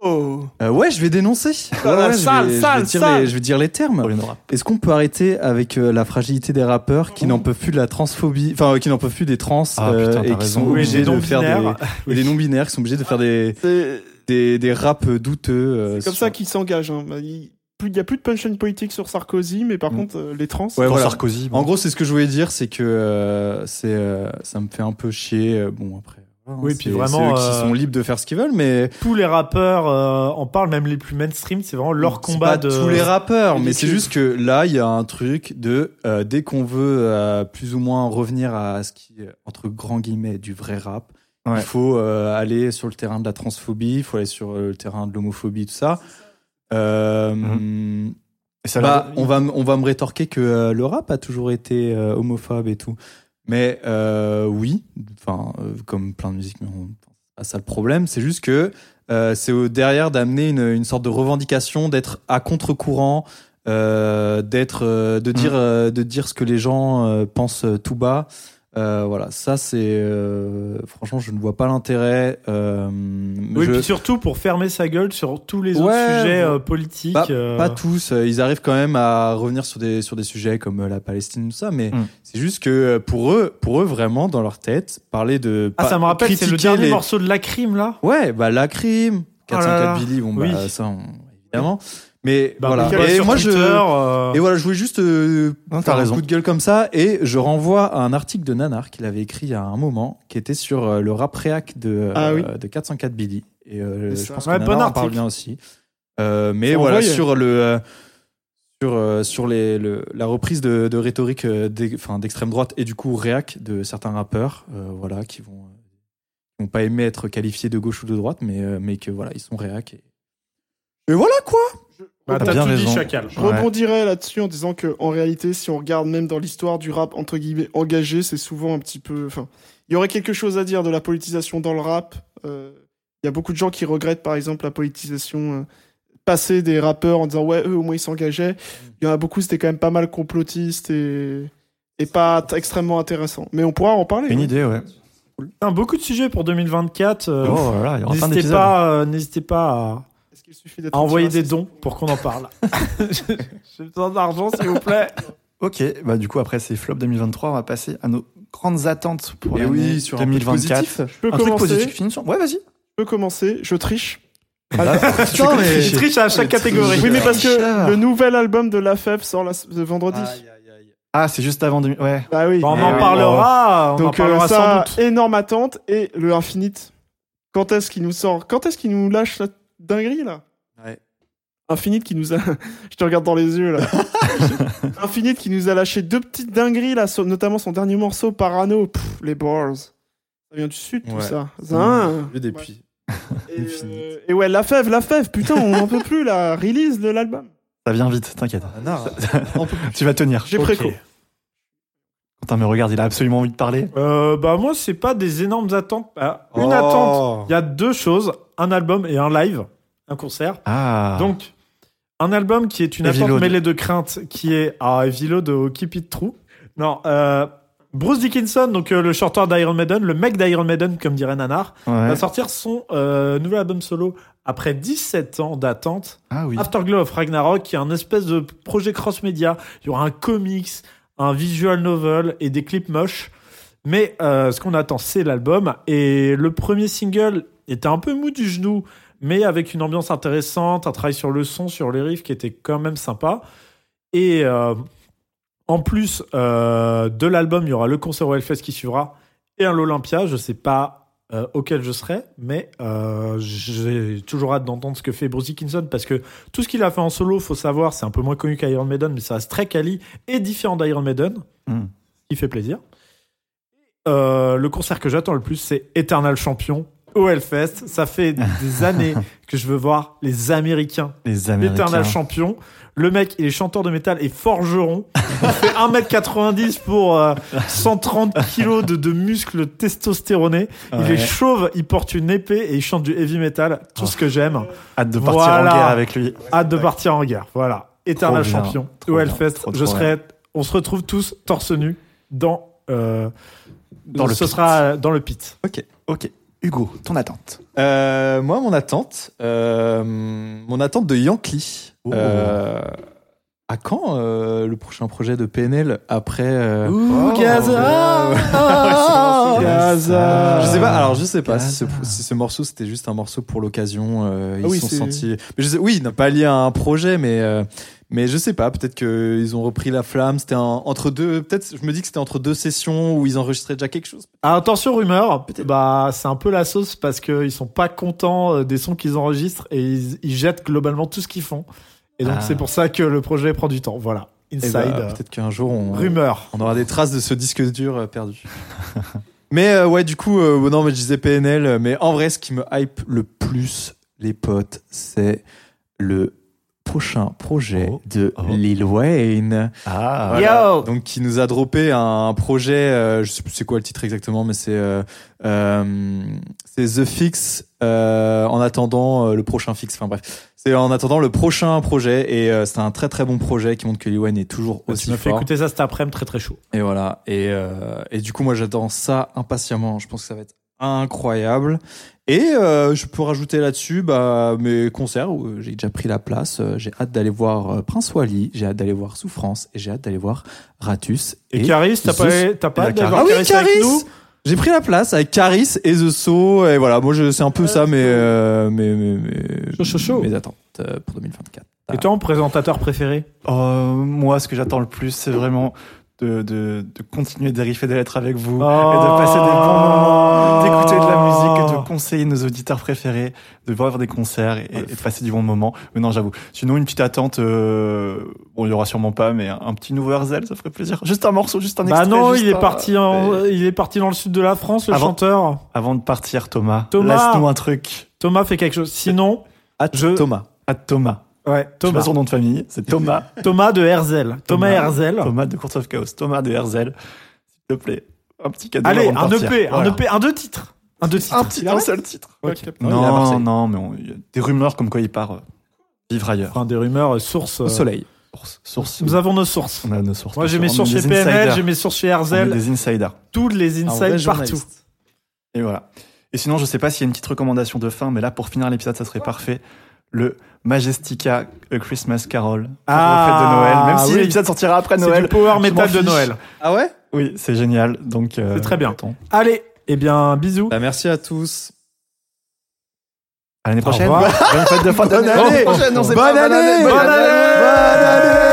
Oh. Euh, ouais, je vais dénoncer. Ah, Ouais, ouais, sale, je, vais, je vais sale, dire sale. les, je vais dire les termes. Pour les Nora. Est-ce qu'on peut arrêter avec euh, la fragilité des rappeurs qui n'en peuvent plus de la transphobie, enfin euh, qui n'en peuvent plus des trans Ah, euh, putain, t'as et qui raison. sont Oui, des obligés de faire non-binaires. des, et des non binaires qui sont obligés de faire des C'est des, des raps douteux. euh, c'est comme sur- ça qu'ils s'engagent. hein. Bah, Il n'y a plus de punchline politique sur Sarkozy, mais par Mm. contre, euh, les trans. Ouais, Pour voilà. Sarkozy. bon. En gros, c'est ce que je voulais dire, c'est que euh, c'est euh, ça me fait un peu chier. euh, Bon après. voilà, Oui, c'est- puis vraiment, c'est eux qui euh, sont libres de faire ce qu'ils veulent, mais Tous les rappeurs euh, en parlent, même les plus mainstream, c'est vraiment leur c'est combat pas de. tous les rappeurs. Mais c'est ridicule. juste que là, il y a un truc de euh, dès qu'on veut euh, plus ou moins revenir à ce qui est entre grands guillemets du vrai rap, Ouais. il faut euh, aller sur le terrain de la transphobie, il faut aller sur euh, le terrain de l'homophobie, tout ça. Euh, Mhm. Et ça Bah, leur- on, va, m- on va me rétorquer que euh, le rap a toujours été euh, homophobe et tout. Mais euh, oui, enfin, euh, comme plein de musique, mais on- c'est pas ça le problème. C'est juste que euh, c'est au derrière d'amener une, une sorte de revendication, d'être à contre-courant, euh, d'être, euh, de, dire, euh, de dire ce que les gens euh, pensent euh, tout bas. Euh, voilà, ça c'est. euh, franchement, je ne vois pas l'intérêt. euh, Oui, je- puis surtout pour fermer sa gueule sur tous les autres Ouais, sujets bon. euh, politiques. Pas, euh, pas tous. euh, Ils arrivent quand même à revenir sur des, sur des sujets comme euh, la Palestine, tout ça. Mais Mm. c'est juste que euh, pour eux, pour eux, vraiment, dans leur tête, parler de. Ah, pas- ça me rappelle, c'est le Bah, critiquer dernier les- morceau de la crime, là Ouais, bah la crime. Oh là 404 là. Billy, bon, bah Oui. ça, on- évidemment. Mais Bah, voilà. Michael Et sur moi, Twitter, je. euh, Et voilà, je voulais juste euh, Non, t'as faire raison. un coup de gueule comme ça et je renvoie à un article de Nanar qu'il avait écrit à un moment qui était sur euh, le rap réac de, euh, Ah oui. de 404 Billy. Et euh, C'est je ça. pense Ouais, que bon Nanar en parle article. bien aussi. Euh, mais Faut voilà, envoyer. sur, le, euh, sur, euh, sur les, le- la reprise de, de rhétorique euh, d'e- enfin, d'extrême droite et du coup réac de certains rappeurs euh, voilà, qui vont, qui vont pas aimer être qualifiés de gauche ou de droite, mais, euh, mais que voilà, ils sont réac. Et, et voilà quoi bah, t'as T'as bien tout dit, raison. chacal. Je Ouais. rebondirais là-dessus en disant que en réalité, si on regarde même dans l'histoire du rap entre guillemets engagé, c'est souvent un petit peu. Enfin, il y aurait quelque chose à dire de la politisation dans le rap. Euh, Il y a beaucoup de gens qui regrettent par exemple la politisation euh, passée des rappeurs en disant ouais eux au moins ils Mm. s'engageaient. Il y en a beaucoup c'était quand même pas mal complotiste et et pas t- extrêmement intéressant. Mais on pourra en parler. hein. Une ouais. idée, ouais. Putain, beaucoup de sujets pour 2024. euh, Oh là là, il y aura plein N'hésitez d'épisodes. pas, euh, n'hésitez pas à- Est-ce qu'il suffit d'être à, envoyer des antiraciste dons pour qu'on en parle. J'ai besoin d'argent, s'il vous plaît. Ok, bah du coup, après ces flops 2023, on va passer à nos grandes attentes pour Et Eh l'année oui, sur un peu de 2024. positif. Je peux Un truc commencer. positif, finissons. Ouais, vas-y. Je peux commencer. Je triche. Putain, mais- Je triche à chaque catégorie. Oui mais parce que Ah. tricheur. le nouvel album de La Fève sort la, ce vendredi. Ah, c'est juste avant 2000. Ouais. Bah oui. Bah, on Eh en oui. parlera, on en Donc euh, parlera sans ça, doute. énorme attente et le Infinite. Quand est-ce qu'il nous sort Quand est-ce qu'il nous lâche la dinguerie là Ouais. Infinite qui nous a. [LAUGHS] Je te regarde dans les [LAUGHS] yeux là. Infinite qui nous a lâché deux petites dingueries là, sur- notamment son dernier morceau Parano. Pff, les bars. Ça vient du sud tout Ouais. ça. Zin. Vieux des puits. Et, Infinite. euh, et ouais, la fève, la fève. Putain, on n'en peut plus la release de l'album. Ça vient vite, t'inquiète. Ah, Nanar, Tu vas tenir. J'ai préco. Quentin me regarde, il a absolument envie de parler. Euh, bah moi c'est pas des énormes attentes. Bah, Oh. une attente. Il y a deux choses, un album et un live, un concert. Ah. Donc Un album qui est une Heavy attente Load. mêlée de crainte, qui est ah, Heavy Load de Keep It True. Non, euh, Bruce Dickinson, donc euh, le chanteur d'Iron Maiden, le mec d'Iron Maiden, comme dirait Nanar, Ouais. va sortir son euh, nouvel album solo après 17 ans d'attente. Ah oui. Afterglow of Ragnarok, qui est un espèce de projet cross-média. Il y aura un comics, un visual novel et des clips moches. Mais euh, ce qu'on attend, c'est l'album. Et le premier single était un peu mou du genou, mais avec une ambiance intéressante, un travail sur le son, sur les riffs qui était quand même sympa. Et euh, en plus euh, de l'album, il y aura le concert au Hellfest qui suivra et un l'Olympia. Je sais pas euh, auquel je serai, mais euh, j'ai toujours hâte d'entendre ce que fait Bruce Dickinson parce que tout ce qu'il a fait en solo, faut savoir, c'est un peu moins connu qu'Iron Maiden, mais ça reste très quali et différent d'Iron Maiden, Mm. ce qui fait plaisir. Euh, le concert que j'attends le plus, c'est Eternal Champion au Hellfest. Ça fait [LAUGHS] des années que je veux voir les Américains Les Américains. L'éternel champion. Le mec, il est chanteur de métal et forgeron. Il fait 1m90 pour euh, 130 kilos de, de muscles testostéronés. Il Ouais. est chauve, il porte une épée et il chante du heavy metal. Tout ce que j'aime. Hâte de partir Voilà. en guerre avec lui. Hâte de partir en guerre. Voilà. Éternel bien, champion. trop Au bien, Hellfest, trop, trop je serai. On se retrouve tous torse nu dans. euh, Dans le ce pit. sera euh, dans le pit. Ok. Hugo, ton attente. Euh, moi, mon attente, euh, mon attente de Yankee. Oh. Euh, à quand euh, le prochain projet de PNL après euh, Ouh, ah. Gaza Ouais, Gaza. Je sais pas. Alors, je sais pas si ce, si ce morceau c'était juste un morceau pour l'occasion. euh, ils Ah oui, sont c'est- sentis. Mais je sais- oui, il n'a pas lié à un projet, mais euh, mais je sais pas. Peut-être qu'ils ont repris la flamme. C'était un- entre deux. Peut-être. Je me dis que c'était entre deux sessions où ils enregistraient déjà quelque chose. Ah, attention, rumeur. Bah, c'est un peu la sauce parce qu'ils sont pas contents euh, des sons qu'ils enregistrent et ils, ils jettent globalement tout ce qu'ils font. Et donc, Ah. ben, c'est pour ça que le projet prend du temps. Voilà. Eh Inside. bah, euh, Peut-être qu'un jour on. rumeur. On aura des traces de ce disque dur euh, perdu. [LAUGHS] mais euh, ouais, du coup, euh, bon, non, mais je disais PNL, euh, mais en vrai, ce qui me hype le plus, les potes, c'est le prochain projet Oh, de oh. Lil Wayne. Ah. Voilà. Yo Donc, qui nous a droppé un projet, euh, je sais plus c'est quoi le titre exactement, mais c'est euh, euh, c'est The Fix euh, en attendant euh, le prochain Fix. Enfin bref, c'est en attendant le prochain projet et euh, c'est un très très bon projet qui montre que Lil Wayne est toujours Bah, aussi tu m'as fait fort. écouter ça cet après-midi très très chaud. Et voilà. Et, euh, et du coup, moi, j'attends ça impatiemment. Je pense que ça va être incroyable. Et euh, je peux rajouter là-dessus bah, mes concerts où euh, j'ai déjà pris la place. Euh, J'ai hâte d'aller voir euh, Prince Wally, j'ai hâte d'aller voir Souffrance et j'ai hâte d'aller voir Ratus. Et, Caris, t'as The- pas, t'as pas la hâte d'aller Caris. voir Ah oui, Caris avec Caris nous J'ai pris la place avec Caris et The So. Et voilà, moi, je- c'est un peu ça, mais, euh, mais, mais, mais- Chaud, chaud, chaud. mes attentes euh, pour 2024. Et toi, mon présentateur préféré Euh, moi, ce que j'attends le plus, c'est vraiment de, de, de continuer d'ériffer des lettres avec Oh, vous et de passer des bons moments, d'écouter de la musique, Oh. et de conseiller nos auditeurs préférés, de voir des concerts et, et de passer du bon moment. Mais non, j'avoue. Sinon, une petite attente, euh, bon, il y aura sûrement pas, mais un, un petit nouveau Herzl, ça ferait plaisir. Juste un morceau, juste un Bah extrait. non, juste il est, un- parti en- Mais- il est parti dans le sud de la France, le Avant- chanteur. Avant de partir, Thomas, Thomas laisse-nous un truc Thomas fait quelque chose. Sinon, À Je- Thomas. à Ah, Thomas. ouais, Thomas. Thomas. son nom de famille, c'est [LAUGHS] Thomas. Thomas de Herzel. Thomas Herzel. Thomas de Course of Chaos. Thomas de Herzel. S'il te plaît, un petit cadeau. Allez, avant de un partir. EP, un E Ah Voilà. EP, un deux titres. Un deux titres. Un, petit, un seul titre. Ouais, capte. Non, il est à Marseille. Non, non, mais on- il y a des rumeurs comme quoi il part euh, vivre ailleurs. Enfin, des rumeurs, euh, sources. euh, Au soleil. Source- source. Nous avons nos sources. On a nos sources. Moi, j'ai On mes est sources des chez PNL, insiders. j'ai mes sources chez On est Herzel, des insiders. toutes les Un vrai insights partout. journaliste. Et voilà. Et sinon, je sais pas s'il y a une petite recommandation de fin, mais là, pour finir l'épisode, ça serait parfait. Le Majestica A Christmas Carol. pour les Ah, fêtes de Noël. Même si oui. l'épisode sortira après C'est Noël. du power je metal m'en de fiche. Noël. Ah ouais Oui, c'est génial. Donc, euh, C'est très bien. attends. Allez, eh bien, bisous. Bah, Merci à tous. À l'année prochaine. revoir. Bonne fête de fin d'année. Bonne année. Bonne prochaine, on sait Bonne pas, année. Bonne année. Bonne année.